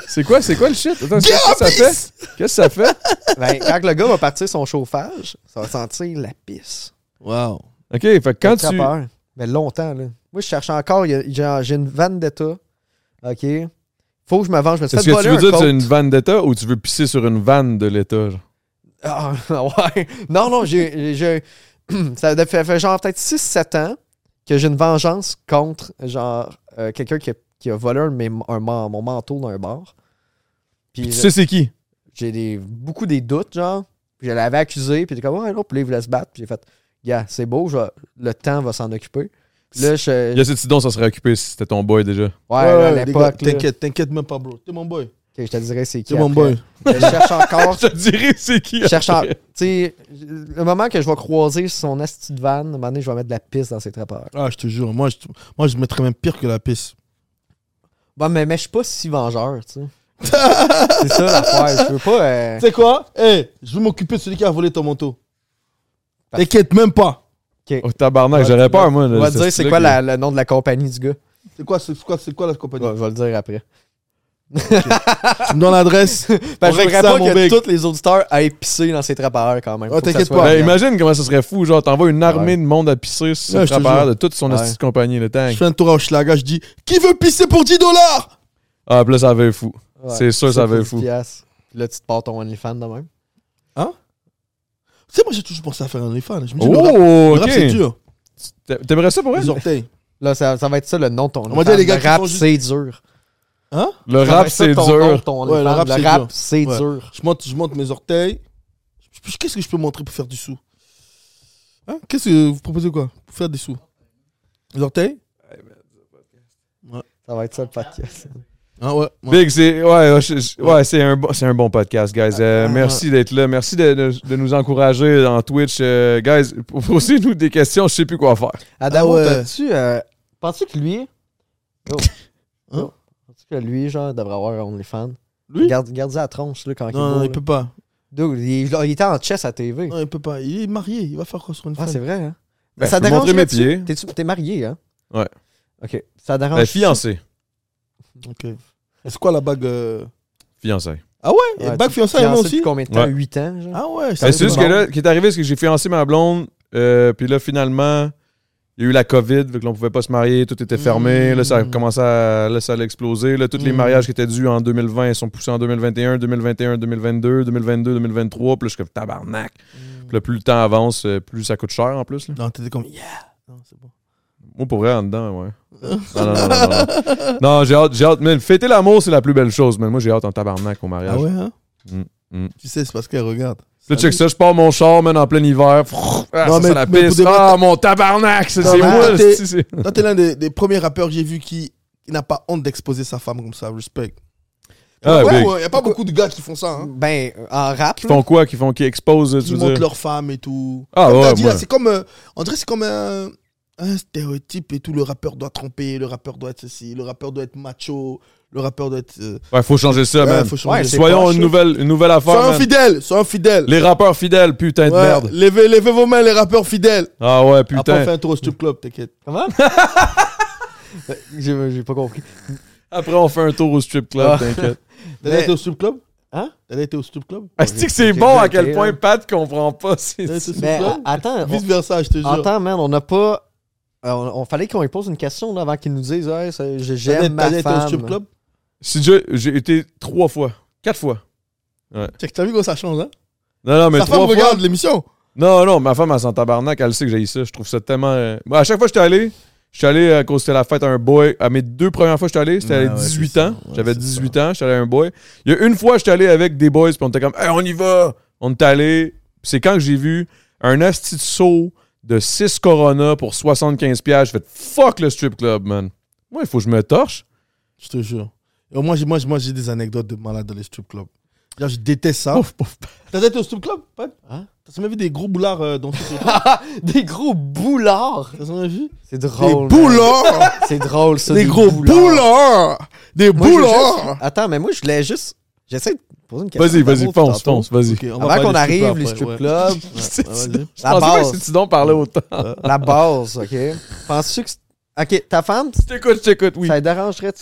S1: C'est quoi, c'est quoi le shit? Attends, qu'est-ce que ça fait? Qu'est-ce que ça fait?
S2: ben, quand le gars va partir son chauffage, ça va sentir la pisse.
S3: Wow.
S1: Ok, fait que quand
S2: Ça fait
S1: tu.
S2: peur. Mais longtemps, là. Moi, je cherche encore. il y a- J'ai j'ai une vendetta. OK? Faut que je me venge. Je me suis
S1: Est-ce
S2: fait
S1: que tu
S2: voler
S1: veux
S2: un
S1: dire que
S2: coat.
S1: c'est une vanne d'État ou tu veux pisser sur une vanne de l'État? genre?
S2: Ah, ouais. Non, non, j'ai. j'ai- ça fait, fait genre peut-être 6-7 ans que j'ai une vengeance contre, genre, euh, quelqu'un qui a, qui a volé un, de mes- un man- mon manteau dans un bar. Puis
S1: Tu
S2: je-
S1: sais c'est qui?
S2: j'ai des, beaucoup des doutes, genre. Puis je l'avais accusé, puis il était comme, ouais, non, puis là, il voulait se battre. Puis j'ai fait, gars, c'est beau, je vais- le temps va s'en occuper. Là, je.
S1: Il y a cet idon, ça serait occupé si c'était ton boy déjà.
S2: Ouais, à
S3: les
S2: l'époque. là.
S3: gars, T'inquiète, t'inquiète même pas, bro. T'es mon boy.
S2: Ok, je te dirais, c'est qui.
S3: T'es mon
S2: après.
S3: boy.
S2: Je cherche encore.
S1: Je te dirais c'est qui?
S2: Je cherche en-
S1: après.
S2: Tu sais, le moment que je vais croiser son asti de vanne, un moment donné, je vais mettre de la pisse dans ses trappeurs.
S3: Ah, je te jure, moi je, moi, je mettrais même pire que la pisse.
S2: Bon, Ben, mais, mais je suis pas si vengeur, tu sais. c'est ça l'affaire. Je veux pas. euh,
S3: Tu sais quoi Eh, je vais m'occuper de celui qui a volé ton manteau. T'inquiète même pas.
S1: Oh tabarnak, j'aurais peur moi.
S2: On va te dire c'est quoi la- le nom de la compagnie du gars.
S3: C'est quoi, c'est quoi, c'est quoi la compagnie
S2: Je vais le dire
S3: Ben,
S2: après.
S3: Tu me donnes l'adresse.
S2: Parce que Ben, je
S3: règle
S2: voudrais
S3: ça,
S2: pas
S3: mon
S2: que
S3: bec.
S2: tous les auditeurs aillent pisser dans ses trappeurs quand même.
S3: Ah,
S2: Faut que ça
S3: t'inquiète
S2: soit
S3: pas.
S1: Ben
S2: bien.
S1: imagine comment ça serait fou, genre t'envoies une armée de monde à pisser sur
S3: Ouais,
S1: le
S3: je te
S1: trappeur
S3: jure.
S1: de toute son astuce de compagnie, le temps.
S3: Je fais un tour à Hochelaga, je dis Qui veut pisser pour 10 dollars
S1: Ah, puis là, ça va être fou.
S2: Ouais.
S1: C'est sûr, ça va être
S2: pour
S1: fou.
S2: 10 piastres. Puis là, tu te pars ton OnlyFans de même.
S3: Tu sais, moi j'ai toujours pensé à faire un OnlyFans. Je me dis, le rap,
S1: Hein? Oh,
S3: le rap, c'est
S1: ok.
S3: dur.
S1: T'a- T'aimerais ça pour vrai?
S3: Les orteils.
S2: Là, ça, ça va être ça le nom de ton
S3: va dire,
S2: OnlyFans.
S3: les gars
S2: Le
S3: qui
S2: rap,
S3: font juste-
S2: c'est dur.
S3: Hein
S1: Le
S2: Ça va
S1: rap,
S2: être ça,
S1: c'est
S2: ton nom de
S1: dur.
S2: ton
S3: Ouais, le
S2: OnlyFans.
S3: rap,
S2: Le
S3: c'est dur.
S2: rap, c'est
S3: Ouais.
S2: dur.
S3: Je monte, je monte mes orteils. Je- je- Qu'est-ce que je peux montrer pour faire du sou Hein Qu'est-ce que vous proposez quoi Pour faire des sous Les orteils
S2: Ça va être ça le podcast.
S3: Ah ouais. ouais.
S1: Big, c'est ouais, je- je- ouais, c'est un, bon, c'est un bon podcast, guys. Euh,
S3: Ah,
S1: merci d'être là. Merci de, de- de nous encourager dans Twitch. Euh, guys, posez-nous des questions, je sais plus quoi faire.
S2: Adamo,
S3: Ah ouais.
S2: t'as-tu. euh, Penses-tu que lui. Oh.
S3: Hein?
S2: Oh. Penses-tu que lui, genre, devrait avoir un OnlyFans?
S3: Lui
S2: Garde, garde la tronche, là, quand
S3: Non, non,
S2: il
S3: il
S2: est
S3: peut
S2: beau,
S3: pas.
S2: là. Dude, il, il était en chess à TV.
S3: Non, il peut pas. Il est marié. Il va faire quoi sur une
S2: Ah,
S3: femme
S2: c'est vrai, hein?
S1: Ben,
S2: ça
S1: je peux montrer
S2: dérange
S1: mes pieds.
S2: T'es, t'es marié, hein?
S1: Ouais.
S2: OK. Ça dérange.
S1: Ben, fiancé.
S3: Ok. euh, C'est quoi la bague euh,
S1: Fiancé.
S3: Ah ouais, et
S2: Ouais,
S3: bague
S2: tu-
S3: fiancée, il y en a
S2: fiancé depuis
S3: aussi.
S2: combien de temps
S1: Ouais.
S2: 8 ans, genre.
S3: Ah ouais,
S1: Ben, c'est
S3: du
S1: juste que
S3: bon.
S1: là, ce qui est arrivé, c'est que j'ai fiancé ma blonde, euh, puis là, finalement, il y a eu la COVID, donc on pouvait pas se marier, tout était fermé,
S3: Mm.
S1: là, ça a commencé à, là, ça allait exploser. Là, tous les
S2: Mm.
S1: mariages qui étaient dus en 2020 ils sont poussés en 2021, 2021, 2022, 2022, 2023, puis là, je suis comme tabarnak.
S3: Mm.
S1: Puis là, plus le temps avance, euh, plus ça coûte cher en plus. là.
S3: Non, t'étais comme, yeah. Non, c'est bon.
S1: Moi, pour vrai, en dedans, ouais. Non, non, non, non, non. Non, j'ai hâte, j'ai hâte. man. fêter l'amour, c'est la plus belle chose, mais moi, j'ai hâte en tabarnak au mariage.
S3: Ah ouais, hein?
S1: Mm, mm.
S3: Tu sais, c'est parce qu'elle regarde.
S1: Là, check ça, je pars mon char, man, en plein hiver. Frrr, Ah,
S3: Non,
S1: ça,
S3: mais-
S1: c'est la
S3: mais pour
S1: piste.
S3: de vrai,
S1: Ah,
S3: t'as-
S1: mon tabarnak, ça,
S3: Non,
S1: c'est
S3: mais
S1: moi.
S3: t'es-
S1: c'est- c'est-
S3: Toi, t'es l'un des, des premiers rappeurs que j'ai vu qui, qui n'a pas honte d'exposer sa femme comme ça. Respect.
S1: Ah,
S3: ouais,
S1: big.
S3: ouais, y a pas beaucoup de gars qui font ça. Hein.
S2: Ben, en rap,
S1: Ils font quoi Qui font qui exposent, tu
S3: Qui
S1: veux
S3: montrent
S1: dire
S3: leur femme et tout.
S1: Ah,
S3: Comme t'as
S1: ouais,
S3: dit,
S1: moi.
S3: là, c'est comme. euh, on dirait que c'est comme un, un stéréotype et tout. Le rappeur doit tromper, le rappeur doit être ceci, le rappeur doit être macho, le rappeur doit être. euh,
S1: Ouais, faut changer ça,
S3: Ouais,
S1: man.
S3: faut changer. Ouais, c'est
S1: Soyons
S3: poche,
S1: une
S3: là.
S1: nouvelle, une nouvelle affaire.
S3: Soyons
S1: man.
S3: fidèles, soyons fidèles.
S1: Les rappeurs fidèles, putain de
S3: Ouais,
S1: merde.
S3: Levez, levez vos mains, les rappeurs fidèles.
S1: Ah ouais,
S3: Après, on fait
S1: putain.
S3: un tour au strip club, t'inquiète.
S2: j'ai j'ai pas compris.
S1: Après, on fait un tour au strip club,
S2: Ah.
S1: t'inquiète.
S3: T'as
S2: Mais-
S3: déjà été au strip club
S2: Hein?
S3: T'as déjà été au strip club
S1: Est-ce que c'est
S2: j'ai
S1: bon à
S2: bloqué,
S3: hein.
S1: quel point
S2: là.
S1: Pat comprend pas c'est-
S3: T'as déjà été au strip
S2: Mais
S3: club
S2: Ben, a- attends,
S3: Vice
S2: on,
S3: versa, je te jure.
S2: attends, man, on n'a pas. euh, on, on fallait qu'on lui pose une question là, avant qu'il nous dise hey, ça- j'ai-
S3: T'as déjà-
S2: j'aime ma
S3: t'as déjà été au
S2: femme.
S3: strip club
S1: Si je- j'ai été trois fois, quatre fois.
S3: Check, t'as vu comment ça change, hein
S1: Non, non, mais
S3: Sa
S1: trois
S3: femme
S1: fois.
S3: regarde l'émission.
S1: Non, non, ma femme, elle s'en tabarnak, elle sait que j'ai ça. Je trouve ça tellement. euh, bah, à chaque fois que j'étais allé, je suis allé à cause c'était la fête à un boy. À mes deux premières fois que j'étais allé, c'était
S3: Ouais,
S1: à
S3: ouais,
S1: 18
S3: c'est
S1: ans.
S3: ça. Ouais,
S1: J'avais
S3: c'est
S1: 18 ans, j'étais allé à un boy. Il y a une fois, j'étais allé avec des boys, puis on était comme, hey, on y va! On est allé. Puis C'est quand que j'ai vu un asti de saut de 6 Corona pour 75$. piastres. J'ai fait fuck le strip club, man. Moi, il faut que je me torche.
S3: Je te jure. Et moi, j'ai, moi, j'ai- moi, j'ai des anecdotes de malades dans les strip clubs. Genre, je déteste ça.
S1: Pouf, pouf.
S3: T'as déjà été au strip club, Pat
S2: Hein
S3: T'as jamais vu des gros boulards euh, dans ce strip club
S2: Des gros boulards.
S3: T'as jamais vu
S2: C'est
S3: Des
S2: drôle. man.
S3: boulards
S2: C'est drôle ça.
S3: Des gros boulards Des
S2: Moi, j'ai
S3: boulards
S2: juste- Attends, mais moi je voulais juste. J'essaie de poser une question.
S1: Vas-y, vas-y,
S2: d'amour
S1: fonce,
S2: tantôt.
S1: fonce, vas-y.
S3: Ok, on va
S2: Avant
S3: parler
S2: qu'on
S3: des strip
S2: arrive,
S3: clubs
S2: les
S3: après,
S2: strip
S3: ouais.
S2: clubs,
S1: C'est-
S3: Ouais,
S1: c'est-
S3: vas-y.
S1: Je
S2: La
S1: pensais pas
S2: base.
S1: que tu d'en parlais autant.
S3: Euh,
S2: la base, ok. Penses-tu que. c'est- Ok, ta femme,
S1: Je t'écoute, je t'écoute, oui.
S2: ça les dérangerait.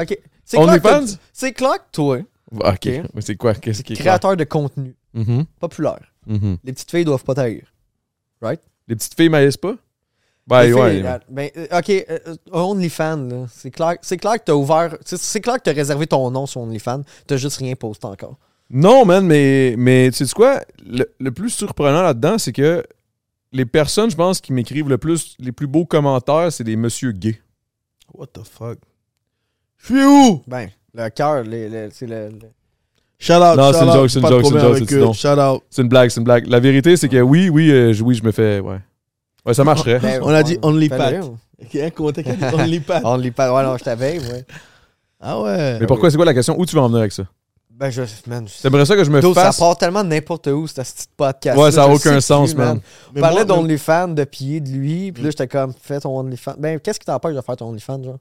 S2: Ok. C'est
S1: On
S2: clair
S1: est
S2: que-
S1: fans?
S2: C'est clair que toi,
S1: Ok.
S2: Ok.
S1: Mais c'est quoi? Qu'est-ce qui est clair?
S2: créateur de contenu,
S1: Mhm,
S2: populaire.
S1: mhm.
S2: Les petites filles doivent pas taire.
S1: Les petites filles maïssent pas? Ben,
S2: Les filles,
S1: ouais.
S2: euh, ben, euh, ok, euh, euh, OnlyFans, là, c'est clair, c'est clair que t'as ouvert, c'est- c'est clair que t'as réservé ton nom sur OnlyFans, t'as juste rien posté encore.
S1: Non, man, mais, mais tu sais quoi? Le, le plus surprenant là-dedans, c'est que les personnes, je pense, qui m'écrivent le plus, les plus beaux commentaires, c'est des monsieur gays.
S3: What the fuck Je suis où
S2: Ben, le cœur, les- les- c'est le, le-
S3: Shout out,
S1: Non,
S3: shout
S1: c'est une
S3: out,
S1: joke, c'est une
S3: pas de
S1: joke, c'est une
S3: problème
S1: joke,
S3: avec
S1: c'est une
S3: eux,
S1: joke.
S3: Shout out.
S1: C'est une blague, c'est une blague. La vérité, c'est que oui, oui, euh, je- oui, je me fais. Ouais. Ouais, ça marcherait.
S2: ben,
S3: On hein. a dit OnlyPat.
S2: fallait, ou-
S3: Ok, un commentaire qui a dit OnlyPat.
S2: OnlyFans, ouais, non, je t'avais, ouais.
S3: Ah ouais.
S1: Mais pourquoi, c'est quoi la question? Où tu vas en venir avec ça?
S2: Ben, je, man, je-
S1: T'aimerais ça que je me
S2: D'où ça
S1: fasse.
S2: part tellement de n'importe où, ce petit podcast.
S1: Ouais, ça a aucun sens, man. Mm.
S2: On
S3: Mais moi,
S2: parlait
S3: mais-
S2: d'OnlyFans, de pied de lui, puis là, j'étais comme, fais ton OnlyFans. Ben, qu'est-ce qui t'empêche de faire ton OnlyFans, genre?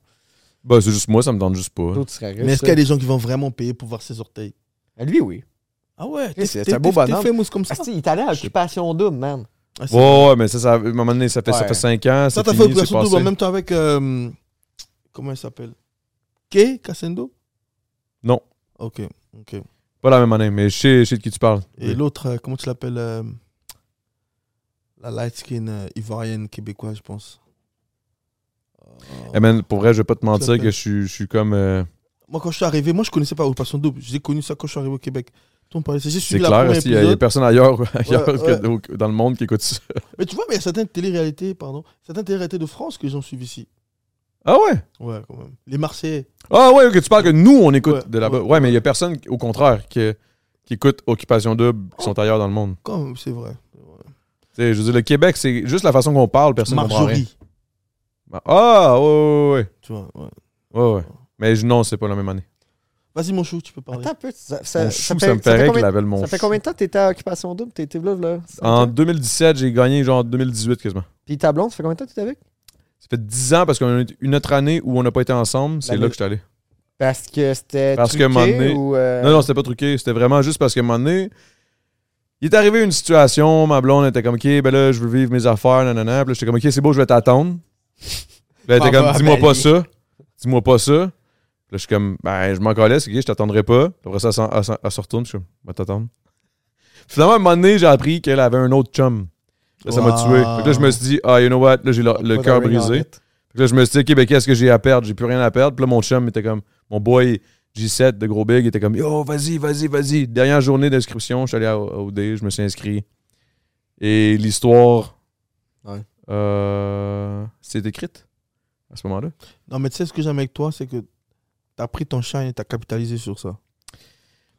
S1: Ben, c'est juste moi, ça me donne juste pas.
S2: D'autres seraient riches,
S3: Mais est-ce
S2: ça.
S3: qu'il y a des gens qui vont vraiment payer pour voir ses orteils
S2: Ben, Lui, oui.
S3: Ah ouais,
S2: t'es- c'est un beau
S3: t'es- t'es
S2: bonhomme.
S3: famous comme ça.
S2: Asti, il est allé à Occupation Double, man.
S3: Ah, c'est-
S1: Ouais, ouais, mais ça, ça, à un moment donné, ça fait, ça
S2: Ouais.
S1: fait 5 ans.
S3: Ça,
S1: Ça,
S3: t'as fait Opération Double en
S2: ben,
S3: même temps avec. euh, Comment il s'appelle Kay Cassendo
S1: Non,
S3: Ok, ok.
S1: pas la même année, mais je sais, je sais de qui tu parles.
S3: Et l'autre, euh, comment tu l'appelles euh, La light skin euh, ivoirienne québécoise, je pense. Euh,
S1: Eh man, pour vrai, je vais pas te mentir
S3: l'appelles?
S1: que je suis, je suis comme. euh,
S3: Moi, quand je suis arrivé, moi, je connaissais pas Opération Double. J'ai connu ça quand je suis arrivé au Québec. Tout le monde parlait. J'ai
S1: C'est
S3: suivi la
S1: clair,
S3: première
S1: il y, a- y a
S3: épisode.
S1: personne ailleurs, ailleurs
S3: Ouais,
S1: que- au- dans le monde qui écoute ça.
S3: Mais tu vois, mais il y a certaines télé-réalités, pardon, certaines télé-réalités de France que j'en suis ici.
S1: Ah ouais?
S3: Ouais, quand même. Les Marseillais.
S1: Ah ouais, que tu parles que nous, on écoute
S3: Ouais,
S1: de là-bas. Ouais,
S3: ouais,
S1: mais il y a personne, au contraire, qui, qui écoute Occupation Double, qui sont ailleurs dans le monde.
S3: Quand même, c'est vrai.
S1: Tu sais, je veux dire, le Québec, c'est juste la façon qu'on parle, personne ne comprend rien.
S3: Marjorie.
S1: Ah, ouais, ouais,
S3: Tu vois, ouais.
S1: ouais. ouais, ouais. Mais je- non, c'est pas la même année.
S3: Vas-y, mon chou, tu peux parler.
S2: Attends un peu, ça,
S1: Mon
S2: ça,
S1: chou,
S2: ça,
S1: ça me
S2: ça
S1: ferait
S2: fait
S1: qu'il
S2: combien,
S1: l'appelle mon
S2: ça fait
S1: chou.
S2: combien de temps que t'étais à Occupation Double? T'étais là, là? cinq
S1: En
S2: ans?
S1: 2017, j'ai gagné genre 2018 quasiment.
S2: Puis ta blonde, ça fait combien de temps que t'étais avec?
S1: Ça fait 10 ans parce qu'on a eu une autre année où on n'a pas été ensemble, c'est
S2: L'année-
S1: là que je suis allé.
S2: Parce que c'était
S1: Parce que,
S2: truqué
S1: un moment donné-
S2: ou... euh,
S1: Non, non, c'était pas truqué. C'était vraiment juste parce qu'à un moment donné, il est arrivé une situation, ma blonde était comme, OK, ben là, je veux vivre mes affaires, nanana. Puis là, j'étais comme, OK, c'est beau, je vais t'attendre. Là, elle
S2: M'en
S1: était comme,
S2: va à
S1: dis-moi pas
S2: Bali.
S1: ça. Dis-moi pas ça. Là, je suis comme, ben, je m'en calais, c'est ok, je t'attendrai pas. Après ça, elle s'en- elle s'en- elle se retourne, je suis comme, va t'attendre. Finalement, à un moment donné, j'ai appris qu'elle avait un autre chum. Là, ça m'a
S2: Wow.
S1: tué. Fait que là, je me suis dit, ah, you know what, là, j'ai le, le
S2: Put a
S1: cœur
S2: ring on
S1: brisé.
S2: it.
S1: Fait que là, je me suis dit, OK, ben, qu'est-ce que j'ai à perdre? J'ai plus rien à perdre. Puis là, mon chum était comme, mon boy J7 de Gros Big était comme, yo, vas-y, vas-y, vas-y. Dernière journée d'inscription, je suis allé à O- OD, je me suis inscrit. Et l'histoire,
S3: Ouais.
S1: euh, c'est écrite à ce moment-là.
S3: Non, mais tu sais, ce que j'aime avec toi, c'est que t'as pris ton shine et t'as capitalisé sur ça.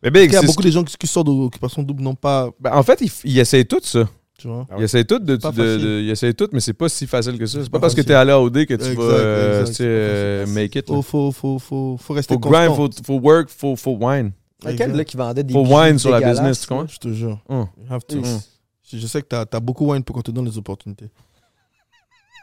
S1: Mais Big,
S3: Il y a
S1: c'est-
S3: beaucoup de gens qui, qui sortent d'occupation double, non pas.
S1: ben, en fait, ils il essayent tout ça.
S3: Tu vois
S1: Ils essayent tout, de,
S3: Ah pas
S1: de- de-
S3: facile.
S1: ils essayent tout, mais c'est pas si facile que ça. C'est pas,
S3: pas
S1: parce que
S3: facile.
S1: t'es allé à OD que tu
S3: Exact,
S1: vas euh,
S3: exact,
S1: tu sais,
S3: c'est pas
S1: euh, make it. là.
S3: Faut, faut, faut, faut, faut rester
S1: Faut
S3: constant.
S1: grind, faut, faut work, faut, faut wine.
S2: Lequel, là, qui vendait des.
S1: Faut
S2: bijoux
S1: wine sur la
S2: dégueulasses,
S1: business, tu
S2: là?
S1: comprends?
S3: Je te jure.
S1: Hum.
S3: You have to.
S2: Mm.
S3: Je, je sais que t'as as beaucoup wine pour qu'on te donne les opportunités.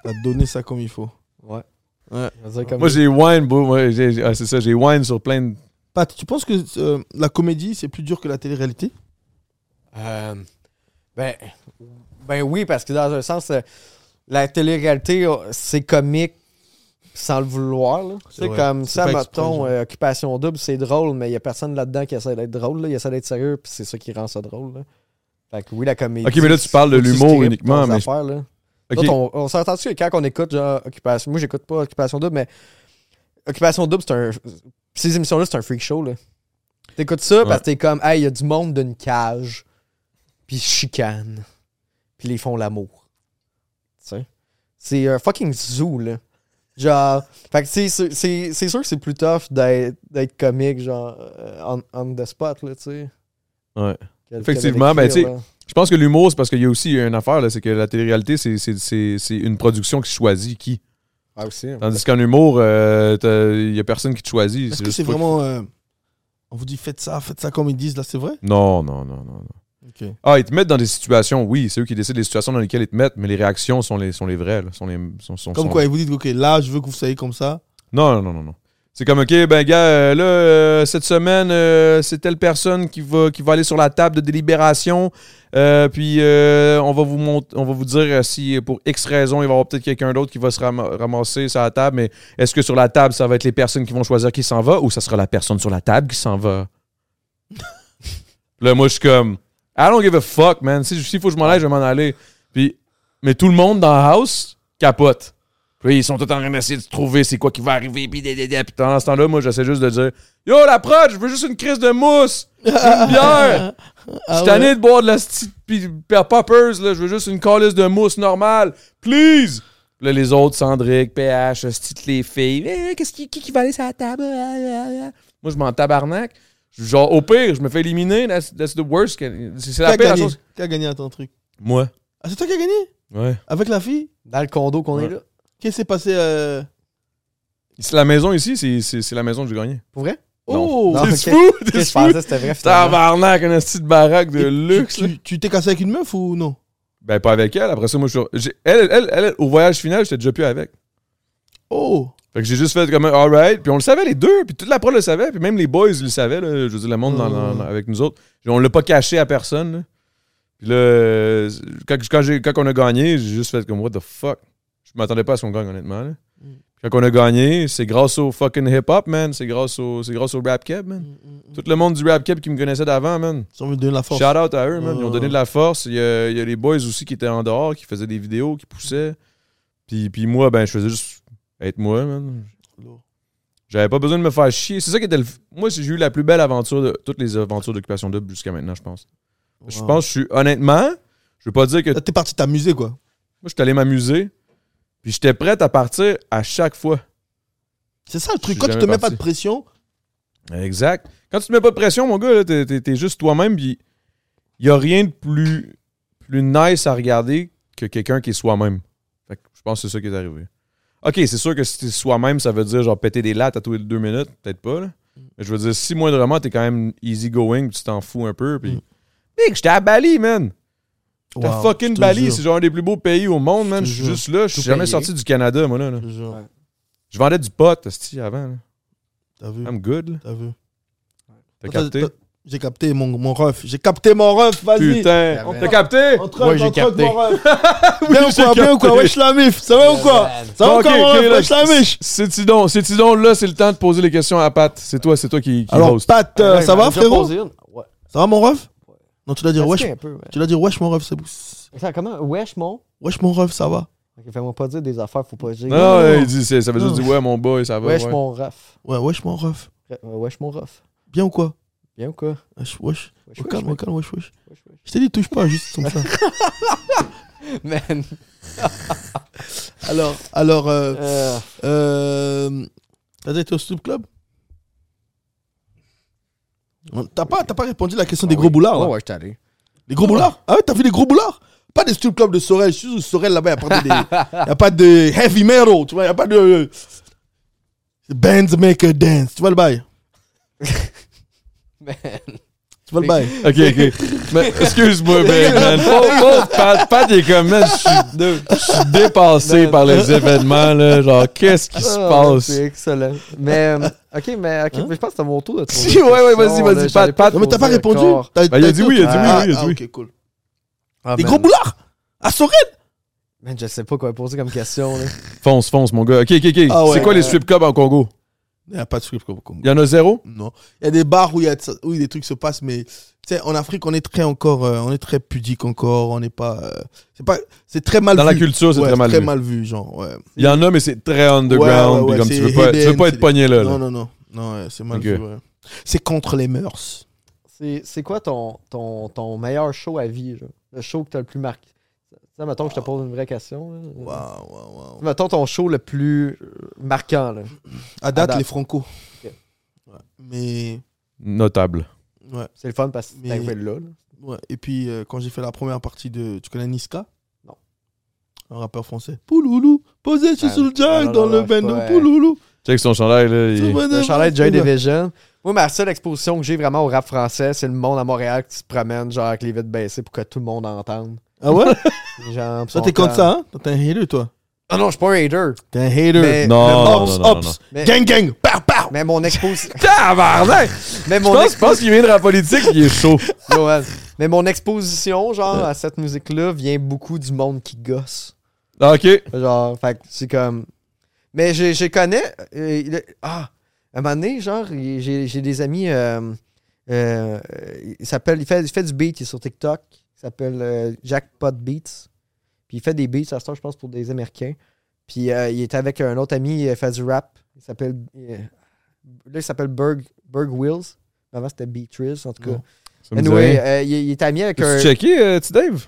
S3: t'as donné ça comme il faut.
S2: Ouais.
S3: Ouais.
S2: Je veux dire, comme-
S1: Moi, j'ai wine, bro. Ouais, j'ai- j'ai- ah, c'est ça, j'ai wine sur plein de.
S3: Pat, tu penses que euh, la comédie, c'est plus dur que la télé-réalité
S2: Euh, ben, ben oui, parce que dans un sens, euh, la télé-réalité, euh, c'est comique sans le vouloir. là.
S3: C'est
S2: C'est
S3: vrai.
S2: comme
S3: C'est
S2: ça,
S3: pas exprès,
S2: mettons,
S3: genre.
S2: euh, Occupation Double, c'est drôle, mais il n'y a personne là-dedans qui essaie d'être drôle. là. Il essaie d'être sérieux, puis c'est ça qui rend ça drôle. là. Fait que oui, la comédie.
S1: Ok, mais là, tu parles de
S2: faut que tu
S1: l'humour
S2: scriptes
S1: uniquement,
S2: tes
S1: mais-
S2: affaires, là.
S1: Ok.
S2: Nous autres, on, on s'entend-tu que quand on écoute, genre, Occupation. Moi, j'écoute pas Occupation Double, mais Occupation Double, c'est un. Ces émissions-là, c'est un freak show, là. T'écoutes ça parce que t'es comme, hey, il y a du monde d'une cage, puis ils se chicanent, puis ils font l'amour. Tu sais? C'est un fucking zoo, là. Genre, fait que c'est- c'est c'est- c'est sûr que c'est plus tough d'être d'être comique, genre, euh, on, on the spot, là, tu sais.
S1: Ouais.
S2: que-
S1: Effectivement,
S2: qu'avec
S1: ben, tu sais,
S2: là.
S1: Je pense que l'humour, c'est parce qu'il y a aussi une affaire, là, c'est que la télé-réalité, c'est- c'est c'est- c'est une production qui choisit qui.
S2: Ah, aussi.
S1: Tandis qu'en humour, euh, t'as- il y a personne qui te choisit.
S3: Est-ce
S1: c'est
S3: que
S1: juste
S3: c'est
S1: toi qui-
S3: vraiment. euh, on vous dit faites ça, faites ça comme ils disent, là, c'est vrai
S1: Non, non, non, non. non.
S3: Ok.
S1: Ah, ils te mettent dans des situations, oui, c'est eux qui décident des situations dans lesquelles ils te mettent, mais les réactions sont les, sont les vraies. là, sont les, sont, sont-
S3: Comme
S1: sont-
S3: quoi, ils vous disent, ok, là, je veux que vous soyez comme ça.
S1: Non, non, non, non. non. C'est comme, OK, ben, gars, euh, là, euh, cette semaine, euh, c'est telle personne qui va, qui va aller sur la table de délibération. euh, puis, euh, on, va vous mont- on va vous dire euh, si, euh, pour X raison, il va y avoir peut-être quelqu'un d'autre qui va se ram- ramasser sur la table. Mais est-ce que sur la table, ça va être les personnes qui vont choisir qui s'en va ou ça sera la personne sur la table qui s'en va? là, moi, je suis comme, I don't give a fuck, man. Si- S'il faut que je m'en aille, je vais m'en aller. Puis, mais tout le monde dans la house capote. Puis ils sont tout en train d'essayer de trouver c'est quoi qui va arriver. Puis, des, des, des. Puis pendant ce temps-là, moi, j'essaie juste de dire Yo, la prod, je veux juste une crise de mousse, je veux une bière. Je suis tanné de boire de la petite poppers, là. Je veux juste une calice de mousse normale. Please! Puis Là, les autres, Sandrick, PH, Stit, les filles. Eh, Qu'est-ce qui, qui, qui va aller sur la table? Ah, ah, ah. Moi, je m'en tabarnak. Genre, au pire, je me fais éliminer. That's, that's the worst. can- C'est c'est
S3: Qui
S1: la
S3: a,
S1: pire la
S3: gagné
S1: chose.
S3: Qui a gagné à ton truc
S1: Moi.
S3: Ah, c'est toi qui as gagné
S1: Ouais.
S3: Avec la fille
S2: Dans le condo qu'on est
S1: Ouais.
S2: là.
S3: Qu'est-ce qui s'est passé euh,
S1: C'est La maison ici, c'est- c'est c'est la maison que j'ai gagnée.
S2: Pour vrai?
S3: Oh
S2: Non,
S1: C'est
S2: ok.
S1: fou!
S2: Ok,
S1: C'est
S2: Je
S1: fou!
S2: pensais que c'était vrai. finalement.
S1: Tabarnak, un petit de baraque de
S3: Et
S1: luxe.
S3: tu-
S1: là.
S3: tu- Tu t'es cassé avec une meuf ou non
S1: Ben, pas avec elle. Après ça, moi, je suis. j'ai- Elle, elle, elle, elle, au voyage final, j'étais déjà plus avec.
S3: Oh
S1: Fait que j'ai juste fait comme un alright. Puis on le savait, les deux. Puis toute la prod le savait. Puis même les boys le savaient, là. Je veux dire, le monde dans- dans- dans- avec nous autres. On l'a pas caché à personne, là. Puis là, euh, quand, quand, j'ai- quand on a gagné, j'ai juste fait comme what the fuck. Je m'attendais pas à ce qu'on gagne, honnêtement, là. Quand on a gagné, c'est grâce au fucking hip-hop, man. C'est grâce au, c'est grâce au rap cap, man. Tout le monde du rap cap qui me connaissait d'avant, man.
S3: Ils ont envie de donner la force.
S1: Shout out à eux, man. Ils ont
S3: Ouais.
S1: donné de la force. Il y, a, il y a les boys aussi qui étaient en dehors, qui faisaient des vidéos, qui poussaient. Puis, puis moi, ben, je faisais juste être moi, man.
S3: Lourd.
S1: J'avais pas besoin de me faire chier. C'est ça qui était le. Moi, j'ai eu la plus belle aventure de toutes les aventures d'occupation double jusqu'à maintenant, je pense. Je
S3: Wow. Euh,
S1: pense, que je suis honnêtement, je veux pas dire que.
S3: Là, T'es parti t'amuser, quoi.
S1: Moi, je suis allé m'amuser. Puis j'étais prêt à partir à chaque fois.
S3: C'est ça le
S1: Je suis
S3: truc. Quand tu te
S1: jamais
S3: mets pas
S1: parti.
S3: de pression,
S1: Exact. Quand tu te mets pas de pression, mon gars, là, t'es, t'es- t'es juste toi-même. Puis il y a rien de plus, plus nice à regarder que quelqu'un qui est soi-même. Fait que je pense que c'est ça qui est arrivé. Ok, c'est sûr que si t'es soi-même, ça veut dire genre péter des lattes à tous les deux minutes. Peut-être pas, là. Mais je veux dire, si moindrement, t'es quand même easy going, tu t'en fous un peu. Puis. Mec, j'étais à Bali, man. J'étais à
S3: Mm. Wow, je
S1: fucking
S3: te
S1: Bali.
S3: jure.
S1: C'est genre un des plus beaux pays au monde, man.
S3: te
S1: Je suis
S3: jure.
S1: juste là. Je suis
S2: Tout
S1: jamais
S2: payé.
S1: sorti du Canada, moi, là. là.
S3: genre,
S1: Je vendais du pot, hostie, avant. là.
S3: t'as vu,
S1: I'm good, là.
S3: t'as vu.
S1: Ah, T'as
S3: Toi,
S1: capté?
S3: Mm. t'as- J'ai capté mon, mon ref. J'ai capté mon ref, vas-y.
S1: Putain,
S3: On
S1: t'as
S3: truc,
S1: capté?
S3: on
S2: Ouais, j'ai
S3: truc,
S2: capté.
S3: mon ref. Bien ou
S1: j'ai
S3: quoi, bien ou quoi,
S1: capté.
S3: wesh la mif, ça va ou quoi Ça va ou
S1: Ok,
S3: quoi, mon
S1: ok,
S3: ref,
S1: là,
S3: wesh la mif
S1: C'est Tidon, c'est Tidon, là, c'est le temps de poser les questions à Pat. C'est toi, c'est toi qui, qui
S3: Alors,
S1: host.
S3: Pat, euh,
S2: Ouais,
S3: ça
S2: il m'a
S3: va,
S2: déjà
S3: frérot
S2: posé une. Ouais.
S3: Ça va, mon ref Non, tu dois dire, wesh,
S2: Fatigué un peu, ouais.
S3: tu dois dire, wesh, mon ref, c'est bon.
S2: Attends, comment? Wesh, mon?
S3: Wesh, mon ref, ça va.
S2: Ok, Fais-moi pas dire des affaires, faut pas dire.
S1: Non, non, il dit, c'est- ça veut juste
S3: Non.
S1: dire, ouais, mon boy, ça va.
S2: Wesh,
S1: Ah, ouais.
S2: mon ref.
S3: Ouais, wesh, mon ref.
S2: Euh, Wesh, mon ref.
S3: Bien ou quoi
S2: Bien ou quoi?
S3: Wesh, wesh.
S2: Wesh,
S3: Au
S2: wesh,
S3: calme,
S2: mec.
S3: au calme, wesh, wesh.
S2: Wesh, wesh.
S3: Je t'ai dit, touche pas, juste comme ça.
S2: Man.
S3: Alors, alors, euh,
S2: Euh,
S3: euh, t'as déjà été au strip club T'as pas, t'as pas répondu à la
S1: Ah
S3: question des gros boulards, là
S2: ouais, ouais, je t'allais.
S3: Les gros boulards Ah ouais, t'as vu les gros boulards Pas des strip clubs de Sorel. Je suis au Sorel là-bas, il n'y a pas de heavy metal, tu vois, il a pas de. Bands make a dance, tu vois le bail
S2: Man.
S3: Tu vois le bail
S1: Ok, ok. Mais, excuse-moi, ben, man. Pauvre- pauvre Pat, Pat, il est comme, man, je suis- je suis dépassé par les événements, là. Genre, qu'est-ce qui se
S2: Ah,
S1: passe?
S2: C'est excellent. Mais, euh, ok, mais, ok, mais je pense que c'est à mon tour de trouver.
S1: Si,
S2: une
S1: ouais, ouais, vas-y,
S2: question,
S1: vas-y,
S2: là,
S1: Pat,
S2: j'allais
S1: Pat.
S3: Non, mais t'as pas
S2: poser
S3: répondu
S2: encore.
S3: T'as-
S1: Bah, il a
S3: t'as
S1: dit
S3: été
S1: oui,
S3: au-
S1: il a dit oui,
S3: Ah,
S1: oui, ben. il a
S3: ah,
S1: dit
S3: ok, cool.
S2: Ah,
S3: Les
S2: man.
S3: gros boulards À Sorel
S2: Man, je sais pas quoi poser comme question. Là.
S1: Fonce, fonce, mon gars. Ok, ok, ok.
S3: Ah ouais,
S1: c'est quoi
S3: euh,
S1: les strip clubs en Congo?
S3: Il n'y a pas de strip club au Congo.
S1: Il y en a zéro?
S3: Non. Il y a des bars où, il y a, de ça- où des trucs se passent, mais tu sais, en Afrique, on est très encore, euh, on est très pudique encore, on n'est pas, euh, c'est pas, c'est très mal
S1: Dans
S3: vu.
S1: la culture, c'est
S3: Ouais,
S1: très mal vu.
S3: genre. ouais.
S1: Il y en a, mais c'est très
S3: Ouais,
S1: underground.
S3: ouais,
S1: puis
S3: ouais,
S1: comme tu
S3: c'est
S1: veux pas, tu veux
S3: hidden,
S1: pas
S3: c'est-
S1: être pogné là.
S3: Non,
S1: là.
S3: non, non, non, ouais, c'est mal
S1: Ok.
S3: vu. ouais. C'est contre les mœurs.
S2: C'est c'est quoi ton, ton, ton meilleur show à vie? genre? Le show que t'as le plus marqué? Ça, mettons que je te pose une vraie question. là.
S3: Waouh, waouh, waouh.
S2: Mettons ton show le plus euh, marquant. Là.
S3: À date,
S2: date.
S3: les Franco. Ouais. Mais
S1: Notable.
S3: ouais,
S2: C'est le fun parce que
S3: Mais-
S2: t'es arrivé là. là.
S3: ouais. Et puis euh, quand j'ai fait la première partie de, tu connais Niska
S2: Non.
S3: Un rappeur français. Pouloulou, posé chez
S2: Ah,
S3: Soul
S2: ah,
S3: Jack
S2: non,
S3: dans
S2: non,
S3: le
S2: non, je sais
S3: bendo.
S2: pas, ouais.
S3: Pouloulou.
S1: Check son chandail, là. il-
S2: Le Charlotte Joy
S3: Division.
S2: Division. Moi, ma seule exposition que j'ai vraiment au rap français, c'est le monde à Montréal qui se promène genre avec les vitres baissées pour que tout le monde entende.
S3: Ah ouais
S2: Les gens
S3: Toi,
S2: sont
S3: t'es contre
S2: calmes.
S3: ça, hein Toi, T'es un hater, toi.
S2: Ah non, je suis pas un hater.
S3: T'es un hater.
S2: Mais-
S1: Non,
S3: Le
S1: non,
S3: Ops,
S1: non, non,
S3: ops.
S1: non.
S2: Mais-
S3: Gang, gang. Pow, pow.
S2: Mais mon exposition.
S1: Tabarnak!
S2: mais
S1: Je
S2: mon
S1: pense, je pense qu'il vient de la politique, il est chaud.
S2: Ouais, ouais. Mais mon exposition, genre, à cette musique-là, vient beaucoup du monde qui gosse.
S1: Ah, Ok.
S2: Genre, fait que c'est comme. Mais je, je connais. euh, il est- ah, à un moment donné, genre, il- j'ai j'ai des amis. euh, euh, il s'appelle. Il fait, il fait du beat, il est sur TikTok. Il s'appelle euh, Jackpot Beats. Puis il fait des beats, à ce temps, je pense, pour des Américains. Puis euh, il était avec un autre ami, il fait du rap. Il s'appelle. euh, là, il s'appelle Berg, Berg Wills. Avant, c'était Beatrice, en tout cas.
S1: Ça me dit
S2: Anyway,
S1: rien.
S2: euh, il, il est ami avec un.
S1: Peux-tu checker, euh, petit Dave?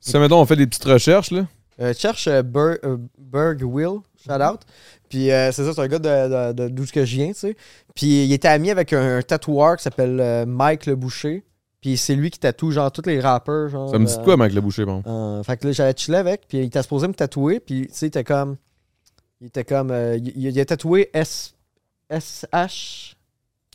S1: Si, mettons, on fait des petites recherches, là.
S2: Euh, cherche euh, Ber- euh, Berg Will, shout out. Puis euh, c'est ça, c'est un gars de- de- de- d'où ce que je viens, tu sais. Puis il était ami avec un, un tatoueur qui s'appelle euh, Mike Le Boucher. Puis c'est lui qui tatoue, genre, tous les rappeurs. Genre,
S1: Ça me dit de
S2: euh,
S1: quoi, Mike Le Boucher, bon?
S2: euh, fait que là, j'avais chillé avec, puis il était supposé me tatouer, puis tu sais, il était comme. Il était comme. euh, il, il- il a tatoué S. SH.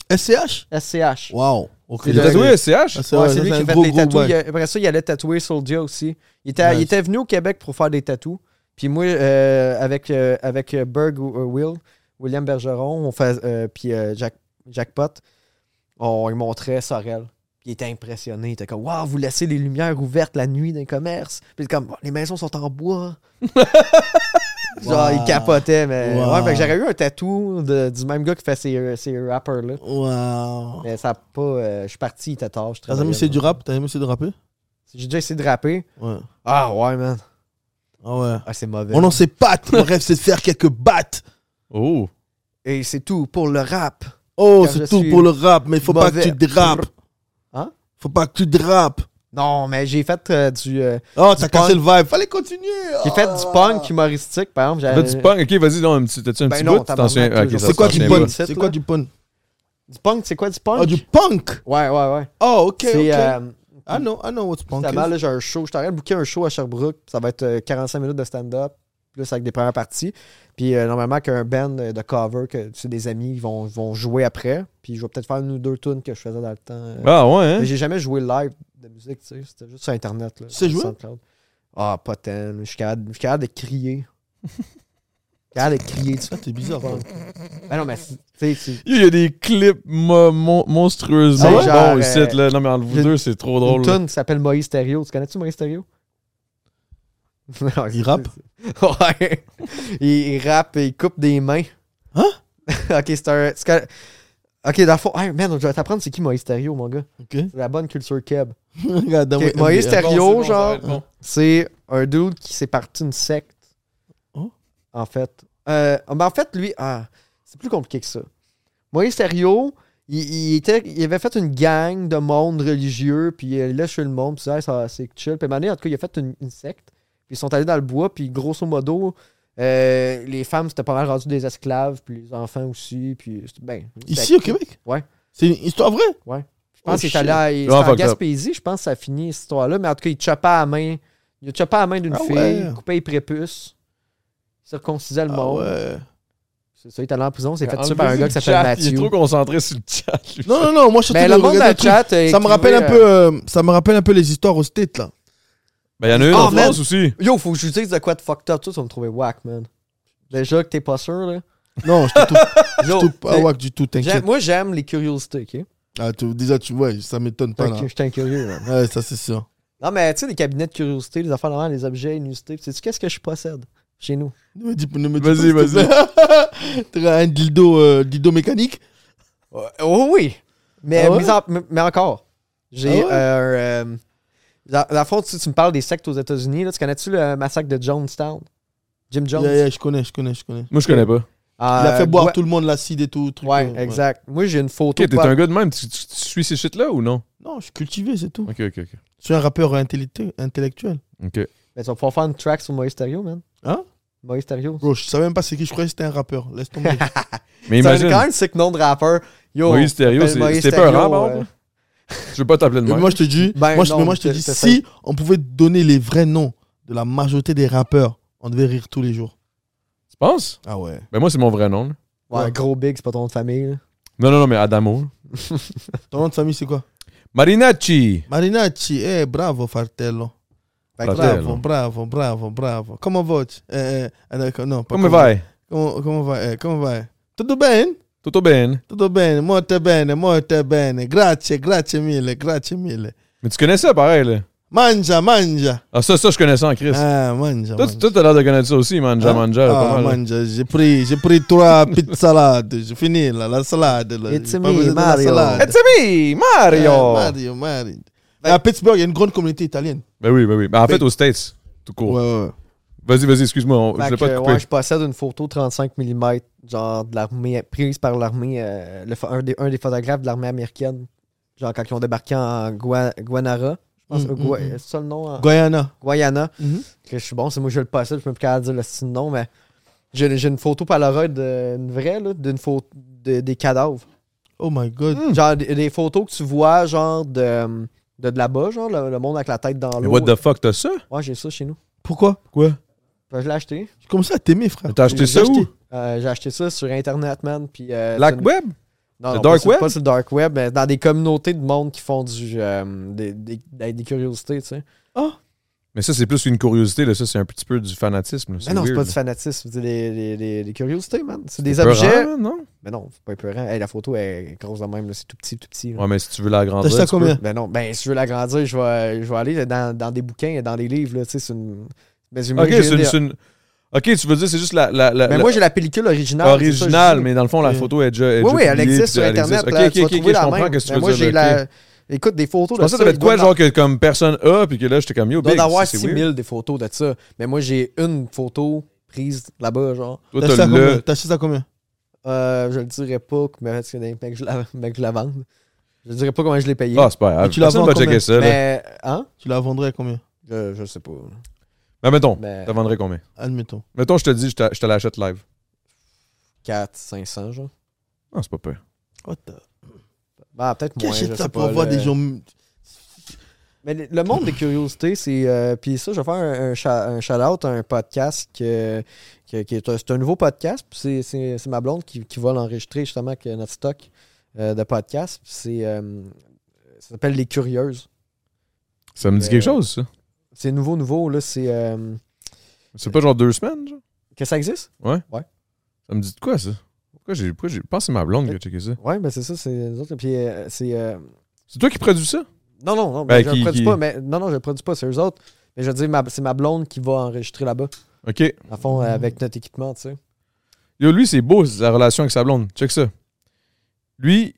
S3: SCH
S2: SCH.
S3: Waouh. Ok.
S2: C'est
S1: Il a
S2: le-
S1: tatoué SCH?
S3: Ah, c'est
S2: Ouais,
S3: vrai,
S2: c'est
S3: ça,
S2: lui
S3: un
S2: qui fait
S3: gros,
S2: les
S3: gros
S2: tatous.
S3: bail.
S2: Il a- Après ça, il allait tatouer Soldier aussi. Il était, il
S3: Nice.
S2: était venu au Québec pour faire des tatous. Puis moi, euh, avec, euh, avec euh, Berg euh, Will, William Bergeron, on fait, euh, puis euh, Jack, Jackpot, on lui montrait Sorel. Puis il était impressionné. Il était comme, waouh, vous laissez les lumières ouvertes la nuit d'un commerce. Puis il était comme, les maisons sont en bois. Genre, il
S3: Wow.
S2: capotait. Mais
S3: Wow.
S2: ouais, fait que j'aurais eu un tatou de- du même gars qui fait ces, ces rappers-là.
S3: Waouh.
S2: Mais ça a pas. euh, je suis parti, il était tard. je
S3: T'as jamais
S2: travaillais,
S3: essayé
S2: là.
S3: du rap T'as jamais essayé de rapper
S2: J'ai déjà essayé de rapper.
S3: Ouais.
S2: Ah ouais, man.
S3: Ah ouais.
S2: Ah, c'est mauvais.
S3: On en sait pas. Mon rêve, c'est de faire quelques battes.
S1: Oh.
S2: Et c'est tout pour le rap.
S3: Oh,
S2: Car je
S3: c'est tout
S2: suis
S3: pour le rap, mais faut pas que
S2: mauvais.
S3: tu drapes.
S2: Hein
S3: Faut pas que tu drapes.
S2: Non, mais j'ai fait euh, du. euh,
S3: Oh, t'as
S2: Du
S3: cassé le
S2: punk.
S3: vibe. Fallait continuer.
S2: j'ai
S3: Oh
S2: fait
S3: là
S2: du
S3: là.
S2: punk humoristique, par exemple.
S1: T'as
S2: j'avais-
S1: fait du punk? Ok, vas-y, donc, un petit- t'as-tu un
S2: Euh, Ben
S1: petit
S2: non,
S1: bout?
S2: tabarnak,
S1: souviens- ok,
S2: toujours.
S1: ça
S3: C'est quoi
S1: se
S3: du
S1: souvient
S3: punk
S1: pas.
S3: C'est quoi du punk
S2: Du punk, c'est quoi du punk?
S3: Oh, du punk
S2: Ouais, ouais, ouais.
S3: Oh, ok,
S2: c'est.
S3: ok.
S2: euh,
S3: Ah non, ah non, what's punk
S2: justement,
S3: is.
S2: là, j'ai un show. Je t'arrête de booker un show à Sherbrooke. Ça va être euh, 45 minutes de stand-up. Plus avec des premières parties. Puis euh, normalement, qu'un band euh, de cover, que c'est des amis, ils vont, vont jouer après. Puis je vais peut-être faire une ou deux tunes que je faisais dans le temps. euh,
S1: Ah, ouais, hein?
S2: Mais j'ai jamais joué live de musique, tu sais. C'était juste sur Internet. Là,
S3: Tu sais
S2: sur
S3: jouer?
S2: SoundCloud. Ah, pas tant. Je suis capable, je suis capable de crier. Regarde, de crier dessus.
S3: Ça, t'es bizarre, toi.
S2: Ben non, mais c'est- tu sais, c'est
S1: Il y a des clips mo- mo- monstrueusement
S2: Ah ouais?
S1: bons
S2: Genre,
S1: ici.
S2: euh,
S1: là. Non, mais entre vous
S2: une-
S1: deux, c'est trop
S2: une
S1: drôle. là.
S2: tune qui s'appelle Moïse Stereo. Tu connais-tu Moïse Stereo? Non,
S3: Il rappe?
S2: Ouais. il, il rappe et il coupe des mains.
S3: Hein?
S2: ok, c'est un. c'est que- Ok, dans le fond. Hey, man, je vais t'apprendre c'est qui Moïse Stereo, mon gars.
S3: Ok.
S2: C'est la bonne culture keb.
S3: Regarde,
S2: Ok,
S3: ouais,
S2: Moïse
S3: NBA.
S2: Stereo,
S1: Bon, c'est bon, ça va
S2: genre,
S1: être bon.
S2: c'est un dude qui s'est parti une secte.
S3: Oh.
S2: En fait. Euh, mais en fait, lui, ah, c'est plus compliqué que ça. Moïse Stereo, il, il était, il avait fait une gang de monde religieux, puis euh, là, je suis le monde, puis ça, ça, c'est chill. Puis à un moment donné, en tout cas, il a fait une, une secte, puis ils sont allés dans le bois, puis grosso modo, euh, les femmes, c'était pas mal rendu des esclaves, puis les enfants aussi, puis c'était- ben,
S3: Ici,
S2: c'était-
S3: au Québec
S2: Ouais.
S3: C'est une histoire vraie
S2: je pense
S3: Oh,
S2: qu'il est
S3: shit.
S2: allé à-
S1: Ah,
S2: il- c'était en
S1: fucked up.
S2: Gaspésie, je pense que ça finit cette histoire-là. Mais en tout cas, il choppa à la main. Il a choppé à la main d'une
S3: Ah
S2: fille,
S3: ouais.
S2: il coupait les prépuces, il circoncisait le
S3: Ah
S2: monde.
S3: ouais.
S2: C'est ça, il est allé en prison, il s'est fait tuer
S1: Enlevez
S2: par un gars qui
S1: le
S2: s'appelle
S1: chat, Ah, Il est
S2: Mathieu.
S1: trop concentré sur le chat. lui.
S3: Non, non, non, moi, je suis en
S2: Mais
S3: train
S2: le
S3: de
S2: monde dans
S3: regarder
S2: le
S3: le truc.
S2: chat. euh,
S3: Ça me
S2: écrivez,
S3: rappelle un
S2: euh,
S3: peu, euh, ça me rappelle un peu les histoires aux States, là.
S1: Ben, il y en a une
S2: Oh,
S1: en
S2: man.
S1: France aussi.
S2: Yo, faut que je vous dise de quoi de fucked up, ça, ça va me trouver whack, man. Déjà que t'es pas sûr, là.
S3: Non, je te trouve
S2: Yo,
S3: je te trouve pas
S2: t'es-
S3: wack du tout,
S2: j'aime-
S3: t'inquiète.
S2: moi, j'aime les curiosités, ok?
S3: Ah, tu- déjà, tu ouais, ça m'étonne pas, là.
S2: Je suis un curieux, man.
S3: Ouais, ça, c'est sûr.
S2: Non, mais tu sais, les cabinets de curiosité, les affaires normales, les objets inusités, sais-tu qu'est-ce que je possède chez nous?
S3: Ne me dis, ne me dis pas,
S1: Vas-y, vas-y.
S3: s'il te plaît. T'as un dildo, euh, dildo mécanique
S2: Oh oui. Mais,
S3: Ah ouais?
S2: mis en- mais- mais encore, j'ai.
S3: Ah ouais?
S2: euh, euh, dans, dans le fond, tu, tu me parles des sectes aux États-Unis. là. Tu connais-tu le massacre de Jonestown? Jim Jones? Ah,
S3: Yeah, yeah, je connais, je connais, je connais.
S1: Moi, je connais pas. Ok,
S3: Il a fait boire
S2: Euh, ouais,
S3: tout le monde l'acide et tout. Truc,
S2: Ouais,
S3: euh,
S2: exact. Moi, j'ai une photo.
S1: t'es
S2: pas-
S1: un gars de même. Tu, tu- tu suis ces shit-là ou non?
S3: Non, je suis cultivé, c'est tout.
S1: Ok, ok, ok.
S3: Je suis un rappeur intellectuel. intellectuel.
S1: Ok.
S2: Mais Ben, tu vas pouvoir faire une track sur Moïse Stereo, man.
S3: Hein
S2: Moïse Stereo.
S3: Bro, je savais même pas c'est qui. Je croyais que c'était un rappeur. Laisse tomber.
S1: Mais
S2: C'est un-
S1: imagine,
S2: quand même sick nom de rappeur. Yo,
S1: Moïse Stereo,
S2: t'appelles
S1: c'est-
S2: Moïse
S1: c'était
S2: Stereo,
S1: pas un rap, hein,
S2: euh,
S1: je veux pas t'appeler de
S3: Mais
S1: même.
S3: moi, je te dis,
S2: Ben
S3: moi, je,
S2: non,
S3: mais moi, je te
S2: c'est-
S3: dis
S2: c'est
S3: si on pouvait donner les vrais noms de la majorité des rappeurs, on devait rire tous les jours.
S1: Tu penses?
S3: Ah ouais.
S1: Ben, moi, c'est mon vrai nom. là.
S2: Ouais, gros big, c'est pas ton nom de famille. là.
S1: Non, non, non, mais Adamo.
S3: Ton nom de famille, c'est quoi
S1: Marinacci.
S3: Marinacci. Eh, bravo, Fartello.
S2: Bah,
S1: Fratello.
S3: Bravo, bravo, bravo, bravo. Comment vas-tu eh, eh, eh, d'accord, non, pas
S1: Come vai?
S3: Comment, comment va eh, Comment va Tutto bene
S1: Tutto bene?
S3: Tutto bene, molto bene, molto bene. Grazie, grazie mille, grazie mille.
S1: Mais tu connais ça, pareil, là.
S3: Mangia, mangia.
S1: Ah, ça, ça, je connais ça en Christ.
S3: Ah, mangia.
S1: Toi,
S3: mangia.
S1: tu- toi, t'as l'air de connaître ça aussi, Manja
S3: Hein?
S1: Manja. pas
S3: Ah,
S1: mal, hein.
S3: manja. J'ai pris, j'ai pris trois petites salades. J'ai fini là, la salade. Là.
S2: It's
S3: J'ai
S2: me,
S3: pas besoin de la
S2: Mario.
S3: salade.
S1: It's a me, Eh, Mario!
S2: Euh,
S3: Ah, Mario, Mario. Et à Pittsburgh, il y a une grande communauté italienne.
S1: Ben oui, ben oui. Ben, en fait, aux States, tout court.
S3: ouais.
S1: Vas-y, vas-y, excuse-moi, on- je
S2: Fait
S1: voulais pas
S2: que,
S1: te couper.
S2: ouais, je possède une photo 35 mm, genre de l'armée, prise par l'armée, euh, le pho- un, des, un des photographes de l'armée américaine, genre quand ils ont débarqué en Gua- Guanara. Je pense
S3: Mm,
S2: euh, Gua-
S3: mm, mm.
S2: c'est ça le nom en-
S3: Guyana.
S2: Guayana.
S3: Mhm.
S1: Mm-hmm.
S2: Que je suis bon, c'est moi je le possède, je peux plus capable de dire le style de nom, mais j'ai j'ai une photo Polaroid, euh, une vraie, là, d'une photo de- des cadavres.
S3: Oh my god.
S1: Mm. Hmm.
S2: Genre des, des photos que tu vois, genre de, de, de là-bas, genre le, le monde avec la tête dans
S1: Mais
S2: l'eau.
S1: what the fuck, t'as ça?
S2: Ouais, j'ai ça chez nous.
S3: Pourquoi
S1: Quoi?
S2: Fait que Je l'ai acheté.
S3: J'ai commencé à t'aimer, frère.
S1: T'as acheté
S3: J'ai
S1: ça où?
S2: Euh, j'ai acheté ça sur Internet, man. Puis, euh,
S1: Black
S2: c'est une-
S1: Web?
S2: Non,
S1: Le
S2: non,
S1: dark
S2: pas sur-
S1: web?
S2: Pas sur le dark web, mais dans des communautés de monde qui font du, euh, des, des, des- des curiosités, tu sais.
S1: Mais ça, c'est plus une curiosité, là. Ça, c'est un petit peu du fanatisme. là.
S2: Mais non, c'est
S1: weird,
S2: pas du
S1: là.
S2: fanatisme, c'est des, des, des, des curiosités, man. C'est des
S1: C'est peurant,
S2: objets.
S1: hein, non?
S2: Mais non, c'est pas épeurant. Hey, la photo est grosse de même, là, c'est tout petit, tout petit. là.
S1: Ouais, mais si tu veux l'agrandir.
S3: T'as acheté à
S1: tu peux.
S3: combien
S2: Ben non, ben si je veux l'agrandir, je vais, je vais aller dans, dans des bouquins, dans des livres, là, tu sais, c'est une. Mais, j'ai-
S1: Ok,
S2: j'ai
S1: c'est une,
S2: des-
S1: c'est une- Ok, tu veux dire, c'est juste la. la, la-
S2: mais
S1: la-
S2: moi, j'ai la pellicule originale. c'est ça que je
S1: originale,
S2: dis.
S1: mais dans le fond, la
S3: Euh,
S1: photo est déjà. est
S2: Oui,
S1: déjà
S2: oui, elle
S1: publiée,
S2: existe sur
S1: puis elle
S2: Internet.
S1: existe.
S2: là,
S1: Ok,
S2: tu
S1: ok,
S2: vas
S1: ok,
S2: trouver
S1: je
S2: la
S1: comprends
S2: même.
S1: que ce que tu
S2: Mais
S1: veux
S2: moi,
S1: dire.
S2: j'ai
S1: là, ok.
S2: la. Écoute, des photos
S1: Je
S2: de
S1: pensais que t'avais de
S2: il doit
S1: quoi,
S2: en
S1: genre, que comme personne a, puis que là, j'étais comme yo,
S2: Il doit
S1: big.
S2: y en avoir
S1: c'est weird.
S2: 6000 des photos de ça. Mais moi, j'ai une photo prise là-bas, genre.
S1: Toi,
S3: acheté
S1: t'as
S3: à combien
S1: le.
S3: T'as acheté ça à combien
S2: Euh, je le dirais pas, que- mais que mais que je la, mais que je la vende. Je le dirais pas comment je l'ai payé.
S1: Ah, c'est pas grave.
S3: Mais tu la
S1: Personne
S3: vends
S1: va
S3: combien?
S1: checker ça, là.
S2: mais, hein?
S3: Tu la vendrais à combien
S2: Je, je sais pas.
S1: Mais mettons,
S2: Mais-
S1: t'as vendrais combien?
S3: Admettons.
S1: Mettons, je te dis, je te je te l'achète live.
S2: 4, 500, genre.
S1: Ah, c'est pas peur.
S3: What the
S2: Bah, peut-être moins.
S3: Qu'est-ce
S2: Je
S3: que
S2: sais
S3: t'as pour
S2: pas.
S3: avoir
S2: là.
S3: des gens.
S2: Mais le le monde des curiosités, c'est. euh, Puis ça, je vais faire un, un cha- un shout-out à un podcast que, que- qui est un, c'est un nouveau podcast. Puis c'est- c'est c'est ma blonde qui, qui va l'enregistrer justement avec notre stock euh, de podcasts. Puis c'est. euh, ça s'appelle Les Curieuses.
S1: Ça me dit
S2: Euh,
S1: quelque chose, ça.
S2: C'est nouveau, nouveau, là. C'est. euh,
S1: C'est pas genre deux semaines, genre?
S2: Que ça existe?
S1: Ouais?
S2: Ouais.
S1: Ça me dit de quoi, ça? Pourquoi j'ai. Pourquoi j'ai. Je pense que c'est ma blonde qui a checké ça.
S2: Ouais, ben c'est ça, c'est les autres. Puis euh, c'est. euh,
S1: C'est toi qui produis ça?
S2: Non, non, non,
S1: Ben,
S2: je
S1: qui-
S2: le produis
S1: qui-
S2: pas. Mais, non, non, je le produis pas, c'est eux autres. Mais je veux dire, ma- c'est ma blonde qui va enregistrer là-bas,
S1: OK.
S2: à fond,
S1: Ah.
S2: euh, avec notre équipement, tu sais.
S1: Yo, lui, c'est beau, sa relation avec sa blonde. Check ça. Lui,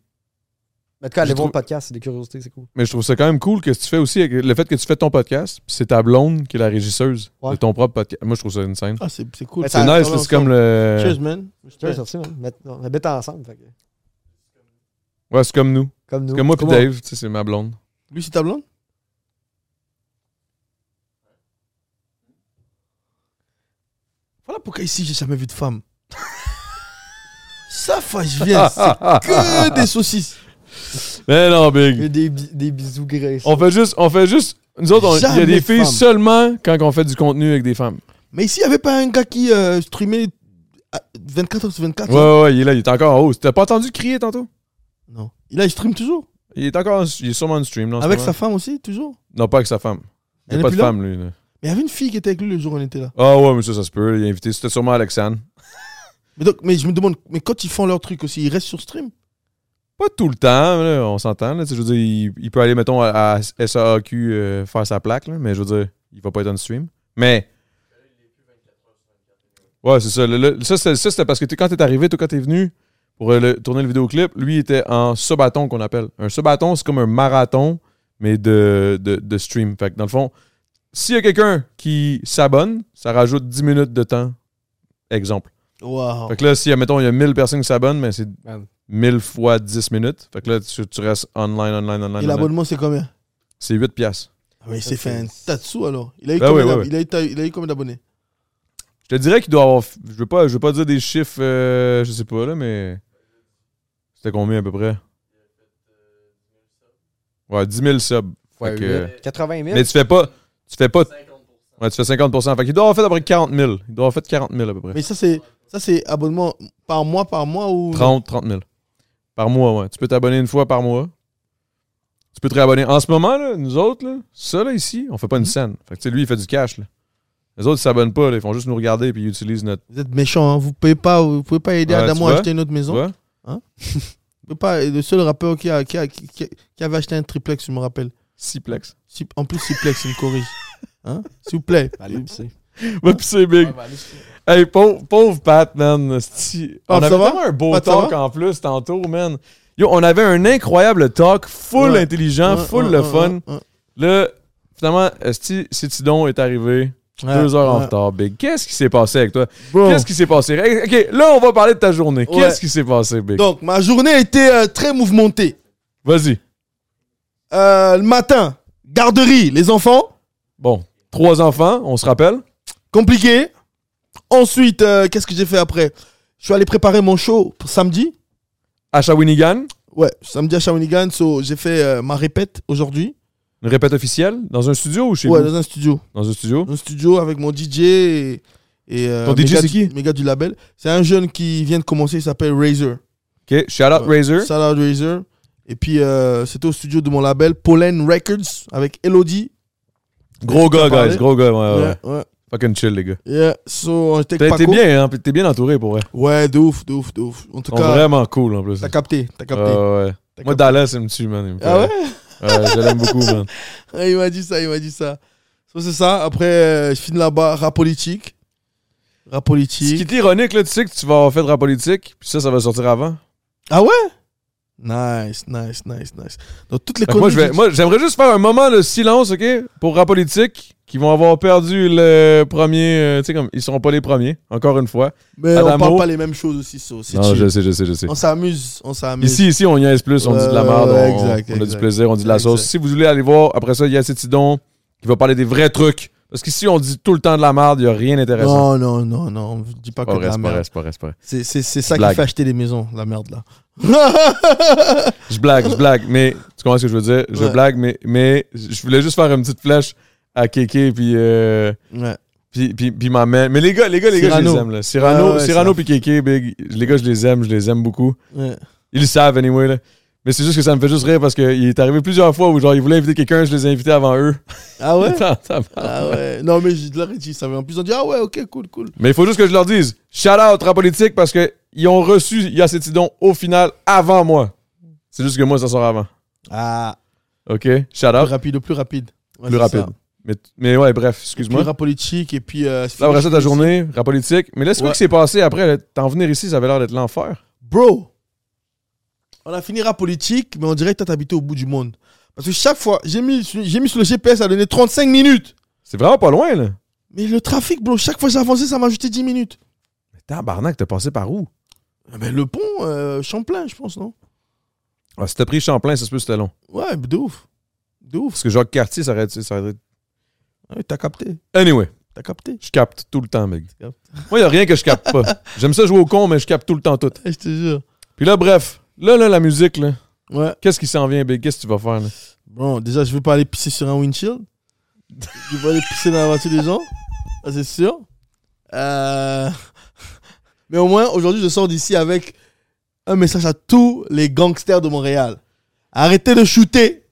S2: Mais en tout cas,
S1: J'ai
S2: allez voir le
S1: trouvé-
S2: podcast, c'est des curiosités, c'est cool.
S1: mais je trouve ça quand même cool que tu fais aussi avec le fait que tu fais ton podcast, puis c'est ta blonde qui est la régisseuse de
S2: Ouais.
S1: ton propre podcast. Moi, je trouve ça une scène.
S3: Ah, c'est c'est cool.
S2: Mais
S1: C'est
S2: ça-
S1: nice,
S3: ça
S1: là, c'est
S3: lance-
S1: comme le.
S3: Cheers, man.
S2: Tu vois, sorti, hein? Mais on habite ensemble, fait que,
S1: Ouais, c'est comme nous.
S2: comme nous.
S1: C'est comme moi puis
S2: Comment-
S1: Dave, tu sais, c'est ma blonde.
S3: Lui, c'est ta blonde Voilà pourquoi ici, j'ai jamais vu de femme. Ça, fa- je viens, c'est que des saucisses.
S1: Mais non, Big.
S2: Des, des, bi- des bisous graissés.
S1: On fait juste. On fait juste. Nous autres, on- il y a
S3: Jamais
S1: des
S3: de
S1: filles
S3: femmes.
S1: seulement quand on fait du contenu avec des femmes.
S3: Mais ici, il n'y avait pas un gars qui euh, streamait à 24 heures sur 24
S1: Ouais,
S3: hein
S1: ouais, ouais, il est là, il est encore en haut. T'as pas entendu crier tantôt?
S3: Non. Et Là, il stream toujours.
S1: Il est encore. en- Il est sûrement en stream, non?
S3: Avec sa femme aussi, toujours.
S1: Non, pas avec sa femme. Il n'y
S3: Elle est
S1: a pas de
S3: plus là?
S1: femme, lui. là.
S3: Mais il y avait une fille qui était avec lui le jour où on était là.
S1: Ah ouais, mais ça, ça se peut. Il a invité. C'était sûrement Alexandre.
S3: Mais, donc, mais je me demande, mais quand ils font leur truc aussi, ils restent sur stream
S1: Pas tout le temps, là, on s'entend. là. Tu sais, Je veux dire, il, il peut aller, mettons, à, à SAAQ euh, faire sa plaque, là, mais je veux dire, il va pas être en stream. Mais. Ouais, c'est ça. le- le- ça, c'est- ça, c'était parce que t'es- quand t'es arrivé, toi, quand t'es venu pour euh, le- tourner le vidéoclip, lui, il était en subathon qu'on appelle. Un subathon, c'est comme un marathon, mais de, de, de stream. Fait que dans le fond, s'il y a quelqu'un qui s'abonne, ça rajoute 10 minutes de temps. Exemple.
S3: Waouh.
S1: Fait que là, si, mettons, il y a 1000 personnes qui s'abonnent, mais c'est
S2: Man.
S1: 1000 fois 10 minutes. Fait que là, tu, tu restes online, online, online.
S3: Et
S1: online.
S3: l'abonnement, c'est combien
S1: C'est 8 piastres.
S3: Ah, Mais il s'est fait
S2: c'est-
S3: un tas de sous alors. Il a eu
S1: Ah
S3: combien
S1: ouais, ouais,
S3: d'ab-
S1: ouais.
S3: il a eu ta- il a eu combien d'abonnés
S1: Je te dirais qu'il doit avoir. Je veux pas, je veux pas dire des chiffres, euh, je sais pas, là, mais. C'était combien à peu près? Ouais, 10 000 subs.
S2: Ouais,
S1: Fait que-
S2: huit. 80 000.
S1: Mais tu fais pas. Tu fais pas. Ouais, tu fais 50 Fait qu'il doit avoir fait à peu près 40 000. Il doit avoir fait 40 000 à peu près.
S3: Mais ça, c'est ça c'est abonnement par mois, par mois ou.
S1: 30, 30 000. Par mois, ouais. Tu peux t'abonner une fois par mois. Tu peux te réabonner. En ce moment, là, nous autres, là, ça, là, ici, on fait pas une
S3: Hmm.
S1: scène. Fait que, tu sais, lui, il fait du cash, là. Les autres, ils s'abonnent pas, là. Ils font juste nous regarder puis ils utilisent notre.
S3: Vous êtes méchants, hein. vous pouvez pas, vous pouvez pas aider
S1: Ouais, tu
S3: Adamo à
S1: vois
S3: acheter une autre
S1: Tu
S3: maison.
S1: vois?
S3: Vous pouvez pas, le seul rappeur qui, a, qui, a- qui, a- qui avait acheté un triplex, je me rappelle.
S1: Siplex.
S3: Si- En plus, triplex, il me corrige. Hein S'il vous plaît.
S2: Allez, pisser.
S1: Ouais, puis c'est big.
S3: ben,
S1: Hey, pauvre, pauvre Pat, man. esti.
S3: Ah,
S1: on
S3: ça
S1: avait
S3: va?
S1: vraiment un beau
S3: Pat, ça
S1: talk
S3: va?
S1: en plus tantôt, man. Yo, on avait un incroyable talk, full
S3: Ouais.
S1: intelligent,
S3: Ouais,
S1: full
S3: ouais,
S1: le
S3: ouais,
S1: fun.
S3: ouais, ouais.
S1: Là, finalement, Esti, Citidon est arrivé. Deux heures en
S3: ouais.
S1: retard, Big. Qu'est-ce qui s'est passé avec toi?
S3: Bro.
S1: Qu'est-ce qui s'est passé? Hey, OK, là, on va parler de ta journée.
S3: Ouais.
S1: Qu'est-ce qui s'est passé, Big?
S3: Donc, ma journée était euh, très mouvementée.
S1: Vas-y.
S3: Euh, le matin, garderie, les enfants,
S1: Bon, trois enfants, on se rappelle.
S3: compliqué. Ensuite, euh, qu'est-ce que j'ai fait après Je suis allé préparer mon show pour samedi.
S1: À Shawinigan,
S3: Ouais, samedi à Shawinigan, so, j'ai fait euh, ma répète aujourd'hui.
S1: une répète officielle, dans un studio ou chez
S3: Ouais,
S1: vous?
S3: dans un studio.
S1: Dans un studio.
S3: Dans un studio avec mon DJ et, et, euh,
S1: Ton
S3: mes
S1: DJ,
S3: gars
S1: c'est
S3: du-
S1: qui
S3: Mes gars du label. C'est un jeune qui vient de commencer, il s'appelle Razor.
S1: OK, shout-out
S3: Ouais,
S1: Razor.
S3: Shout out Razor. Et puis, euh, c'était au studio de mon label Pollen Records avec Elodie.
S1: Gros gars,
S3: t'as parlé.
S1: guys. Gros gars, Ah ouais, ouais, ouais.
S3: ouais.
S1: Fucking chill, les gars.
S3: Yeah. So, on était avec
S1: T'es t'es
S3: Paco.
S1: bien, hein? puis T'es bien entouré, pour vrai.
S3: Ouais, de ouf, de ouf, de ouf. En tout
S1: Ils sont
S3: cas,
S1: vraiment cool, en plus.
S3: t'as capté, t'as capté.
S1: Ouais, ouais.
S3: T'as
S1: euh, Moi,
S3: capté.
S1: Dallas, il me tue, man. il me fait-
S3: Ah ouais
S1: Ouais, je l'aime beaucoup, man.
S3: Ouais, Il m'a dit ça, il m'a dit ça. So, c'est ça. Après, euh, je finis là-bas, rap politique.
S1: Ce
S3: Rap
S1: qui
S3: politique.
S1: est ironique, là, tu sais que tu vas avoir fait de la politique, puis ça, ça va sortir avant.
S3: Ah ouais Nice, nice, nice, nice. Dans toutes les
S1: Fait que moi,
S3: conneries
S1: je vais-
S3: que-
S1: moi, j'aimerais juste faire un moment de silence, OK, pour rap politique, qui vont avoir perdu le premier. euh, tu sais, comme ils seront pas les premiers, encore une fois.
S3: Mais on
S1: Adamo-
S3: parle pas les mêmes choses aussi, so, c'est
S1: Non,
S3: chill.
S1: je sais, je sais, je sais.
S3: On s'amuse, on s'amuse.
S1: Ici, ici, on y est plus, on dit de la
S3: Ah, Ouais,
S1: merde,
S3: ouais,
S1: on-
S3: exact,
S1: on, a du
S3: exact.
S1: plaisir, on dit de la sauce.
S3: Exact.
S1: Si vous voulez aller voir, après ça, il y a Tidon qui va parler des vrais trucs. Parce qu'ici, on dit tout le temps de la merde, il n'y a rien d'intéressant.
S3: Non, non, non, non, on dit pas
S1: Pas
S3: que de
S1: vrai,
S3: la
S1: c'est pas vrai,
S3: merde.
S1: c'est pas vrai, c'est pas vrai.
S3: C'est c'est- c'est ça
S1: Blague.
S3: qui fait acheter des maisons, la merde là.
S1: Je blague, je blague, mais tu comprends ce que je veux dire? Je
S3: Ouais.
S1: blague, mais, mais je voulais juste faire une petite flèche à Kéké puis, euh,
S3: ouais.
S1: puis, puis, puis ma mère. Mais les gars, les gars, les gars, je
S3: Cyrano.
S1: les aime. Là. Cyrano,
S3: Ouais, ouais,
S1: Cyrano
S3: ça.
S1: puis Kéké, big, les gars, je les aime, je les aime beaucoup.
S3: ouais.
S1: Ils le savent, anyway. Là. Mais c'est juste que ça me fait juste rire parce qu'il est arrivé plusieurs fois où genre ils voulaient inviter quelqu'un, je les ai invités avant eux.
S3: Ah ouais?
S1: Attends, ça va.
S3: Ah ouais. Non, mais je leur ai dit, ça va. En plus, on dit, ah ouais, ok, cool, cool.
S1: Mais il faut juste que je leur dise shout out en politique parce que ils ont reçu Yacetidon au final avant moi. C'est juste que moi, ça sort avant.
S3: Ah.
S1: OK? Shout out.
S3: Plus rapide, le plus rapide. Ouais,
S1: Plus
S3: c'est
S1: rapide.
S3: ça.
S1: Mais, mais ouais, bref, excuse-moi.
S3: Plus rap politique et puis. Euh,
S1: Là, on reste ta journée, rap politique. Mais là, c'est quoi
S3: Ouais.
S1: qui s'est passé après? là? T'en venir ici, ça avait l'air d'être l'enfer.
S3: Bro, on a fini rap politique, mais on dirait que t'as habité au bout du monde. Parce que chaque fois, j'ai mis, sur- j'ai mis sur le GPS, ça a donné 35 minutes.
S1: C'est vraiment pas loin, là.
S3: Mais le trafic, bro, chaque fois que j'ai avancé, ça m'a ajouté 10 minutes.
S1: Mais tabarnak, t'as passé par où?
S3: Ah ben, le pont, euh, Champlain, je pense, non
S1: Ah, si t'as pris Champlain, ça se peut que c'était long.
S3: Ouais, de ouf. De ouf.
S1: Parce que Jacques Cartier, ça aurait, ça aurait-
S3: Ouais, t'as capté.
S1: Anyway,
S3: T'as capté.
S1: je capte tout le temps, mec.
S3: captes.
S1: Moi, y a rien que je capte pas. J'aime ça jouer au con, mais je capte tout le temps tout.
S3: Je te jure.
S1: Puis là, bref, là, là, la musique, là.
S3: Ouais.
S1: Qu'est-ce qui s'en vient, Big? Qu'est-ce que tu vas faire, là?
S3: Bon, déjà, je vais pas aller pisser sur un windshield. je vais pas aller pisser dans la voiture des gens. Ça, c'est sûr. Euh, Mais au moins, aujourd'hui, je sors d'ici avec un message à tous les gangsters de Montréal. Arrêtez de shooter.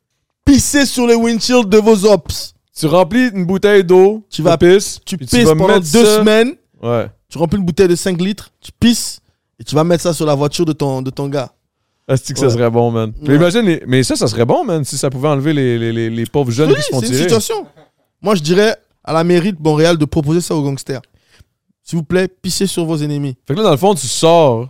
S3: Pissez sur les windshields de vos ops.
S1: Tu remplis une bouteille d'eau,
S3: Tu vas-
S1: pisses,
S3: Tu
S1: puis
S3: pisses
S1: vas
S3: pendant deux
S1: mettre ça-
S3: semaines.
S1: Ouais.
S3: Tu remplis une bouteille de 5 litres. Tu pisses. Et tu vas mettre ça sur la voiture de ton, de ton gars.
S1: Est-ce que ça
S3: Ouais.
S1: serait bon, man? Mais
S3: Ouais.
S1: imagine, les- mais ça, ça serait bon, man, si ça pouvait enlever les, les, les, les pauvres jeunes
S3: Oui,
S1: qui se font
S3: c'est une
S1: tirer.
S3: situation. Moi, je dirais à la mairie de Montréal de proposer ça aux gangsters. S'il vous plaît, pissez sur vos ennemis.
S1: Fait que là, dans le fond, tu sors,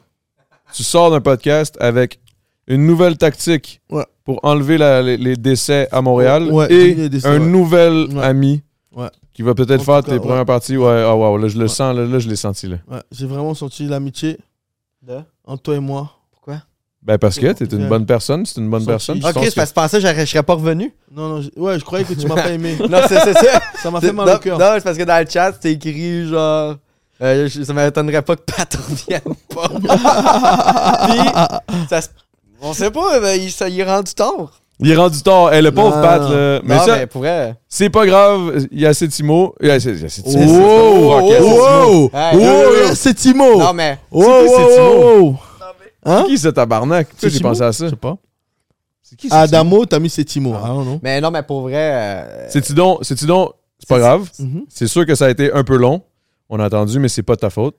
S1: tu sors d'un podcast avec une nouvelle tactique
S3: Ouais.
S1: pour enlever la- les, les décès à Montréal
S3: Ouais,
S1: et
S3: diminuer les décès,
S1: un
S3: ouais.
S1: nouvel
S3: Ouais.
S1: ami
S3: Ouais.
S1: qui va peut-être
S3: En
S1: faire
S3: tout
S1: tes
S3: cas,
S1: premières
S3: ouais.
S1: parties. Ouais, ah wow, là, je le sens, là, là, je l'ai senti, là.
S3: Ouais, J'ai vraiment senti l'amitié
S2: De?
S3: entre toi et moi.
S2: Pourquoi?
S1: Ben, parce que t'es une
S3: Ouais.
S1: bonne personne, c'est une bonne
S3: Senti.
S1: personne. je
S2: Ok,
S1: pense
S2: c'est
S1: que-
S2: parce que je pensais que j'aurais- je serais pas revenu.
S3: Non, non, je- ouais, je croyais que tu m'as pas aimé.
S2: Non, c'est c'est ça.
S3: Ça m'a fait mal
S2: non,
S3: au cœur.
S2: non, c'est parce que dans le chat, c'était écrit genre. euh, je- ça m'étonnerait pas que Pat revienne pas. Puis, ça se- on sait pas, mais il, ça, il est rendu tard.
S1: Il est rendu tard. Eh, le pauvre
S2: Non,
S1: Pat,
S2: non,
S1: là. Mais
S2: non,
S1: ça,
S2: mais pour vrai.
S1: c'est pas grave. Il y a ces Timo. Il y a ces Timo.
S2: Oh,
S1: Fuck, il y a ces hein, Timo.
S3: Wow!
S2: Hey,
S3: Wow! C'est Timo!
S2: Non, mais.
S3: Wow,
S1: qui, c'est
S3: wow,
S1: Timo?
S3: wow, wow.
S1: C'est qui ce tabarnak? Tu sais, j'ai
S3: Timo?
S1: pensé à ça.
S3: hein? Je sais pas.
S1: C'est qui ce
S3: Adamo, t'as mis c'est Timo. Ah non, non.
S2: Mais non, mais pour vrai. euh,
S1: C'est-tu donc, c'est-tu donc, c'est pas
S2: C'est-
S1: grave.
S3: Mhm.
S1: C'est sûr que ça a été un peu long. On a attendu, mais c'est pas de ta faute.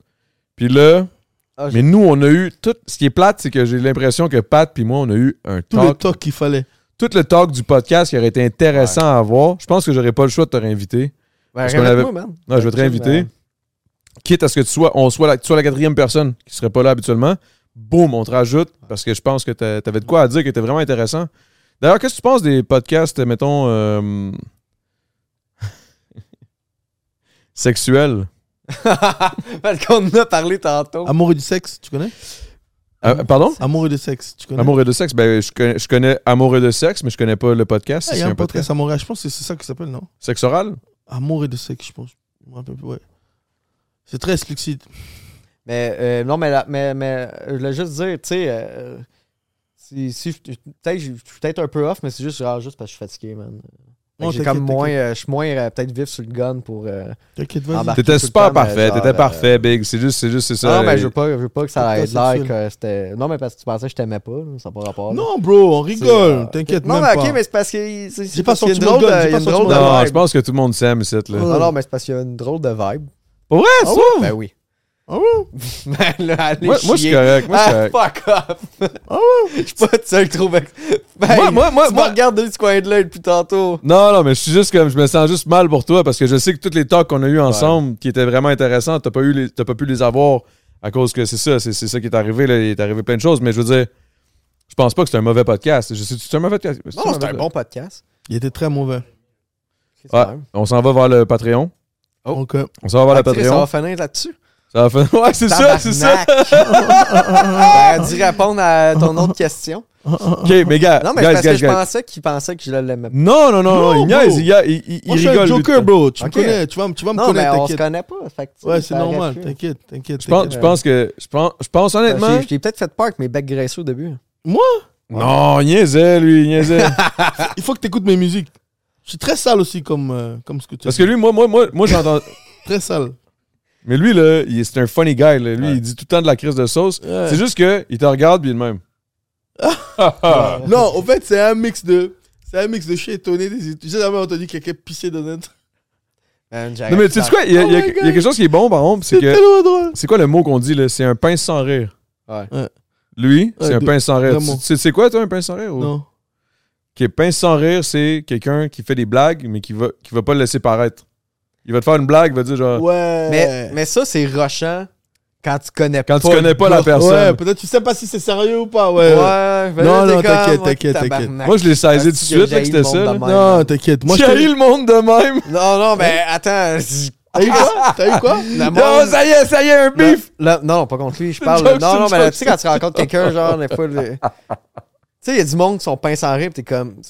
S1: Puis là,
S2: Ah, je-
S1: mais nous, on a eu tout. Ce qui est plate, c'est que j'ai l'impression que Pat puis moi, on a eu un
S3: Tout le
S1: talk.
S3: talk qu'il fallait.
S1: tout le talk du podcast qui aurait été intéressant à voir. Je pense que j'aurais pas le choix de te réinviter.
S2: ben,
S1: parce qu'on
S2: répète-moi,
S1: avait-
S2: man.
S1: Non, je vais te réinviter. Quitte à ce que tu sois, on soit la, tu sois la quatrième personne qui serait pas là habituellement. Boum, on te rajoute parce que je pense que t'a- t'avais de quoi à dire qui était vraiment intéressant. D'ailleurs, qu'est-ce que tu penses des podcasts, mettons, euh, sexuels?
S2: parce qu'on en a parlé tantôt.
S3: Amour et du sexe, tu connais?
S1: Euh, pardon?
S3: Amour et du sexe, tu connais?
S1: Amour et de sexe? Ben, je connais, je connais Amour et de sexe, mais je connais pas le podcast.
S3: Ah, Il
S1: c'est
S3: y a un podcast à Montréal, je pense que c'est ça qui s'appelle, non?
S1: Sexe oral?
S3: Amour et de sexe, je pense. Je me rappelle plus, ouais. C'est très explicite.
S2: Mais euh, non, mais, la- mais, mais euh, je voulais juste dire, tu sais, euh, si, si, je- peut-être je je suis peut-être un peu off, mais c'est juste, genre, juste parce que je suis fatigué, man. Fait
S3: Non,
S2: que J'ai
S3: t'inquiète,
S2: comme moins, euh, je suis moins euh, peut-être vif sur le gun pour. euh,
S3: T'inquiète,
S2: Ah,
S3: vas-y.
S2: bah.
S1: T'étais
S2: tout le
S1: super
S2: temps, mais
S1: parfait,
S2: genre,
S1: t'étais
S2: euh,
S1: parfait, Big. C'est juste, c'est juste, c'est ça. euh,
S2: Non, Ah, mais
S1: Et-
S2: je veux pas, je veux pas que ça
S3: Pourquoi
S2: ait
S3: c'est
S2: l'air
S3: chill?
S2: que c'était. Non, mais parce que tu pensais que je t'aimais pas, là, ça n'a pas rapport. là.
S3: Non, bro, on
S2: C'est, euh,
S3: rigole. T'inquiète,
S2: Non,
S3: même
S2: mais
S3: pas.
S2: ok, mais c'est parce que. c'est- c'est
S3: pas
S2: parce qu'il y a
S3: sorti
S2: une
S3: mon
S2: drôle
S3: gun,
S2: de-
S3: j'ai
S2: il y a
S3: pas
S2: une
S3: sorti
S2: drôle
S3: mon
S2: de
S3: gun.
S1: Non,
S2: vibe.
S1: je pense que tout le monde s'aime, cette là.
S2: Non, non, mais c'est parce qu'il y a une drôle de vibe.
S1: Oh, Ouais, ça!
S2: Ben oui.
S3: Ah ouais?
S2: Ben là, allez
S1: Moi, moi, je suis
S2: chier.
S1: correct. Moi, je suis
S2: Ah,
S1: correct.
S2: fuck off! Je suis pas le seul qui trouve. Ben,
S1: Moi, moi, moi,
S2: tu me
S1: moi-
S2: regardes de ce coin de l'œil depuis tantôt.
S1: Non, non, mais je suis juste comme, je me sens juste mal pour toi parce que je sais que tous les talks qu'on a eu ensemble qui étaient vraiment intéressants, t'as pas eu, les- t'as pas pu les avoir à cause que c'est ça, c'est c'est ça qui est arrivé. Là, il est arrivé plein de choses, mais je veux dire, je pense pas que c'est un mauvais podcast. Je sais, c'est un mauvais podcast.
S2: Non, c'est un bon podcast.
S3: Il était très mauvais.
S1: Ouais, on s'en va vers le Patreon.
S2: Oh.
S3: Donc, euh,
S1: On s'en va vers le
S2: Ah, tu sais, Ça
S1: Patreon.
S2: va finir là-dessus.
S1: Ça va faire- Ouais, c'est ça, c'est ça.
S2: T'aurais dû répondre Ben, à ton autre question.
S1: Ok, mais gars,
S2: Non, mais
S1: guys,
S2: c'est parce
S1: guys,
S2: que je
S1: guys.
S2: pensais qu'il pensait que je l'aimais pas.
S1: Non, non, non, non, il
S3: Non,
S1: niaise,
S3: bro.
S1: il, y a- il, il- il
S3: moi, je suis un
S1: rigole. lui,
S3: joker,
S1: tout le temps.
S3: bro. Tu me
S2: Ok.
S3: connais. Tu vas, me- tu vas me
S2: Non, mais
S3: connaître,
S2: on se
S3: t'inquiète.
S2: connaît pas. fait que, tu sais,
S3: Ouais, c'est
S2: ça aurait
S3: normal.
S2: pu.
S3: T'inquiète, t'inquiète.
S1: Je pense,
S3: t'inquiète.
S1: je pense que, je pense, je pense honnêtement.
S2: J'ai- J'ai peut-être fait peur avec mes becs graisseux au début.
S3: Moi,
S1: Non, il niaisait, lui, il niaisait.
S3: il faut que t'écoutes mes musiques. Je suis très sale aussi, comme, euh, comme ce que tu as
S1: Parce que
S3: dit.
S1: lui, moi, moi, moi, moi j'entends.
S3: Très sale.
S1: Mais lui, là, il- c'est un funny guy. là. Lui, il dit tout le temps de la crise de sauce.
S3: Ouais.
S1: C'est juste que il te regarde puis il est de même.
S3: non, en fait, c'est un mix de. C'est un mix de chier étonné des études. J'ai jamais entendu quelqu'un pisser dans un truc.
S2: Ben,
S1: Non, mais tu sais quoi? Il y, a- il y a-
S3: Oh
S1: il
S3: my
S1: y a
S3: God.
S1: quelque chose qui est bon, par exemple, c'est
S3: C'est
S1: que.
S3: tellement drôle.
S1: C'est quoi le mot qu'on dit, là? C'est un pince sans rire.
S2: Ouais.
S3: Ouais.
S1: Lui, c'est
S3: Ouais,
S1: un
S3: de-
S1: pince sans rire. Tu-
S3: vraiment.
S1: Tu sais- c'est quoi, toi, un pince sans rire? ou-
S3: Non.
S1: Ok, pince sans rire, c'est quelqu'un qui fait des blagues, mais qui va, qui va pas le laisser paraître. Il va te faire une blague, il va dire genre.
S3: Ouais.
S2: Mais, mais ça, c'est rushant quand tu connais
S1: Quand
S2: pas.
S1: tu connais
S2: le
S1: pas la
S2: gars.
S1: personne.
S3: Ouais, peut-être tu sais pas si c'est sérieux ou pas. Ouais.
S2: Ouais,
S3: ouais.
S2: ben là,
S3: Non, non,
S2: t'es comme,
S3: t'inquiète,
S2: oh,
S3: t'inquiète, t'inquiète.
S2: tabarnak.
S1: Moi, je l'ai saisi tout de
S2: Parce que
S1: suite, là, que
S2: j'ai
S1: c'était
S2: le monde
S1: ça.
S2: de
S1: là.
S2: même.
S3: Non, Ah, t'inquiète. Moi,
S1: J'ai
S3: je
S1: haï
S3: t'ai-
S1: le monde de même.
S2: Non, non, mais attends. je-
S3: T'as eu quoi T'as eu quoi
S2: La
S1: Non,
S2: monde-
S1: Oh, ça y est, ça y est, un
S3: Ben,
S2: Le-
S1: bif.
S2: le- non, non, pas contre lui, je
S1: C'est
S2: parle.
S1: une joke,
S2: non,
S1: c'est
S2: non,
S1: une
S2: mais là,
S1: joke,
S2: tu sais, quand tu rencontres quelqu'un, genre, des fois, le- tu sais, il y a du monde qui sont pince en rire, pis t'es comme. Tu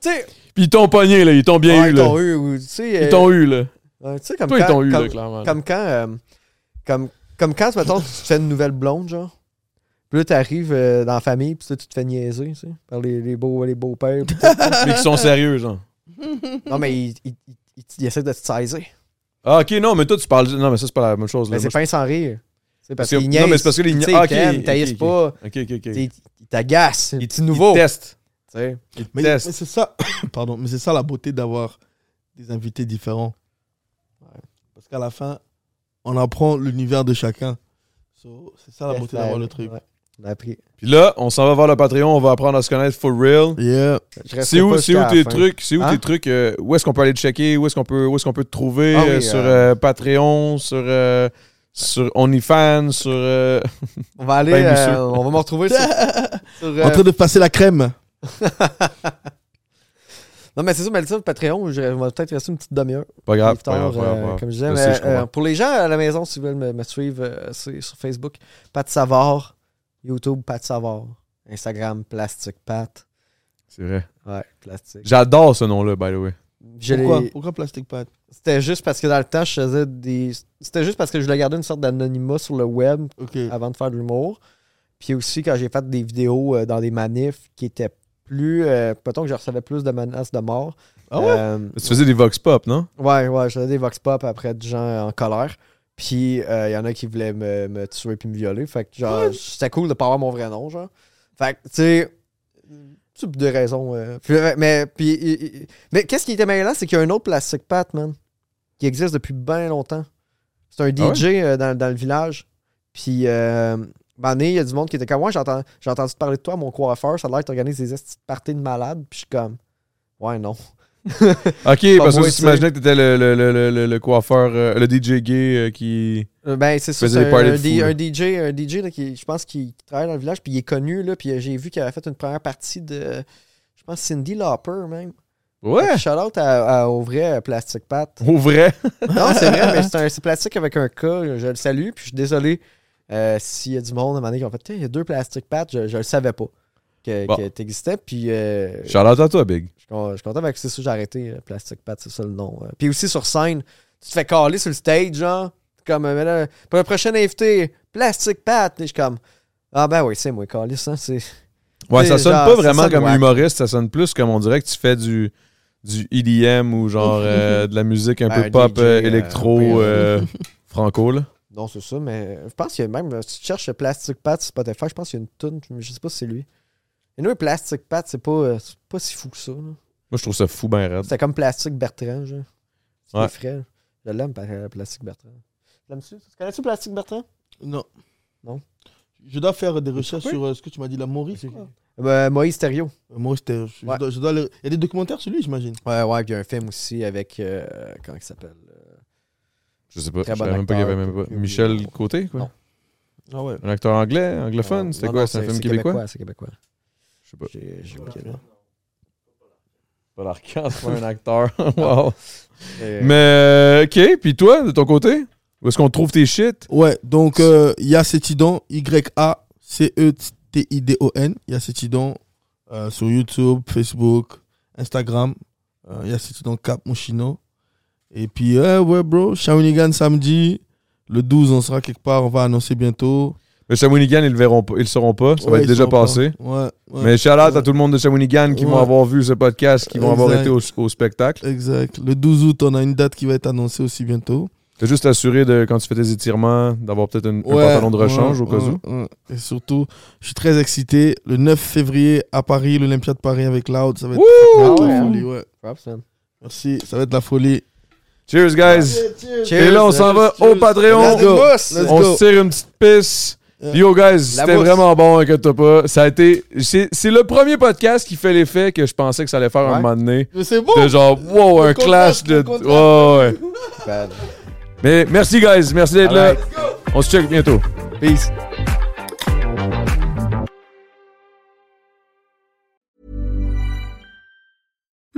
S2: sais,
S1: Puis ils t'ont pogné, là. Ils t'ont bien
S2: ouais,
S1: eu,
S2: ils
S1: là.
S2: t'ont eu, ou, tu sais.
S1: Ils
S2: euh,
S1: t'ont eu, là.
S2: ouais, tu sais, comme
S1: Toi, ils
S2: quand.
S1: t'ont eu,
S2: comme,
S1: là, clairement.
S2: comme quand. euh, comme, comme quand, mettons, tu fais une nouvelle blonde, genre. Puis là, t'arrives euh, dans la famille, puis là, tu te fais niaiser, tu sais, par les, les beaux, les beaux-pères. pis tout.
S1: Mais qui sont sérieux, genre.
S2: non, mais ils ils- ils- ils- ils essaient de te saisir.
S1: Ah, ok, non, mais toi, tu parles. Non, mais ça, c'est pas la même chose, là.
S2: Mais c'est
S1: Moi,
S2: pince en rire. C'est parce
S1: que-
S2: qu'ils
S1: non,
S2: niaisent.
S1: mais c'est parce que les
S2: Tu sais,
S1: nia- ah,
S2: ils
S1: ok,
S2: t'aiment, ils
S1: ok,
S2: taillissent
S1: ok.
S2: pas.
S1: je- Ok, ok, ok.
S2: Ils ils t'agacent.
S1: Ils-
S2: C'est nouveau.
S1: Ils testent.
S2: tu sais.
S3: Mais, mais
S1: Test.
S3: c'est ça, pardon, mais c'est ça la beauté d'avoir des invités différents. Parce qu'à la fin, on apprend l'univers de chacun. So, c'est ça la beauté d'avoir le truc.
S2: Ouais, on a appris.
S1: Puis là, on s'en va vers le Patreon, on va apprendre à se connaître for real.
S3: Yeah.
S2: Je resterai
S1: C'est où,
S2: pas
S1: c'est
S2: jusqu'à
S1: où
S2: la
S1: tes
S2: fin.
S1: trucs, c'est où
S2: Hein?
S1: tes trucs, euh, où est-ce qu'on peut aller te checker, où est-ce qu'on peut, où est-ce qu'on peut te trouver
S2: Ah oui,
S1: euh, sur
S2: euh,
S1: euh, Patreon, sur euh, sur OnlyFans, sur euh,
S2: On va aller,
S1: Ben,
S2: euh,
S1: monsieur.
S2: on va me retrouver sur. sur, euh,
S3: En train de passer la crème.
S2: Non, mais c'est ça, mais sur Patreon, je, on va peut-être rester une petite demi-heure.
S1: pas grave,
S2: plus
S1: pas grave,
S2: tard,
S1: pas grave,
S2: euh,
S1: pas grave.
S2: comme je disais.
S1: Je sais,
S2: mais,
S1: je comprends.
S2: euh, pour les gens à la maison, s'ils veulent me, me suivre, euh, c'est sur Facebook, Pat Savard, YouTube, Pat Savard, Instagram, Plastic Pat.
S1: c'est vrai.
S2: Ouais, plastique.
S1: J'adore ce nom-là, by the way.
S2: Je
S3: Pourquoi,
S2: l'ai-
S3: Pourquoi Plastic Pad
S2: C'était juste parce que dans le temps, je faisais des. C'était juste parce que je voulais garder une sorte d'anonymat sur le web
S3: Ok.
S2: avant de faire de l'humour. Puis aussi, quand j'ai fait des vidéos euh, dans des manifs qui étaient plus. Euh, mettons que je recevais plus de menaces de mort.
S3: Ah ouais?
S2: Euh,
S1: Tu faisais des vox pop, non
S2: ouais, ouais, je faisais des vox pop après de gens en colère. Puis euh, il y en a qui voulaient me, me tuer puis me violer. Fait que genre, c'était cool de pas avoir mon vrai nom, genre. Fait que, tu sais. c'est pour Deux raisons. euh. Puis, euh, mais puis, il- il- mais qu'est-ce qui était mêlant, c'est qu'il y a un autre Plastic Pat, man, qui existe depuis bien longtemps. C'est un
S1: Ah
S2: DJ euh, dans, dans le village. Puis, euh, ben, il y a du monde qui était comme, ouais, j'entends- j'ai entendu parler de toi, mon coiffeur, ça a l'air que t'organises des esti de parties de malades. Puis je suis comme, ouais, non.
S1: Ok,
S2: Pas
S1: parce que
S2: moi,
S1: je
S2: tu
S1: t'imaginais que t'étais le, le, le, le, le- le coiffeur, euh, le DJ gay euh, qui.
S2: Euh, Ben, c'est ça.
S1: Faisait
S2: C'est
S1: des
S2: un,
S1: parties de
S2: un D-
S1: fous, là.
S2: un DJ, un DJ là, qui, je pense, qui travaille dans le village, puis il est connu, là, puis euh, j'ai vu qu'il avait fait une première partie de, je pense, Cindy Lauper, même.
S1: Ouais.
S2: Shout out à, à- au vrai euh, Plastic Pat.
S1: Au vrai.
S2: non, c'est vrai, mais c'est un- c'est Plastic avec un K, je le salue, puis je suis désolé euh, s'il y a du monde à un moment donné qui ont fait, Tiens, il y a deux Plastic Pat, je, je le savais pas que,
S1: Bon.
S2: que t'existais, puis euh,
S1: Shout out à toi, Big.
S2: je suis con- je suis content avec c'est ça, j'ai arrêté euh, Plastic Pat, c'est ça le nom. euh. Puis aussi sur scène, tu te fais caler sur le stage, genre, comme euh, mais là, pour le prochain invité, Plastic Pat, et je suis comme Ah ben oui, c'est moi, caler ça, c'est.
S1: Ouais,
S2: Tu
S1: ça
S2: sais,
S1: sonne
S2: genre,
S1: pas
S2: ça
S1: vraiment
S2: sonne
S1: comme
S2: whack.
S1: humoriste, ça sonne plus comme on dirait que tu fais du, du EDM ou genre euh, de la musique un
S2: Ben,
S1: peu
S2: un
S1: pop,
S2: DJ,
S1: euh,
S2: euh, oui,
S1: électro,
S2: oui.
S1: euh, franco, là.
S2: Non, c'est ça, mais je pense qu'il y a même, euh, si tu cherches Plastic Pat sur Spotify, je pense qu'il y a une toune, je- je sais pas si c'est lui. Et nous, Plastic Pat, c'est pas, euh, c'est pas si fou que ça. là.
S1: Moi, je trouve ça fou, ben raide.
S2: C'était comme Plastic Bertrand, genre. C'est
S1: Ouais.
S2: mes frères. Je l'aime, par- euh, Plastic Bertrand. L'aimes-tu? Tu connais-tu Plastic Bertrand?
S3: Non.
S2: Non.
S3: Je dois faire des recherches sur euh, ce que tu m'as dit, la Maurice.
S2: Ok.
S3: quoi.
S2: Euh, Moïse Thériault.
S3: Euh, Maurice, t'es- je,
S2: Ouais.
S3: dois, je dois aller- Il y a des documentaires sur lui, j'imagine.
S2: Ouais, ouais, puis il y a un film aussi avec. euh, comment il s'appelle euh,
S1: Je sais pas,
S2: Très
S1: je
S2: bon
S1: savais même pas qu'il y avait
S2: acteur,
S1: même pas.
S2: puis-
S1: Michel Côté, quoi.
S2: Non.
S3: Ah ouais.
S1: Un acteur anglais, anglophone,
S2: euh,
S1: c'était
S2: non,
S1: quoi?
S2: non,
S1: C'est un film québécois?
S2: C'est québécois.
S1: Je sais pas.
S2: J'ai j'ai oublié là.
S1: Pas l'arcade, c'est pas un acteur. wow.
S2: Euh,
S1: Mais, ok, puis toi, de ton côté? Où est-ce qu'on trouve tes shit?
S3: Ouais, donc euh, Yacetidon, E Y-A-C-E-T-I-D-O-N, Yacetidon, euh, sur YouTube, Facebook, Instagram, euh, Yacetidon Cap Mouchino. Et puis, euh, ouais, bro, Shawinigan samedi, le 12, on sera quelque part, on va annoncer bientôt.
S1: Le Shawinigan, ils le verront pas, ils le sauront pas, ça va
S3: Ouais,
S1: être
S3: ils
S1: déjà
S3: sont
S1: passé.
S3: pas- Ouais, ouais.
S1: Mais shout out à tout le monde de Shawinigan qui vont
S3: Ouais.
S1: avoir vu ce podcast, qui vont avoir
S3: Exact.
S1: été au, au spectacle.
S3: Exact. Le 12 août, on a une date qui va être annoncée aussi bientôt.
S1: T'as juste assuré de, quand tu fais tes étirements, d'avoir peut-être une- un pantalon de rechange au cas où.
S3: où. Et surtout, je suis très excité. Le 9 février à Paris, l'Olympia de Paris avec Loud, ça va être
S2: Ah
S3: de la
S2: ouais, hein?
S3: folie. Ouais.
S2: Props, man.
S3: Merci, ça va être de la folie.
S1: Cheers, guys! Et là, on s'en va au Patreon.
S3: Let's go.
S2: Let's
S3: Let's
S1: on
S3: go.
S1: se tire une petite pisse. Yo guys,
S2: La
S1: c'était
S2: mousse.
S1: vraiment bon, inquiète-toi pas. Ça a été. C'est c'est le premier podcast qui fait l'effet que je pensais que ça allait faire un
S2: Ouais.
S1: moment donné.
S3: Mais c'est bon.
S1: De genre, wow,
S3: Le
S1: un clash
S3: contraste,
S1: de.
S3: le
S1: Ouais, ouais.
S2: Bad.
S1: Mais merci guys, merci d'être là. On se check bientôt.
S2: Peace.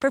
S7: for